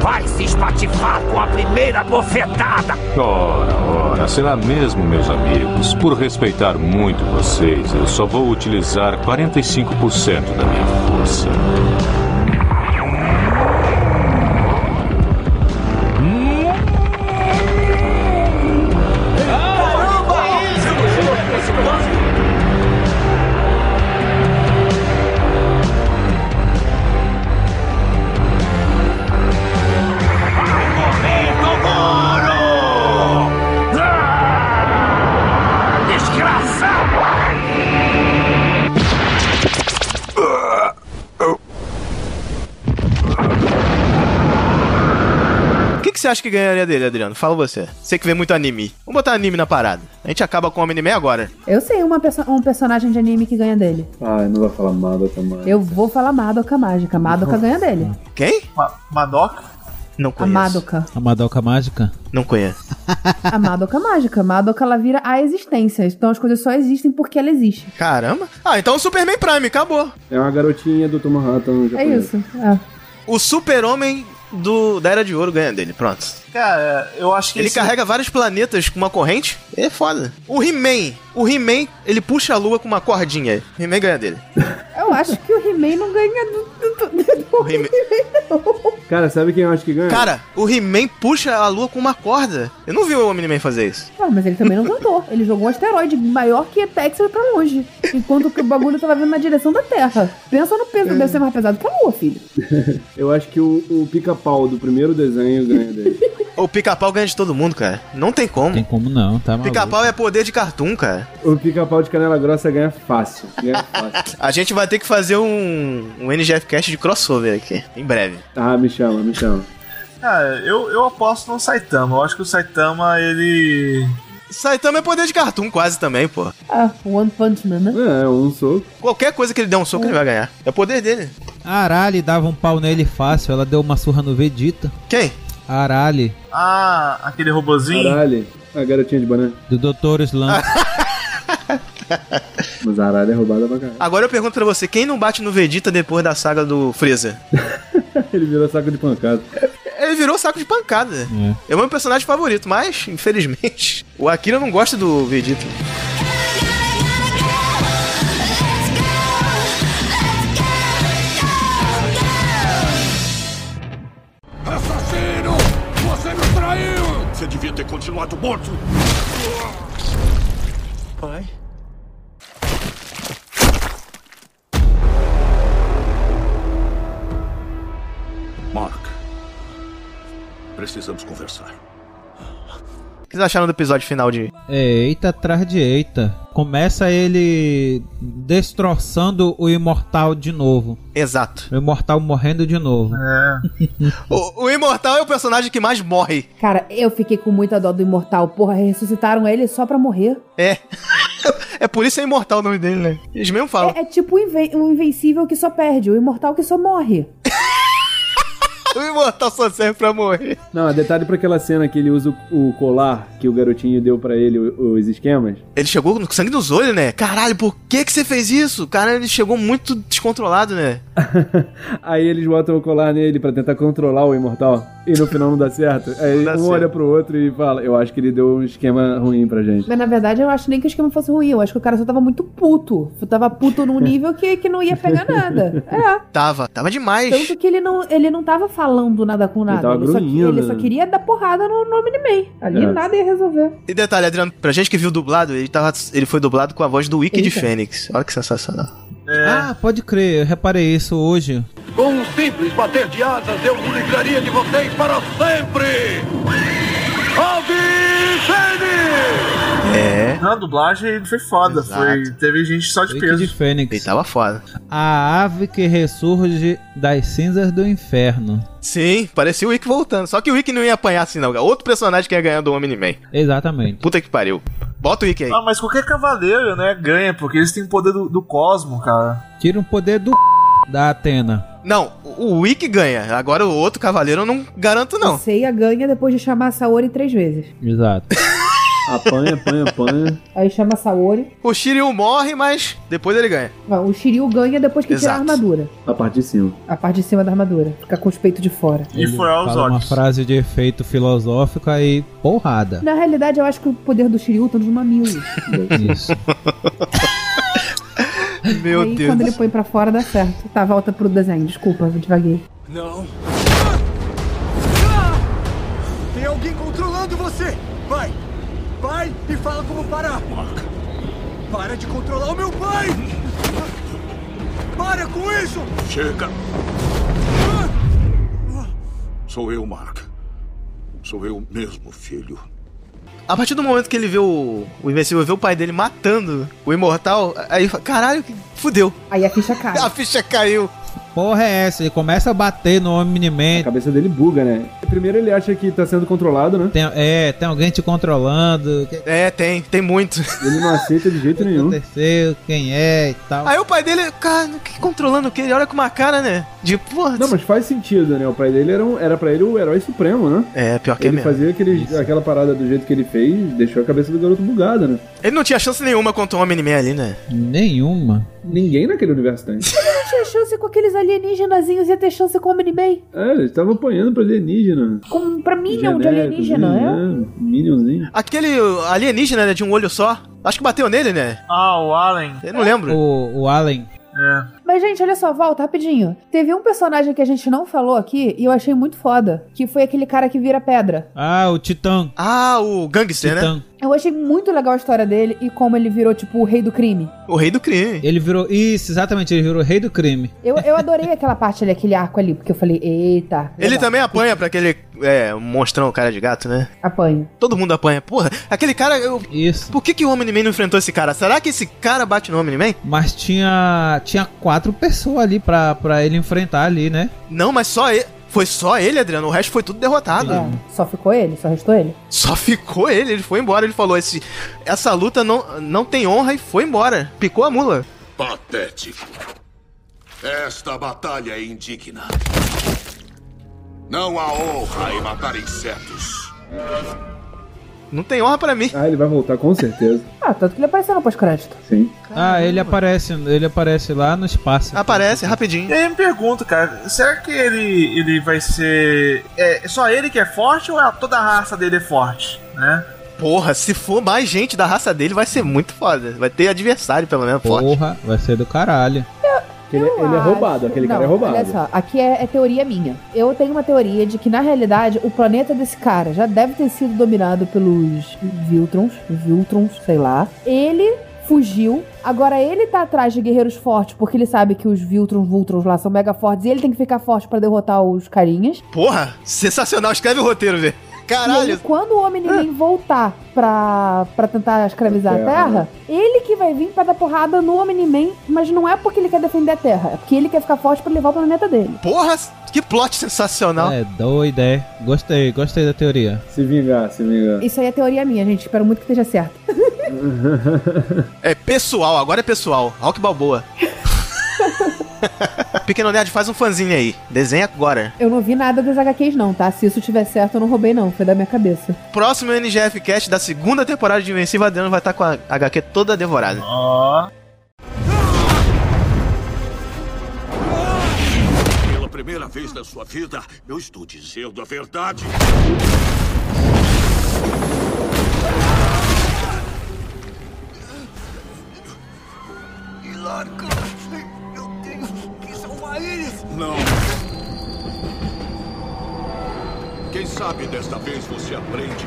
Speaker 21: Vai se espatifar com a primeira bofetada!
Speaker 14: Ora, ora, será mesmo, meus amigos. Por respeitar muito vocês, eu só vou utilizar 45% da minha força.
Speaker 21: Desgraçado!
Speaker 1: você acha que ganharia dele, Adriano? Fala você. Você que vê muito anime. Vamos botar anime na parada. A gente acaba com o anime agora.
Speaker 5: Eu sei uma perso- um personagem de anime que ganha dele.
Speaker 6: Ai, não vai falar Madoka mais.
Speaker 5: Eu vou falar Madoka Mágica. Madoka ganha dele.
Speaker 1: Quem?
Speaker 7: Madoka?
Speaker 1: Não
Speaker 5: A Madoka.
Speaker 4: A Madoka Mágica?
Speaker 1: Não conheço.
Speaker 5: A Madoka Mágica. Madoka, ela vira a existência. Então as coisas só existem porque ela existe.
Speaker 1: Caramba. Ah, então o Superman Prime, acabou.
Speaker 6: É uma garotinha do então Tom Manhattan
Speaker 5: É
Speaker 6: japonês.
Speaker 5: isso. É.
Speaker 1: O super-homem do da Era de Ouro ganha dele, pronto.
Speaker 7: Cara, eu acho que
Speaker 1: Ele
Speaker 7: esse-
Speaker 1: carrega vários planetas com uma corrente. É foda. O He-Man. O He-Man, ele puxa a lua com uma cordinha. O He-Man ganha dele.
Speaker 5: Eu acho que o He-Man não ganha do, do, do, do- do He-Man.
Speaker 6: Cara, sabe quem eu acho que ganha?
Speaker 1: Cara, o He-Man puxa a lua com uma corda. Eu não vi o Omni-Man fazer isso.
Speaker 5: Ah, mas ele também não cantou. Ele jogou um asteroide maior que Texas pra longe. Enquanto que o bagulho tava vindo na direção da Terra. Pensa no peso, deve ser mais pesado que a Lua, filho.
Speaker 6: eu acho que o, o pica-pau do primeiro desenho ganha dele. Tá
Speaker 1: O pica-pau ganha de todo mundo, cara. Não tem como. Tem
Speaker 4: como não, tá maluco.
Speaker 1: Pica-pau é poder de cartoon, cara.
Speaker 6: O pica-pau de canela grossa ganha fácil. Ganha é fácil.
Speaker 1: A gente vai ter que fazer um, um NGF Cast de crossover aqui, em breve.
Speaker 6: Ah, me chama, me chama.
Speaker 7: Cara, eu, eu aposto no Saitama. Eu acho que o Saitama, ele.
Speaker 1: Saitama é poder de cartoon quase também, pô.
Speaker 5: Ah, One Punch Man, né?
Speaker 6: É, um soco.
Speaker 1: Qualquer coisa que ele der um soco, ele vai ganhar. É o poder dele.
Speaker 4: A Arali dava um pau nele fácil, ela deu uma surra no Vegeta.
Speaker 1: Quem?
Speaker 4: A Arali,
Speaker 7: Ah, aquele robozinho.
Speaker 6: Caralho, a garotinha de banana.
Speaker 4: do Dr. Slump.
Speaker 6: Mas a aralha é roubada pra caralho.
Speaker 1: Agora eu pergunto pra você, quem não bate no Vegeta depois da saga do Freeza?
Speaker 6: Ele virou saco de pancada.
Speaker 1: Ele virou saco de pancada. É o meu personagem favorito, mas, infelizmente, o Akira não gosta do Vegeta.
Speaker 9: Assassino! Você me traiu! Você devia ter continuado morto!
Speaker 18: Pai?
Speaker 16: Mark, precisamos conversar.
Speaker 1: O que vocês acharam do episódio final de...
Speaker 4: Eita atrás de eita. Começa ele destroçando o imortal de novo.
Speaker 1: Exato.
Speaker 4: O imortal morrendo de novo.
Speaker 7: É.
Speaker 1: O, o Imortal é o personagem que mais morre.
Speaker 5: Cara, eu fiquei com muita dó do Imortal. Porra, ressuscitaram ele só pra morrer.
Speaker 1: É. é por isso é Imortal o nome dele, né? Eles mesmo falam.
Speaker 5: É, é tipo o inven- o invencível que só perde, o imortal que só morre.
Speaker 1: O Imortal só serve pra morrer.
Speaker 6: Não, detalhe pra aquela cena que ele usa o, o colar que o garotinho deu pra ele, o- os esquemas.
Speaker 1: Ele chegou com sangue nos olhos, né? Caralho, por que que você fez isso? Cara, ele chegou muito descontrolado, né?
Speaker 6: Aí eles botam o colar nele pra tentar controlar o imortal. E no final não dá certo. Aí um olha pro outro e fala: Eu acho que ele deu um esquema ruim pra gente.
Speaker 5: Mas na verdade eu acho nem que o esquema fosse ruim. Eu acho que o cara só tava muito puto. Tava puto num nível que, que não ia pegar nada. É.
Speaker 1: Tava, tava demais.
Speaker 5: Tanto que ele não, ele não tava falando nada com nada.
Speaker 1: tava
Speaker 5: só,
Speaker 1: grunhindo,
Speaker 5: ele só
Speaker 1: né?
Speaker 5: queria dar porrada no, no Omni-Man. Ali
Speaker 1: É.
Speaker 5: nada ia resolver.
Speaker 1: E detalhe, Adriano, pra gente que viu dublado, ele, tava, ele foi dublado com a voz do Wiki de
Speaker 4: Eita.
Speaker 1: Fênix. Olha que sensacional.
Speaker 7: É.
Speaker 4: Ah, pode crer, eu reparei isso hoje.
Speaker 10: Com um simples bater de asas, eu me livraria de vocês para sempre! Avicene!
Speaker 1: É.
Speaker 7: Na dublagem foi foda.
Speaker 4: Exato.
Speaker 7: Foi, teve gente só de peso.
Speaker 4: de Fênix.
Speaker 1: Ele tava foda.
Speaker 4: A ave que ressurge das cinzas do inferno.
Speaker 1: Sim, parecia o Wiki voltando. Só que o Wiki não ia apanhar assim, não. Outro personagem que ia ganhar do Omni-Man.
Speaker 4: Exatamente.
Speaker 1: Puta que pariu. Bota o Wiki aí.
Speaker 7: Ah, mas qualquer cavaleiro, né, ganha, porque eles têm o poder do, do cosmo, cara.
Speaker 4: Tira um poder do né? da Atena.
Speaker 1: Não, o o Wiki ganha. Agora o outro cavaleiro eu não garanto, não.
Speaker 5: Seiya ganha depois de chamar a Saori três vezes.
Speaker 4: Exato.
Speaker 6: apanha, apanha, apanha.
Speaker 5: Aí chama a Saori.
Speaker 1: O Shiryu morre, mas depois ele ganha.
Speaker 5: Não, o Shiryu ganha depois que
Speaker 1: Exato.
Speaker 5: tira a armadura.
Speaker 6: A parte de cima.
Speaker 5: A parte de cima da armadura. Fica com os peitos de fora.
Speaker 4: Ele fala uma frase de efeito filosófico aí, porrada.
Speaker 5: Na realidade, eu acho que o poder do Shiryu tá nos mamilos.
Speaker 4: Isso.
Speaker 1: Meu
Speaker 5: Aí quando ele põe pra fora dá certo. Tá, volta pro desenho, desculpa, devaguei.
Speaker 10: Não! Ah! Tem alguém controlando você! Vai! Vai e fala como parar! Para de controlar o meu pai! Para com isso!
Speaker 16: Chega! Sou eu, Mark. Sou eu mesmo, filho.
Speaker 1: A partir do momento que ele vê o, o Invencível, vê o pai dele matando o Imortal, aí ele fala, caralho, que- fudeu.
Speaker 5: Aí a ficha cai.
Speaker 1: A ficha caiu.
Speaker 4: porra é essa? Ele começa a bater no Omni-Man.
Speaker 6: A cabeça dele buga, né? Primeiro ele acha que tá sendo controlado, né?
Speaker 4: Tem- é, tem alguém te controlando.
Speaker 1: É, tem, tem muito.
Speaker 6: Ele não aceita de jeito nenhum.
Speaker 4: aconteceu, quem é e tal.
Speaker 1: Aí o pai dele, cara, que controlando o que? Ele olha com uma cara, né? De porra.
Speaker 6: Não, mas faz sentido, né? O pai dele era, um, era pra ele o herói supremo, né?
Speaker 1: É, pior que
Speaker 6: ele
Speaker 1: é mesmo.
Speaker 6: fazia aquele, aquela parada do jeito que ele fez, deixou a cabeça do garoto bugada, né?
Speaker 1: Ele não tinha chance nenhuma contra o Omni-Man ali, né?
Speaker 4: Nenhuma.
Speaker 6: Ninguém naquele universo tem.
Speaker 5: Não tinha chance com aqueles alienígenazinhos, ia ter chance com o Omni-Man.
Speaker 6: é, eles estavam apanhando pra alienígena.
Speaker 5: Com, pra Minion de
Speaker 6: Genérico,
Speaker 5: alienígena, é?
Speaker 6: né? Minionzinho.
Speaker 1: Aquele alienígena, né? De um olho só. Acho que bateu nele, né?
Speaker 7: Ah, o Allen.
Speaker 1: Eu não lembro.
Speaker 4: O, o Allen.
Speaker 7: É.
Speaker 5: Mas, gente, olha só, volta rapidinho. Teve um personagem que a gente não falou aqui e eu achei muito foda, que foi aquele cara que vira pedra.
Speaker 4: Ah, o Titã.
Speaker 1: Ah, o Gangster,
Speaker 4: Titã.
Speaker 5: Eu achei muito legal a história dele e como ele virou, tipo, o rei do crime.
Speaker 1: O rei do crime.
Speaker 4: Ele virou. Isso, exatamente, ele virou o rei do crime.
Speaker 5: Eu, eu adorei aquela parte ali, aquele arco ali, porque eu falei, eita.
Speaker 1: Ele
Speaker 5: legal.
Speaker 1: também apanha pra aquele é, monstrão, cara de gato, né?
Speaker 5: Apanha.
Speaker 1: Todo mundo apanha. Porra, aquele cara. eu-
Speaker 4: Isso.
Speaker 1: Por que, que o Omni-Man não enfrentou esse cara? Será que esse cara bate no Omni-Man?
Speaker 4: Mas tinha. Tinha quatro pessoas ali pra, pra ele enfrentar ali, né?
Speaker 1: Não, mas só ele. Foi só ele, Adriano. O resto foi tudo derrotado.
Speaker 5: É, só ficou ele, só restou ele.
Speaker 1: Só ficou ele. Ele foi embora. Ele falou: esse, essa luta não, não tem honra e foi embora. Picou a mula.
Speaker 9: Patético. Esta batalha é indigna. Não há honra em matar insetos.
Speaker 1: Não tem honra pra mim.
Speaker 6: Ah, ele vai voltar com certeza.
Speaker 5: Ah, tanto que ele apareceu no pós-crédito.
Speaker 6: Sim.
Speaker 4: Ah, ele aparece. Ele aparece lá no espaço.
Speaker 1: Aparece rapidinho.
Speaker 7: E aí eu me pergunto, cara, será que ele, ele vai ser. É só ele que é forte ou é toda a raça dele é forte? Né?
Speaker 1: Porra, se for mais gente da raça dele, vai ser muito foda. Vai ter adversário, pelo menos, forte.
Speaker 4: Porra, vai ser do caralho.
Speaker 6: Ele, ele é roubado, aquele
Speaker 5: Não,
Speaker 6: cara é roubado.
Speaker 5: Olha só, aqui é, é teoria minha. Eu tenho uma teoria de que, na realidade, o planeta desse cara já deve ter sido dominado pelos Viltrons, Viltrons, sei lá. Ele fugiu. Agora ele tá atrás de guerreiros fortes, porque ele sabe que os Viltrons, Vultrons lá são mega fortes e ele tem que ficar forte pra derrotar os carinhas.
Speaker 1: Porra, sensacional. Escreve o roteiro, velho.
Speaker 5: E aí,
Speaker 1: Caralho.
Speaker 5: quando o homem ninguém voltar pra, pra tentar escravizar a
Speaker 6: Terra,
Speaker 5: Terra, ele que vai vir pra dar porrada no Omni-Man, mas não é porque ele quer defender a Terra, é porque ele quer ficar forte pra levar o planeta dele.
Speaker 1: Porra, que plot sensacional.
Speaker 4: É doida, é. Gostei, gostei da teoria.
Speaker 6: Se vingar, se vingar.
Speaker 5: Isso aí é teoria minha, gente. Espero muito que esteja certo.
Speaker 1: É pessoal, agora é pessoal. Rock Balboa. Pequeno Nerd, faz um fanzinho aí. Desenha agora.
Speaker 5: Eu não vi nada dos HQs, não, tá? Se isso tiver certo, eu não roubei, não. Foi da minha cabeça.
Speaker 1: Próximo NGF Cast da segunda temporada de Invencível Adriano vai estar com a HQ toda devorada.
Speaker 7: Ó.
Speaker 9: Pela primeira vez na sua vida, eu estou dizendo a verdade.
Speaker 2: Me larga! Eu tenho que salvar eles!
Speaker 9: Não. Quem sabe desta vez você aprende.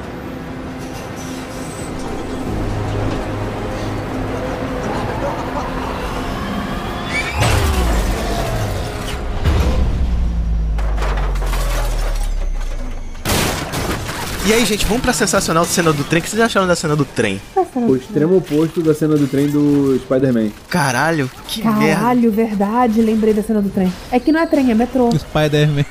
Speaker 1: E aí, gente, vamos pra sensacional cena do trem. O que vocês acharam da cena do trem?
Speaker 6: O extremo oposto da cena do trem do Spider-Man.
Speaker 1: Caralho, que merda.
Speaker 5: Caralho, verdade. Lembrei da cena do trem. É que não é trem, é metrô.
Speaker 4: Spider-Man.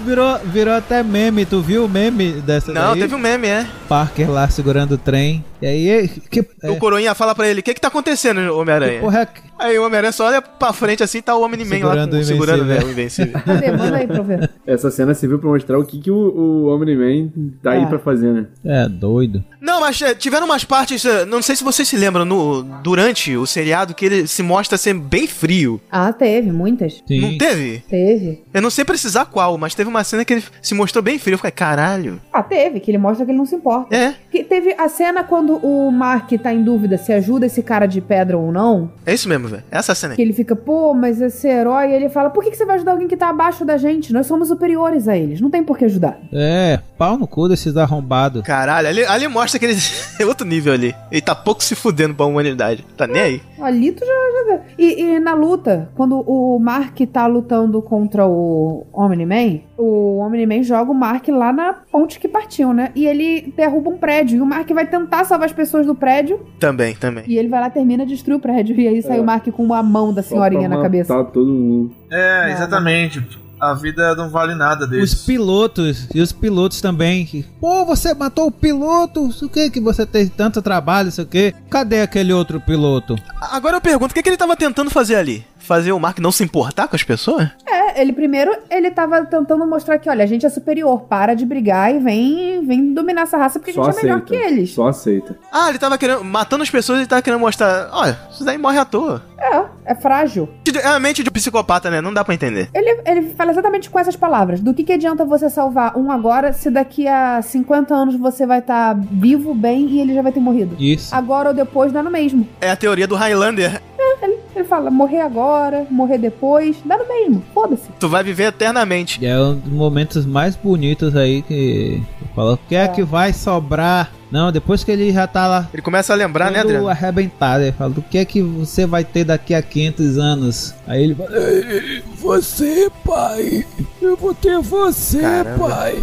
Speaker 4: virou, virou até meme, tu viu o meme dessa
Speaker 1: Não,
Speaker 4: daí?
Speaker 1: teve um meme, é.
Speaker 4: Parker lá segurando o trem. E aí, e- que, é,
Speaker 1: O coroinha fala pra ele: O que que tá acontecendo, Homem-Aranha?
Speaker 4: porra, é que-
Speaker 1: Aí o Homem-Aranha só olha pra frente assim tá o Homem-Man lá
Speaker 4: Segurando
Speaker 1: com,
Speaker 4: o
Speaker 1: segurando né,
Speaker 4: Invencível.
Speaker 1: o Invencível.
Speaker 5: Cadê? Manda aí pra eu ver.
Speaker 6: Essa cena serviu pra mostrar o que, que o, o Omni-Man tá aí
Speaker 5: É.
Speaker 6: pra fazer, né?
Speaker 4: é doido.
Speaker 1: Não, mas é, tiveram umas partes, é, não sei se vocês se lembram, no, durante o seriado que ele se mostra ser bem frio.
Speaker 5: Ah, teve, muitas.
Speaker 4: Sim.
Speaker 1: Não teve?
Speaker 5: Teve.
Speaker 1: Eu não sei precisar qual, mas teve uma cena que ele se mostrou bem frio. Eu falei, caralho.
Speaker 5: Ah, teve, que ele mostra que ele não se importa.
Speaker 1: É,
Speaker 5: Que teve a cena quando o Mark tá em dúvida se ajuda esse cara de pedra ou não.
Speaker 1: é isso mesmo, velho. Essa cena
Speaker 5: Que
Speaker 1: aí.
Speaker 5: ele fica, pô, mas esse herói. E ele fala, por que, que você vai ajudar alguém que tá abaixo da gente? Nós somos superiores a eles. Não tem por que ajudar.
Speaker 4: É, pau no cu desses arrombados.
Speaker 1: Caralho, ali, ali mostra que ele é outro nível ali. Ele tá pouco se fudendo pra humanidade. Tá nem aí.
Speaker 5: Ali tu já. já- E, e na luta, quando o Mark tá lutando contra o Omni-Man, o Omni-Man joga o Mark lá na ponte que partiu, né? E ele derruba um prédio. E o Mark vai tentar salvar as pessoas do prédio.
Speaker 1: Também, também.
Speaker 5: E ele vai lá, termina, destrói o prédio. E aí sai o Mark com uma mão da senhorinha na cabeça.
Speaker 6: Tá todo mundo.
Speaker 7: É, exatamente. A vida não vale nada
Speaker 4: Os
Speaker 7: deles.
Speaker 4: pilotos, e os pilotos também. que, Pô, você matou o piloto, isso o que que você tem tanto trabalho, isso o que. Cadê aquele outro piloto?
Speaker 1: Agora eu pergunto, o que, que ele tava tentando fazer ali? Fazer o Mark não se importar com as pessoas?
Speaker 5: É, ele primeiro, ele tava tentando mostrar que, olha, a gente é superior. Para de brigar e vem, vem dominar essa raça porque a gente é melhor que eles.
Speaker 6: Só aceita.
Speaker 1: Ah, ele tava querendo. matando as pessoas e tava querendo mostrar. Olha, isso daí morre à toa.
Speaker 5: É, é frágil.
Speaker 1: É a mente de um psicopata, né? Não dá pra entender.
Speaker 5: Ele, ele fala exatamente com essas palavras. Do que, que adianta você salvar um agora se daqui a 50 anos você vai estar vivo, bem e ele já vai ter morrido?
Speaker 4: Isso.
Speaker 5: Agora ou depois dá no mesmo.
Speaker 1: É a teoria do Highlander.
Speaker 5: É, ele, ele fala, morrer agora, morrer depois, dá no mesmo. Foda-se.
Speaker 1: Tu vai viver eternamente.
Speaker 4: É um dos momentos mais bonitos aí que falou. O que é, que vai sobrar? Não, depois que ele já tá lá.
Speaker 1: Ele começa a lembrar, né,
Speaker 4: todo
Speaker 1: Adriano?
Speaker 4: arrebentado, ele fala, o que é que você vai ter daqui a 500 anos? Aí ele fala, "Ei, você, pai, eu vou ter você, pai.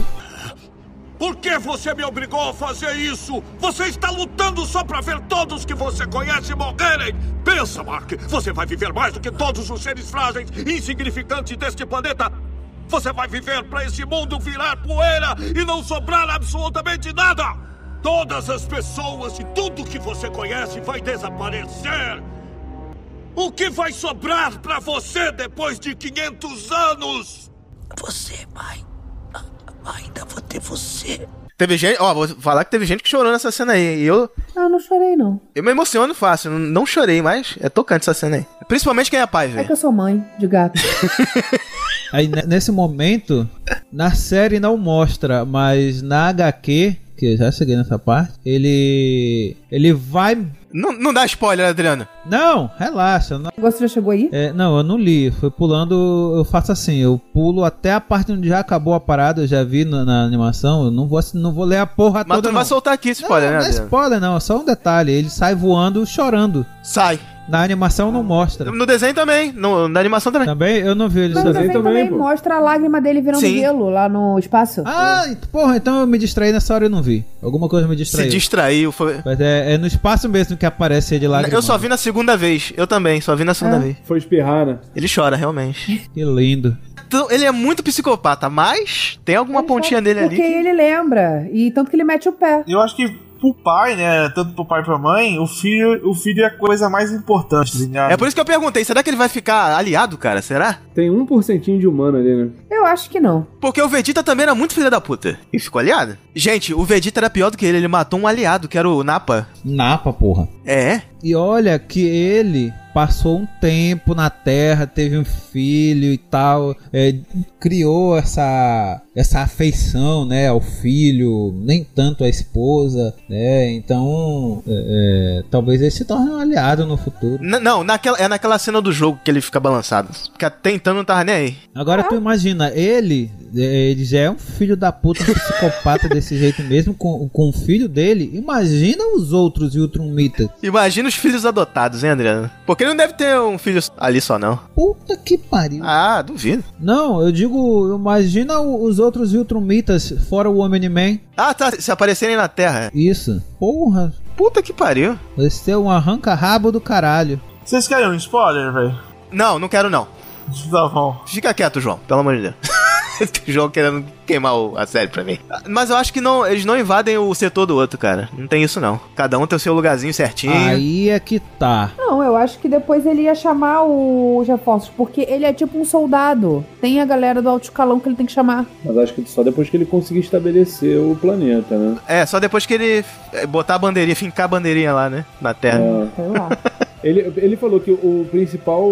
Speaker 9: Por que você me obrigou a fazer isso? Você está lutando só para ver todos que você conhece morrerem! Pensa, Mark! Você vai viver mais do que todos os seres frágeis e insignificantes deste planeta! Você vai viver para esse mundo virar poeira e não sobrar absolutamente nada! Todas as pessoas e tudo que você conhece vai desaparecer! O que vai sobrar para você depois de 500 anos? Você, mãe. Ah, Ainda vou ter você.
Speaker 1: Teve gente. Ó, vou falar que teve gente que chorou nessa cena aí. E eu,
Speaker 5: Ah, não chorei não.
Speaker 1: eu me emociono fácil. Não, não chorei, mas é tocante essa cena aí. Principalmente quem é pai,
Speaker 5: É
Speaker 1: velho.
Speaker 5: que eu sou mãe de gato.
Speaker 4: Aí ne- nesse momento, na série não mostra, mas na HQ, que eu já cheguei nessa parte, ele. ele vai. Tá
Speaker 1: Não, não dá spoiler, Adriano.
Speaker 4: Não, relaxa. Não.
Speaker 5: O negócio já chegou aí?
Speaker 4: É, não, eu não li. Foi pulando. Eu faço assim, eu pulo até a parte onde já acabou a parada, eu já vi na, na animação. Eu não vou, ass- não vou ler a porra
Speaker 1: Mas tu
Speaker 4: toda.
Speaker 1: não vai soltar aqui spoiler,
Speaker 4: não,
Speaker 1: né,
Speaker 4: não é
Speaker 1: Adriano?
Speaker 4: spoiler, não, é só um detalhe. Ele sai voando chorando.
Speaker 1: Sai.
Speaker 4: Na animação não mostra.
Speaker 1: No desenho também, no- na animação também.
Speaker 4: Também eu não vi ele
Speaker 5: Mas
Speaker 4: chorando.
Speaker 5: também, também mostra a lágrima dele virando
Speaker 4: Sim.
Speaker 5: gelo lá no espaço.
Speaker 4: Ah, porra, então eu me distraí nessa hora e não vi. Alguma coisa me distraiu.
Speaker 1: Se distraiu, foi.
Speaker 4: Mas é, é no espaço mesmo que aparece ele lá.
Speaker 1: Eu só vi na segunda vez. Eu também, só vi na segunda
Speaker 4: É.
Speaker 1: vez.
Speaker 6: Foi espirrar, né?
Speaker 1: Ele chora, realmente.
Speaker 4: Que lindo.
Speaker 1: Então, ele é muito psicopata, mas tem alguma pontinha dele ali.
Speaker 5: É, Porque ele lembra. E tanto que ele mete o pé.
Speaker 7: Eu acho que pro pai, né? Tanto pro pai e pra mãe, o filho, o filho é a coisa mais importante. assim, né? Ligado?
Speaker 1: É por isso que eu perguntei, será que ele vai ficar aliado, cara? Será?
Speaker 6: Tem 1% de humano ali, né?
Speaker 5: Eu acho que não.
Speaker 1: Porque o Vegeta também era muito filho da puta. E ficou aliado. Gente, o Vegeta era pior do que ele, ele matou um aliado, que era o Napa.
Speaker 4: Napa, porra.
Speaker 1: É?
Speaker 4: E olha que ele passou um tempo na Terra, teve um filho e tal, é, criou essa, essa afeição, né, ao filho, nem tanto à esposa, né? Então, é, é, talvez ele se torne um aliado no futuro.
Speaker 1: N- não, naquela, é naquela cena do jogo que ele fica balançado. Porque até então não tava nem aí.
Speaker 4: Agora tu imagina, ele, é, ele já é um filho da puta, um psicopata desse jeito mesmo, com, com o filho dele. Imagina os outros Ultrumita.
Speaker 1: Imagina os filhos adotados, hein, Adriano? Porque ele não deve ter um filho ali só, não.
Speaker 4: Puta que pariu.
Speaker 1: Ah, duvido.
Speaker 4: Não, eu digo, imagina o- os outros Viltrumitas, fora o Omni-Man.
Speaker 1: Ah, tá. Se aparecerem na Terra.
Speaker 4: Isso. Porra.
Speaker 1: Puta que pariu.
Speaker 4: Vai ser um arranca-rabo do caralho.
Speaker 7: Vocês querem um spoiler, velho?
Speaker 1: Não, não quero não.
Speaker 7: Tá bom.
Speaker 1: Fica quieto, João, pelo amor de Deus. Esse João querendo queimar o- a série pra mim. Mas eu acho que não, eles não invadem o setor do outro, cara. Não tem isso, não. Cada um tem o seu lugarzinho certinho.
Speaker 4: Aí é que tá.
Speaker 5: Não, eu acho que depois ele ia chamar o- os reforços, porque ele é tipo um soldado. Tem a galera do alto escalão que ele tem que chamar.
Speaker 6: Mas acho que só depois que ele conseguir estabelecer o planeta, né?
Speaker 1: É, só depois que ele é, botar a bandeirinha, fincar a bandeirinha lá, né? Na terra.
Speaker 6: É. Ele, ele falou que o principal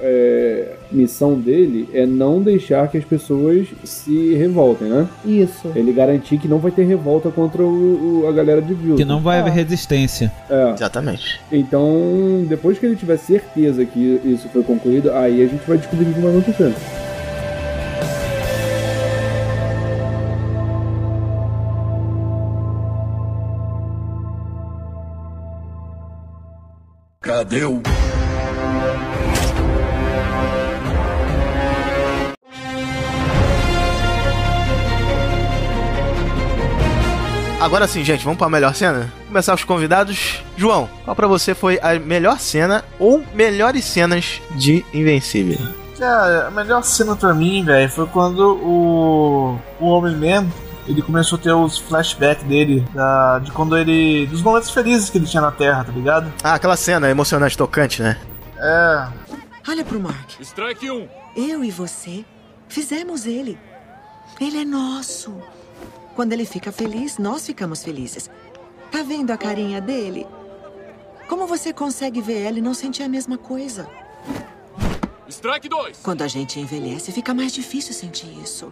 Speaker 6: é, missão dele é não deixar que as pessoas se revoltem, né?
Speaker 5: Isso.
Speaker 6: Ele garantir que não vai ter revolta contra o, o- a galera de Vilton.
Speaker 4: Que não vai
Speaker 5: É.
Speaker 4: haver resistência.
Speaker 1: Exatamente.
Speaker 6: Então, depois que ele tiver certeza que isso foi concluído, aí a gente vai descobrir o que é vai acontecendo.
Speaker 10: Cadê o.
Speaker 1: Agora sim, gente, vamos pra melhor cena? Começar os convidados. João, qual pra você foi a melhor cena ou melhores cenas de Invencível?
Speaker 7: Cara, a melhor cena pra mim, velho, foi quando o. O Homem-Man. Ele começou a ter os flashbacks dele, da- de quando ele. dos momentos felizes que ele tinha na Terra, tá ligado?
Speaker 1: Ah, aquela cena emocionante, tocante, né?
Speaker 7: É.
Speaker 23: Olha pro Mark.
Speaker 9: Strike 1.
Speaker 23: Eu e você fizemos ele. Ele é nosso. Quando ele fica feliz, nós ficamos felizes. Tá vendo a carinha dele? Como você consegue ver ela e não sentir a mesma coisa?
Speaker 9: Strike 2.
Speaker 23: Quando a gente envelhece, fica mais difícil sentir isso.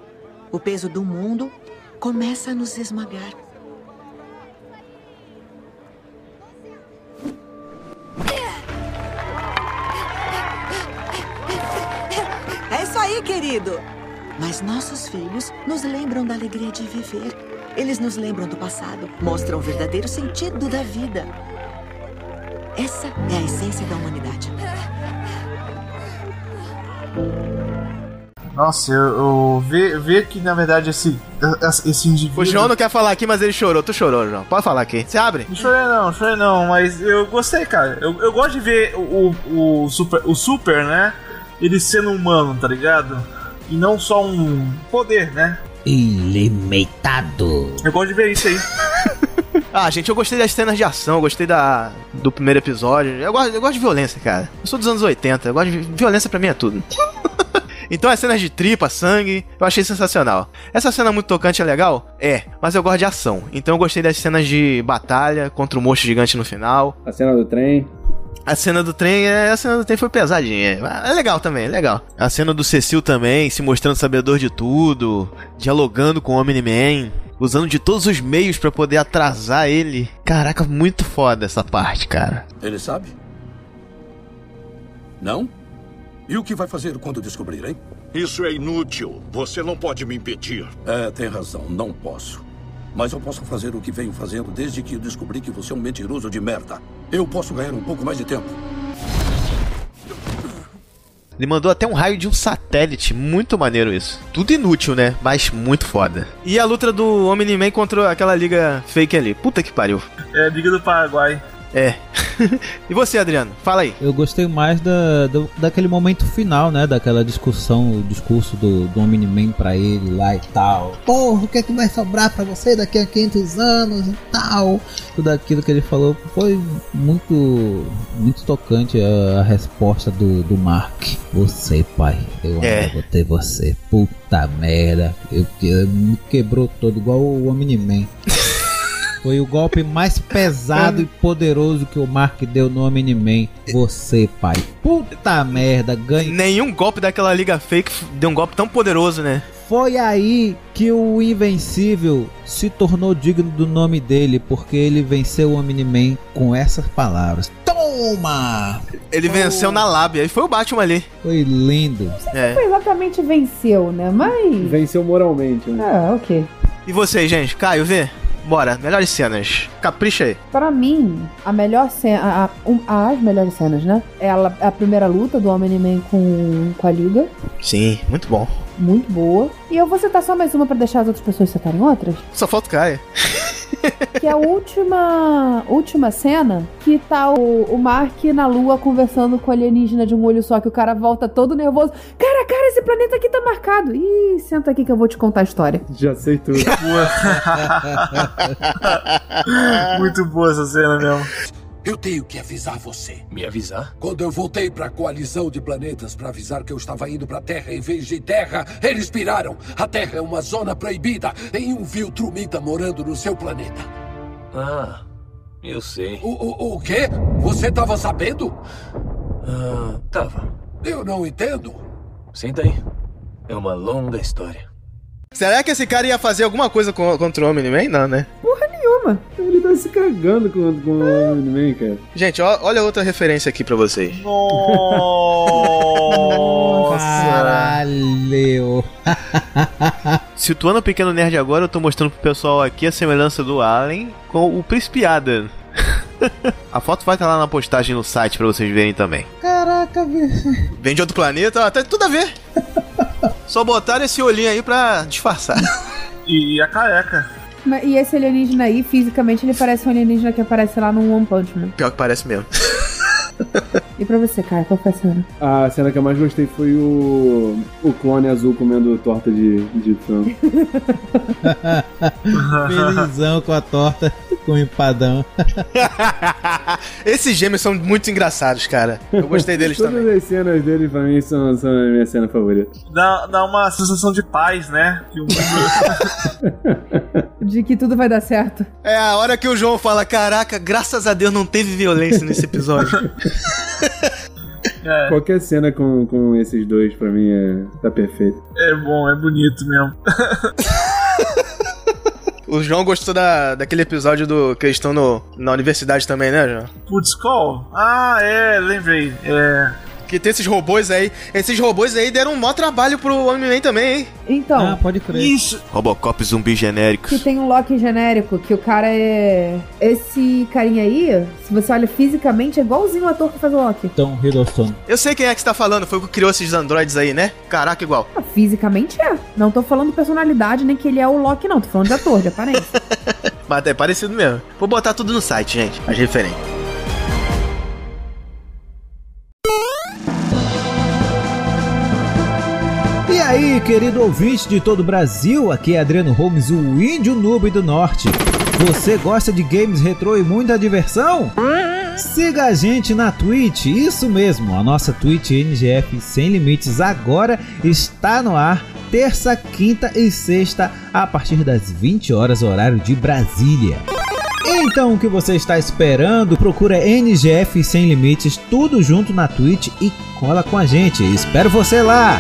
Speaker 23: O peso do mundo começa a nos esmagar. É isso aí, querido! Mas nossos filhos nos lembram da alegria de viver. Eles nos lembram do passado, mostram o verdadeiro sentido da vida. Essa é a essência da humanidade.
Speaker 7: Nossa, eu, eu ver, ver que na verdade esse, esse indivíduo.
Speaker 1: O João não quer falar aqui, mas ele chorou. Tu chorou, João. Pode falar aqui. Se abre.
Speaker 7: Não chorei não, chorei não, mas eu gostei, cara. Eu, eu gosto de ver o, o, o super, o super, né? Ele sendo humano, tá ligado? E não só um poder, né?
Speaker 1: Ilimitado.
Speaker 7: Eu gosto de ver isso aí.
Speaker 1: Ah, gente, eu gostei das cenas de ação, eu gostei da, do primeiro episódio. Eu gosto, eu gosto de violência, cara. Eu sou dos anos 80, eu gosto de violência pra mim é tudo. Então as cenas de tripa, sangue, eu achei sensacional. Essa cena muito tocante é legal? É, mas eu gosto de ação. Então eu gostei das cenas de batalha contra o monstro gigante no final.
Speaker 6: A cena do trem.
Speaker 1: A cena do trem, é, a cena do trem foi pesadinha. mas É legal também, é legal. A cena do Cecil também, se mostrando sabedor de tudo, dialogando com o Omni-Man, usando de todos os meios pra poder atrasar ele. Caraca, muito foda essa parte, cara.
Speaker 10: Ele sabe? Não? E o que vai fazer quando descobrir, hein?
Speaker 16: Isso é inútil. Você não pode me impedir.
Speaker 10: É, tem razão, não posso. Mas eu posso fazer o que venho fazendo desde que eu descobri que você é um mentiroso de merda. Eu posso ganhar um pouco mais de tempo.
Speaker 1: Ele mandou até um raio de um satélite, muito maneiro isso. Tudo inútil, né? Mas muito foda. E a luta do Omni-Man contra aquela liga fake ali. Puta que pariu.
Speaker 7: É, Liga do Paraguai.
Speaker 1: É. e você, Adriano? Fala aí.
Speaker 4: Eu gostei mais da, do- daquele momento final, né? Daquela discussão, o discurso do, do Omni-Man pra ele lá e tal. Porra, o que é que vai sobrar pra você daqui a 500 anos e tal? Tudo aquilo que ele falou foi muito muito tocante a, a resposta do, do Mark. Você, pai, eu ainda
Speaker 1: É.
Speaker 4: vou ter você. Puta merda. Eu, eu- me quebrou todo, igual o Omni-Man. Foi o golpe mais pesado e poderoso que o Mark deu no Omni-Man. Você, pai. Puta merda, ganha.
Speaker 1: Nenhum golpe daquela liga fake f- deu um golpe tão poderoso, né?
Speaker 4: Foi aí que o Invencível se tornou digno do nome dele, porque ele venceu o Omni-Man com essas palavras.
Speaker 7: Então!
Speaker 4: Toma!
Speaker 1: Ele venceu na lábia. E foi o Batman ali.
Speaker 4: Foi lindo.
Speaker 1: É.
Speaker 5: Não exatamente venceu, né? Mas.
Speaker 6: Venceu moralmente, né?
Speaker 5: Ah, ok.
Speaker 1: E vocês, gente? Caio, vê? Bora, melhores cenas. Capricha aí.
Speaker 5: Pra mim, a melhor cena. a- a- um- as melhores cenas, né? Ela, a primeira luta do Homem-Man com, com a Liga.
Speaker 1: Sim, muito bom.
Speaker 5: Muito boa. E eu vou citar só mais uma pra deixar as outras pessoas citarem outras.
Speaker 1: Só falta o Caio.
Speaker 5: Que é a última, última cena que tá o, o Mark na lua conversando com o alienígena de um olho só, que o cara volta todo nervoso. Cara, cara, esse planeta aqui tá marcado. Ih, senta aqui que eu vou te contar a história.
Speaker 6: Já sei tudo.
Speaker 7: Muito boa essa cena mesmo.
Speaker 10: Eu tenho que avisar você.
Speaker 25: Me avisar?
Speaker 10: Quando eu voltei para a coalizão de planetas para avisar que eu estava indo para Terra em vez de Terra, eles piraram. A Terra é uma zona proibida. Tem um Viltrumita morando no seu planeta.
Speaker 25: Ah, eu sei.
Speaker 10: O, o, o quê? Você estava sabendo?
Speaker 25: Ah, tava.
Speaker 10: Eu não entendo.
Speaker 25: Senta aí. É uma longa história.
Speaker 1: Será que esse cara ia fazer alguma coisa co- contra o Omni-Man? Não, né?
Speaker 5: Porra nenhuma.
Speaker 6: Ele tá se cagando com, com o Omni-Man, cara.
Speaker 1: Gente, ó- olha outra referência aqui pra vocês.
Speaker 4: Caralho.
Speaker 1: Situando o Pequeno Nerd agora, eu tô mostrando pro pessoal aqui a semelhança do Alien com o Príncipe Adam. a foto vai estar lá na postagem no site pra vocês verem também.
Speaker 4: Caraca, bicho.
Speaker 1: Vem de outro planeta, ó, tá tudo a ver. Só botaram esse olhinho aí pra disfarçar.
Speaker 7: E a careca.
Speaker 5: Mas- E esse alienígena aí, fisicamente, ele parece um alienígena que aparece lá no One Punch Man.
Speaker 1: Pior que parece mesmo.
Speaker 5: E pra você, Caio, qual foi a cena?
Speaker 6: A cena que eu mais gostei foi o, o clone azul comendo torta de, de frango.
Speaker 4: Felizão com a torta, com o empadão.
Speaker 1: Esses gêmeos são muito engraçados, cara. Eu gostei deles também.
Speaker 6: Todas as cenas deles pra mim são, são a minha cena favorita.
Speaker 7: Dá, dá uma sensação de paz, né? Que o
Speaker 5: De que tudo vai dar certo.
Speaker 1: É a hora que o João fala: Caraca, graças a Deus não teve violência nesse episódio. É.
Speaker 6: Qualquer cena com, com esses dois pra mim é, tá perfeito.
Speaker 7: é bom, é bonito mesmo.
Speaker 1: o João gostou da, daquele episódio do que eles estão no, na universidade também, né, João?
Speaker 7: Putz, qual? Ah, é, lembrei. É.
Speaker 1: Que tem esses robôs aí. Esses robôs aí deram um maior trabalho pro Homem-Man também, hein?
Speaker 5: Então,
Speaker 4: Ah, pode crer.
Speaker 7: Isso.
Speaker 1: Robocop zumbi genérico.
Speaker 5: que tem um Loki genérico, que o cara é. Esse carinha aí, se você olha fisicamente, é igualzinho o ator que faz o Loki.
Speaker 4: Então, Hiddleston.
Speaker 1: Eu sei quem é que você tá falando, foi o que criou esses androides aí, né? Caraca, igual.
Speaker 5: Ah, Fisicamente é. Não tô falando personalidade, nem que ele é o Loki, não. Tô falando de ator, de aparência.
Speaker 1: Mas é parecido mesmo. Vou botar tudo no site, gente. As referências.
Speaker 4: E aí, querido ouvinte de todo o Brasil, aqui é Adriano Holmes, o índio noob do norte. Você gosta de games retrô e muita diversão? Siga a gente na Twitch, isso mesmo, a nossa Twitch NGF Sem Limites agora está no ar, terça, quinta e sexta, a partir das 20 horas, horário de Brasília. Então o que você está esperando? Procura NGF Sem Limites, tudo junto na Twitch e cola com a gente. Espero você lá!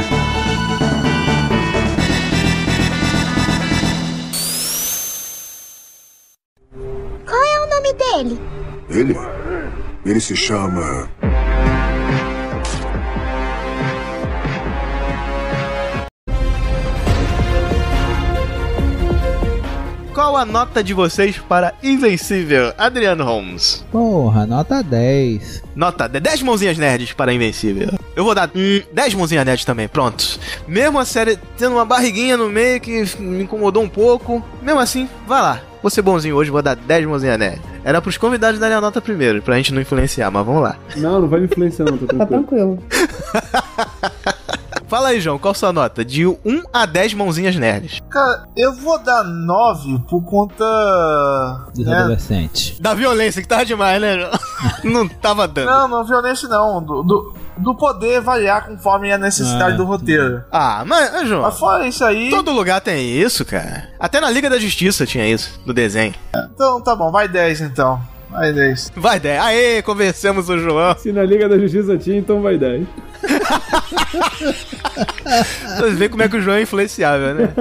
Speaker 15: Qual é o nome dele?
Speaker 24: Ele? Ele se chama.
Speaker 1: Qual a nota de vocês para Invencível, Adriano Holmes?
Speaker 4: Porra, nota 10.
Speaker 1: Nota de 10 mãozinhas nerds para Invencível. Eu vou dar hum, 10 mãozinhas nerds também, pronto. Mesmo a série tendo uma barriguinha no meio que me incomodou um pouco, mesmo assim, vai lá. Vou ser bonzinho hoje, vou dar 10 mãozinhas nerds. Era pros convidados darem a nota primeiro, pra gente não influenciar, mas vamos lá.
Speaker 6: Não, não vai me influenciar, não, tá
Speaker 5: tá
Speaker 6: tranquilo.
Speaker 5: tranquilo.
Speaker 1: Fala aí, João, qual sua nota? De 1 a 10 mãozinhas nerds.
Speaker 7: Cara, eu vou dar 9 por conta.
Speaker 4: Dos
Speaker 1: É.
Speaker 7: né?
Speaker 4: adolescentes.
Speaker 1: Da violência, que tava demais, né, João? Não tava dando.
Speaker 7: Não, não violência não. Do, do, do poder variar conforme a necessidade
Speaker 1: Ah,
Speaker 7: do roteiro.
Speaker 1: Ah, mas, ah, João.
Speaker 7: Mas fora isso aí.
Speaker 1: Todo lugar tem isso, cara. Até na Liga da Justiça tinha isso, no desenho.
Speaker 7: Então tá bom, vai 10 então. Vai 10.
Speaker 1: Vai 10. Aê, convencemos o João.
Speaker 6: Se na Liga da Justiça tinha, então vai 10.
Speaker 1: Vocês veem como é que o João é influenciável, né?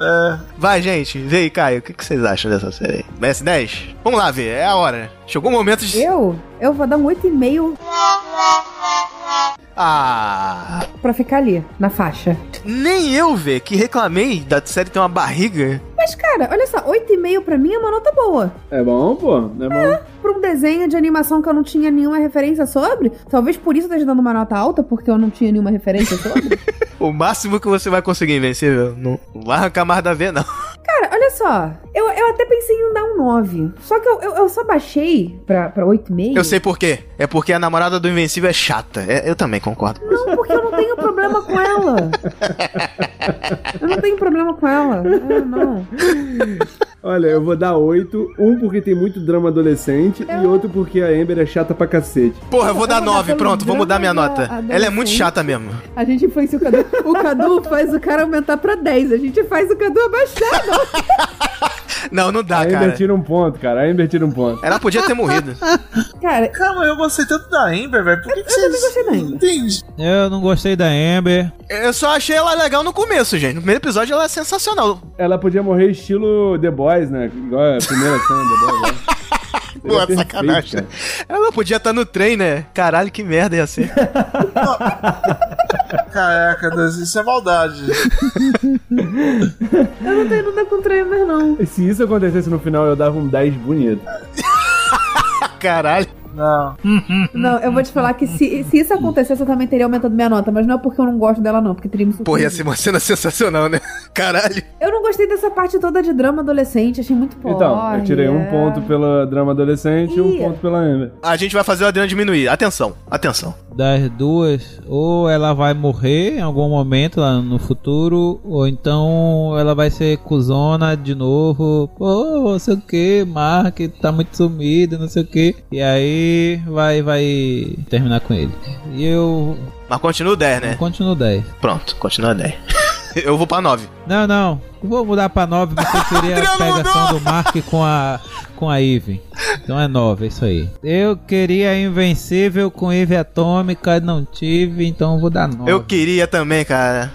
Speaker 1: É. Vai, gente. Vê aí, Caio. O que que vocês acham dessa série aí? S10? Vamos lá ver. É a hora. Chegou o momento de...
Speaker 5: Eu? Eu vou dar um 8,5
Speaker 1: Ah...
Speaker 5: pra ficar ali, na faixa.
Speaker 1: Nem eu, vê, que reclamei da série ter uma barriga.
Speaker 5: Mas, cara, olha só, 8,5 pra mim é uma nota boa.
Speaker 6: É bom, pô. É bom.
Speaker 5: Pra um desenho de animação que eu não tinha nenhuma referência sobre, talvez por isso eu esteja dando uma nota alta, porque eu não tinha nenhuma referência sobre.
Speaker 1: O máximo que você vai conseguir, invencível. Não não vai arrancar mais da V, não.
Speaker 5: Cara, olha só, eu, eu até pensei em dar um 9, só que eu, eu, eu só baixei pra, pra 8,5.
Speaker 1: Eu sei por quê. É porque a namorada do Invencível é chata. É, eu também concordo.
Speaker 5: Não, É, porque eu não tenho problema com ela. Eu não tenho problema com ela. Eu não.
Speaker 6: Olha, eu vou dar 8. Um porque tem muito drama adolescente e outro porque a Amber é chata pra cacete.
Speaker 1: Porra, eu vou dar
Speaker 5: Eu vou dar
Speaker 1: 9,
Speaker 5: pelo
Speaker 1: pronto, vou
Speaker 5: drama
Speaker 1: mudar minha
Speaker 5: da
Speaker 1: nota. Ela é muito
Speaker 5: adolescente.
Speaker 1: chata mesmo.
Speaker 5: A gente influencia o Cadu. O Cadu faz o cara aumentar pra 10. A gente faz o Cadu abaixar. Não.
Speaker 1: Não, não dá,
Speaker 6: A
Speaker 1: cara.
Speaker 6: Amber tira um ponto, cara. A Amber tira um ponto.
Speaker 1: Ela podia ter morrido.
Speaker 5: Cara,
Speaker 7: Calma, eu gostei tanto da Amber, velho. Por que, que vocês.
Speaker 5: gostei da Amber.
Speaker 7: Entende?
Speaker 4: Eu não gostei da Amber.
Speaker 1: Eu só achei ela legal no começo, gente. No primeiro episódio ela é sensacional.
Speaker 6: Ela podia morrer estilo The Boys, né? Igual a primeira cena do The Boys. Né? Seria
Speaker 1: Pô, é
Speaker 6: perfeito,
Speaker 1: sacanagem.
Speaker 6: cara.
Speaker 1: né? Ela podia estar no trem, né? Caralho, que merda ia ser.
Speaker 7: Caraca, Deus, isso é maldade.
Speaker 5: Eu não tenho nada contra a Amber, não.
Speaker 6: E Se isso acontecesse no final, eu dava um 10 bonito.
Speaker 1: Caralho.
Speaker 7: Não.
Speaker 6: Uhum.
Speaker 5: Não, eu vou te falar que se, se isso acontecesse, eu também teria aumentado minha nota, mas não é porque eu não gosto dela, não, porque teria me
Speaker 1: Porra, ia
Speaker 5: surpreendido.
Speaker 1: ser uma cena sensacional, né? Caralho.
Speaker 5: Eu não gostei dessa parte toda de drama adolescente, achei muito pobre.
Speaker 6: Então, eu tirei um ponto pela drama adolescente e um
Speaker 5: Ih.
Speaker 6: ponto pela Amber.
Speaker 1: A gente vai fazer o Adriano diminuir. Atenção, atenção.
Speaker 4: Das duas, ou ela vai morrer em algum momento lá no futuro, ou então ela vai ser cuzona de novo. Pô, não sei o que, Mark tá muito sumido, não sei o que. E aí vai, vai terminar com ele. E eu
Speaker 1: Mas continua o 10, né?
Speaker 4: continuo 10.
Speaker 1: Pronto, continua 10. Eu vou pra 9.
Speaker 4: Não, não. Vou mudar pra 9 porque eu queria a pegação do Mark com a com a Eve. Então é 9, é isso aí. Eu queria Invencível com Eve Atômica, não tive, então eu vou dar 9.
Speaker 1: Eu queria também, cara.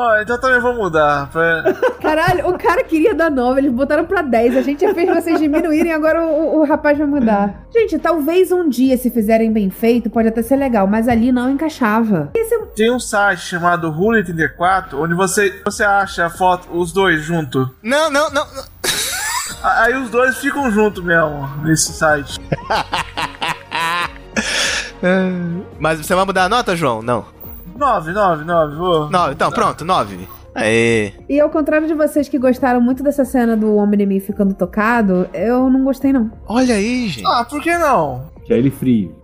Speaker 7: Ó, então também vou mudar. pra-
Speaker 5: Caralho, o cara queria dar 9, eles botaram pra 10. A gente já fez vocês diminuírem, agora o, o rapaz vai mudar. Gente, talvez um dia, se fizerem bem feito, pode até ser legal, mas ali não encaixava.
Speaker 7: Tem um site chamado Rule 34, onde você, você acha a foto, os dois junto.
Speaker 1: Não, não, não.
Speaker 7: Aí os dois ficam juntos mesmo, nesse site.
Speaker 1: Ah. Mas você vai mudar a nota, João? Não.
Speaker 7: 9, 9, 9, vou.
Speaker 1: 9, então, pronto, 9. Aê.
Speaker 5: E ao contrário de vocês que gostaram muito dessa cena do homem em mim ficando tocado, eu não gostei, não.
Speaker 1: Olha aí, gente.
Speaker 7: Ah, por que não?
Speaker 6: Que é ele frio.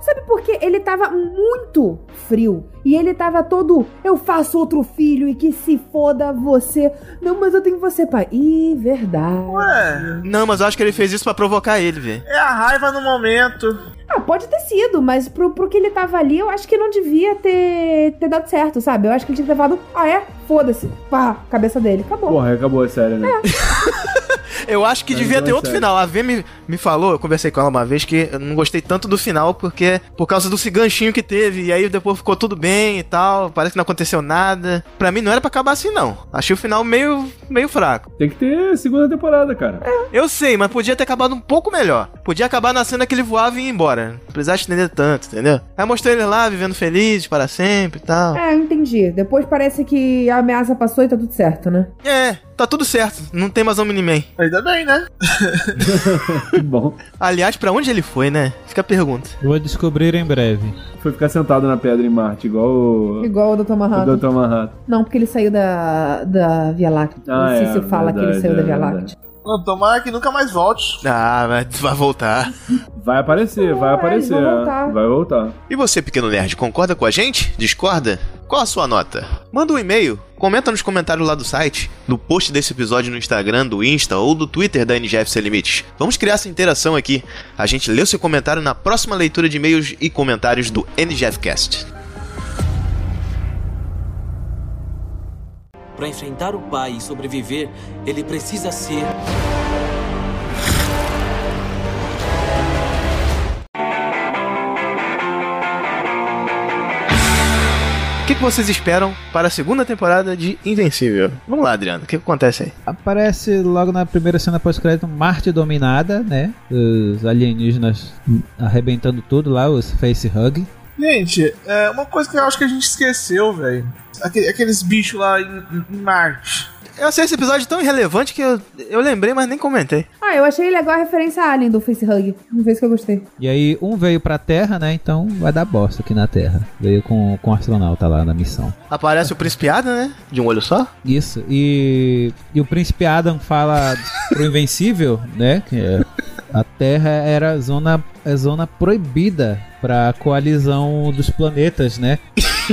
Speaker 5: Sabe por quê? Ele tava muito frio. E ele tava todo. Eu faço outro filho e que se foda você. Não, mas eu tenho você, pai. Ih, verdade.
Speaker 7: Ué,
Speaker 1: Não, mas eu acho que ele fez isso pra provocar ele, velho.
Speaker 7: é a raiva no momento.
Speaker 5: Ah, pode ter sido, mas pro, pro que ele tava ali, eu acho que não devia ter, ter dado certo, sabe? Eu acho que ele tinha que ter falado, ah é? Foda-se. Pá, cabeça dele. Acabou.
Speaker 6: Porra, acabou a série, né?
Speaker 1: Eu acho que
Speaker 6: Mas
Speaker 1: devia
Speaker 6: não é
Speaker 1: ter outro
Speaker 6: sério.
Speaker 1: final. A V me, me falou, eu conversei com ela uma vez, que eu não gostei tanto do final, porque por causa desse ganchinho que teve, e aí depois ficou tudo bem e tal, parece que não aconteceu nada. Pra mim não era pra acabar assim, não. Achei o final meio, meio fraco. É.
Speaker 6: Tem que ter segunda temporada, cara.
Speaker 1: Eu sei, mas podia ter acabado um pouco melhor. Podia acabar na cena que ele voava e ia embora. Não precisava estender tanto, entendeu? Aí mostrou ele lá, vivendo feliz, para sempre e tal.
Speaker 5: É, eu entendi. Depois parece que a ameaça passou e tá tudo certo, né?
Speaker 1: É, tá tudo certo. Não tem mais um Miniman.
Speaker 7: Ainda bem, né?
Speaker 6: Que bom.
Speaker 1: Aliás, pra onde ele foi, né? Fica a pergunta.
Speaker 4: Eu Vou descobrir em breve.
Speaker 6: Foi ficar sentado na pedra em Marte, igual o,
Speaker 5: Igual o Dr.
Speaker 6: o
Speaker 5: Manhattan.
Speaker 6: Dr. Manhattan.
Speaker 5: Não, porque ele saiu da, da Via Láctea.
Speaker 6: Ah,
Speaker 5: não sei
Speaker 6: é,
Speaker 5: se fala que ele
Speaker 6: verdade,
Speaker 5: saiu da
Speaker 6: é
Speaker 5: Via
Speaker 6: verdade.
Speaker 5: Láctea.
Speaker 7: Não, tomara que nunca mais volte.
Speaker 1: Ah, vai, vai voltar.
Speaker 6: Vai aparecer, vai aparecer.
Speaker 5: eles vão
Speaker 6: é.
Speaker 5: voltar.
Speaker 6: Vai voltar.
Speaker 1: E você, pequeno nerd, concorda com a gente? Discorda? Qual a sua nota? Manda um e-mail, comenta nos comentários lá do site, no post desse episódio no Instagram, do Insta ou do Twitter da NGF Sem Limites. Vamos criar essa interação aqui. A gente lê o seu comentário na próxima leitura de e-mails e comentários do NGFcast.
Speaker 26: Para enfrentar o pai e sobreviver, ele precisa ser.
Speaker 1: O que, que vocês esperam para a segunda temporada de Invencível? Vamos lá, Adriano, o que que acontece aí?
Speaker 4: Aparece logo na primeira cena pós-crédito Marte dominada, né? Os alienígenas arrebentando tudo lá, os face hug.
Speaker 7: Gente, é uma coisa que eu acho que a gente esqueceu, velho. Aque- Aqueles bichos lá em, em- em Marte.
Speaker 1: Eu achei esse episódio tão irrelevante que eu, eu lembrei, mas nem comentei.
Speaker 5: Ah, eu achei legal a referência a Alien do Facehug. Não fez que eu gostei.
Speaker 4: E aí um veio pra Terra, né? Então vai dar bosta aqui na Terra. Veio com, com o astronauta lá na missão.
Speaker 1: Aparece o Príncipe Adam, né? De um olho só?
Speaker 4: Isso, e, e o príncipe Adam fala pro Invencível, né? Que é- a Terra era zona, é zona proibida pra coalizão dos planetas, né?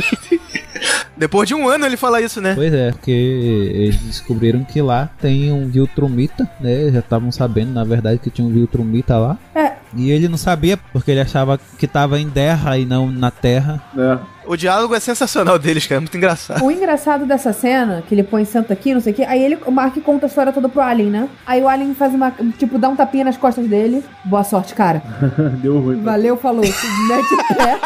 Speaker 1: Depois de um ano ele fala isso, né?
Speaker 4: Pois é, porque eles descobriram que lá tem um Viltrumita, né? Já estavam sabendo, na verdade, que tinha um Viltrumita lá.
Speaker 5: É.
Speaker 4: E ele não sabia, porque ele achava que tava em Terra e não na Terra.
Speaker 6: É.
Speaker 1: O diálogo é sensacional deles, cara. É muito engraçado.
Speaker 5: O engraçado dessa cena, que ele põe santo aqui, não sei o que, aí ele, o Mark conta a história toda pro Alien, né? Aí o Alien faz uma. Tipo, dá um tapinha nas costas dele. Boa sorte, cara.
Speaker 6: Deu ruim.
Speaker 5: Valeu, falou. Mete o pé.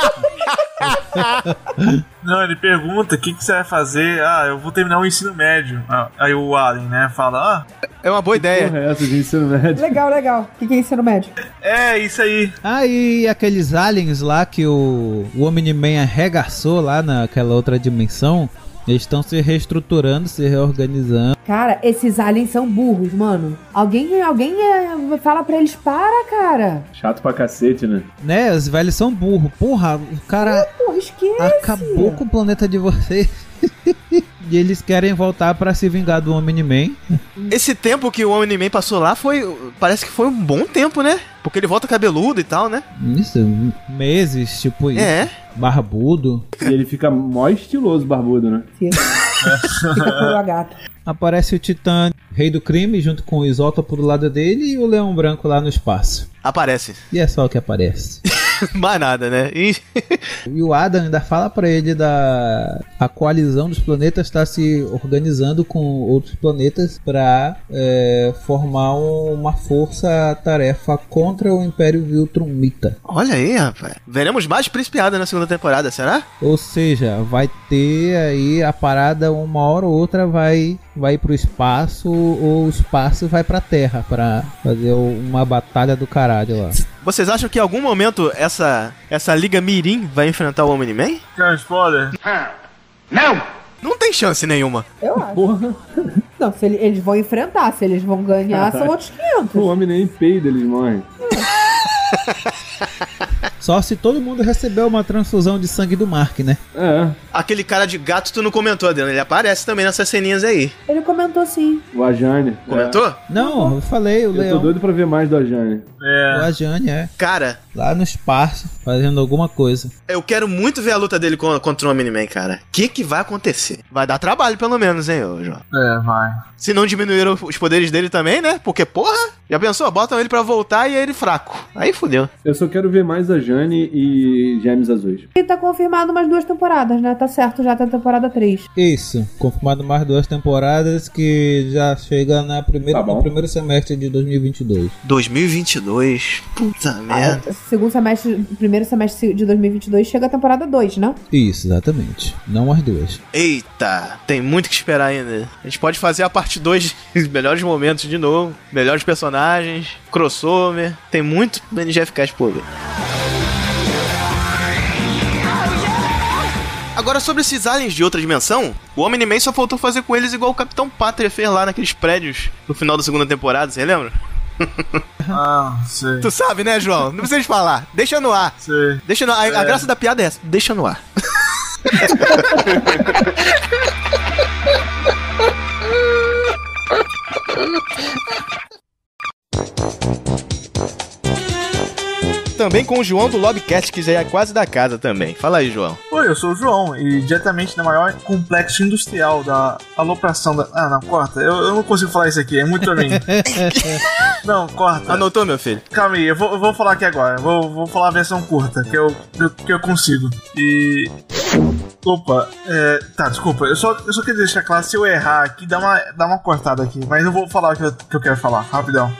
Speaker 7: Não, ele pergunta o que, que você vai fazer. Ah, eu vou terminar o ensino médio. Ah, aí o Alien, né, fala: Ah,
Speaker 1: É uma boa ideia.
Speaker 6: Porra, é essa de ensino médio.
Speaker 5: Legal, legal. O que, que é ensino médio?
Speaker 7: é isso aí.
Speaker 4: Ah, e aqueles aliens lá que o, o Omni-Man arregaçou lá naquela outra dimensão, Eles estão se reestruturando, se reorganizando.
Speaker 5: Cara, esses aliens são burros, mano. Alguém, alguém é, fala pra eles, para, cara.
Speaker 6: Chato pra cacete, né?
Speaker 4: Né, os velhos são burros. Porra, o cara
Speaker 5: Porra, esquece.
Speaker 4: acabou com o planeta de vocês. e eles querem voltar pra se vingar do Omni-Man.
Speaker 1: Esse tempo que o Omni-Man passou lá foi. Parece que foi um bom tempo, né? Porque ele volta cabeludo e tal, né?
Speaker 4: Isso, meses, tipo isso.
Speaker 1: É.
Speaker 4: Barbudo.
Speaker 6: E ele fica um mó estiloso, barbudo, né?
Speaker 5: Fica coroa gata.
Speaker 4: Aparece o Titã, rei do crime, junto com o Isótopo do lado dele e o Leão Branco lá no espaço.
Speaker 1: Aparece.
Speaker 4: E é só o que aparece.
Speaker 1: Mais nada, né? E
Speaker 4: E o Adam ainda fala pra ele da a coalizão dos planetas está se organizando com outros planetas pra é, formar um- uma força-tarefa contra o Império Viltrumita.
Speaker 1: olha aí, rapaz. Veremos mais principiada na segunda temporada, será?
Speaker 4: Ou seja, vai ter aí a parada uma hora ou outra vai vai pro espaço ou o espaço vai pra Terra pra fazer o- uma batalha do caralho lá.
Speaker 1: Vocês acham que em algum momento essa, essa liga Mirim vai enfrentar o Omni-Man?
Speaker 7: Quer um spoiler?
Speaker 1: Não! Não tem chance nenhuma.
Speaker 5: Eu acho. Não, se ele- eles vão enfrentar, se eles vão
Speaker 1: Ah,
Speaker 5: ganhar,
Speaker 1: tá.
Speaker 5: são outros 500.
Speaker 6: O homem nem peida, eles morrem.
Speaker 4: Só se todo mundo receber uma transfusão de sangue do Mark, né?
Speaker 6: É.
Speaker 1: Aquele cara de gato tu não comentou, Adriano. Ele aparece também nessas ceninhas aí.
Speaker 5: Ele comentou sim.
Speaker 6: O Ajane. É.
Speaker 1: Comentou?
Speaker 4: Não, eu falei, o
Speaker 6: Eu
Speaker 4: Leão.
Speaker 6: tô doido pra ver mais do Ajane.
Speaker 4: O Ajane, é.
Speaker 1: Cara,
Speaker 4: Lá no espaço, fazendo alguma coisa.
Speaker 1: eu quero muito ver a luta dele con- contra o Omni-Man, cara. O que que vai acontecer? Vai dar trabalho, pelo menos, hein, ô, João?
Speaker 7: É, vai.
Speaker 1: Se não diminuíram os poderes dele também, né? Porque, porra, já pensou? Botam ele pra voltar e é ele fraco. Aí fudeu.
Speaker 6: Eu só quero ver mais a Jane e Gêmeos Azuis.
Speaker 5: E tá confirmado umas duas temporadas, né? Tá certo já até a temporada 3.
Speaker 4: Isso, confirmado mais duas temporadas que já chega na primeira,
Speaker 6: Tá bom.
Speaker 4: no primeiro semestre de 2022.
Speaker 1: 2022. Puta merda.
Speaker 5: Segundo semestre, primeiro semestre de 2022 chega a temporada 2, né?
Speaker 4: Isso, exatamente. Não as duas.
Speaker 1: Eita, tem muito que esperar ainda. A gente pode fazer a parte 2 dos melhores momentos de novo, melhores personagens, crossover. Tem muito NGFKs por ver. Agora, sobre esses aliens de outra dimensão, o Omni-Man só faltou fazer com eles igual o Capitão Pátria fez lá naqueles prédios no final da segunda temporada, você lembra?
Speaker 7: Ah, sei.
Speaker 1: Tu sabe, né, João? Não precisa de falar. Deixa no ar.
Speaker 7: Sei.
Speaker 1: Deixa no ar. A, a
Speaker 7: É.
Speaker 1: graça da piada é essa. Deixa no ar. Também com o João do Lobcat, que já é quase da casa também. Fala aí, João.
Speaker 7: Oi, eu sou o João e diretamente na maior complexo industrial da alopração da. Ah, não, corta. Eu, eu não consigo falar isso aqui, é muito pra mim. não, corta.
Speaker 1: Anotou, meu filho?
Speaker 7: Calma aí, eu vou, eu vou falar aqui agora. Eu Vou, vou falar a versão curta, que eu, que eu, que eu consigo. E. Opa, é, tá, desculpa. Eu só, eu só queria deixar claro, se eu errar aqui, dá uma, dá uma cortada aqui. Mas eu vou falar o que eu, que eu quero falar, rapidão.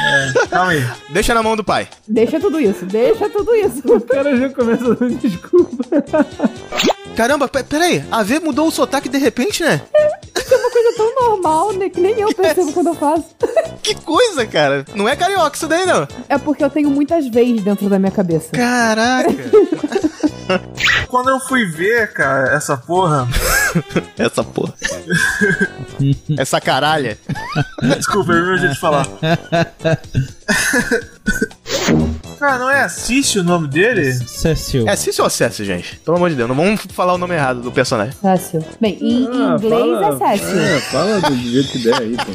Speaker 7: É, calma aí.
Speaker 1: Deixa na mão do pai.
Speaker 5: Deixa tudo isso, deixa tudo isso.
Speaker 6: cara já começa dando desculpa.
Speaker 1: Caramba, pe- peraí. A V mudou o sotaque de repente, né?
Speaker 5: É uma coisa tão normal, né? Que nem eu percebo quando eu faço.
Speaker 1: Que coisa, cara. Não é carioca isso daí, não.
Speaker 5: É porque eu tenho muitas vezes dentro da minha cabeça.
Speaker 1: Caraca.
Speaker 7: Quando eu fui ver, cara, essa porra.
Speaker 1: Essa porra. Essa caralha.
Speaker 7: Desculpa, eu vi meu jeito de falar. Cara, não é assiste o nome dele?
Speaker 4: Cécio.
Speaker 1: É Cício ou Cécio, gente? Pelo amor de Deus, não vamos falar o nome errado do personagem.
Speaker 5: Cécio. Bem, em
Speaker 1: Ah,
Speaker 5: inglês é Cécio.
Speaker 6: É, fala do jeito que der aí, pô.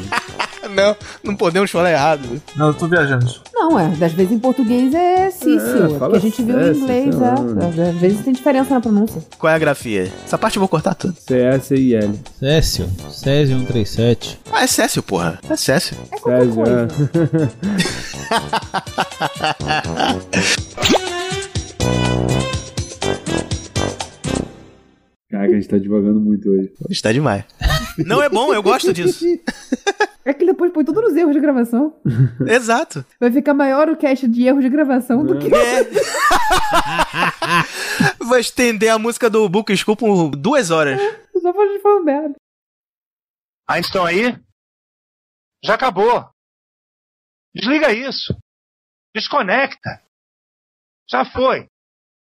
Speaker 1: Não, não podemos falar errado.
Speaker 7: Não, eu tô viajando.
Speaker 5: Não, é. Das vezes em português é Cício.
Speaker 1: É,
Speaker 5: É,
Speaker 1: fala
Speaker 5: porque a gente viu em
Speaker 1: Cécio,
Speaker 5: inglês,
Speaker 1: sei
Speaker 5: é.
Speaker 1: lá.
Speaker 5: Às vezes tem diferença na pronúncia.
Speaker 1: Qual é a grafia? Essa parte eu vou cortar tudo.
Speaker 6: C-S-I-L.
Speaker 4: Cécio. Césio 137.
Speaker 1: Ah, é Cécio, porra. É Cécio.
Speaker 6: Césio, é. Caraca, a gente tá devagando muito hoje.
Speaker 1: Está demais. Não é bom, eu gosto disso.
Speaker 5: É que depois põe todos os erros de gravação.
Speaker 1: Exato.
Speaker 5: Vai ficar maior o cast de erros de gravação do que.
Speaker 1: É. Vou estender a música do Book School por duas horas.
Speaker 5: Só pra gente falar merda.
Speaker 19: Ainda estão aí? Já acabou. Desliga isso. Desconecta. Já foi.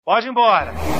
Speaker 19: Pode ir embora.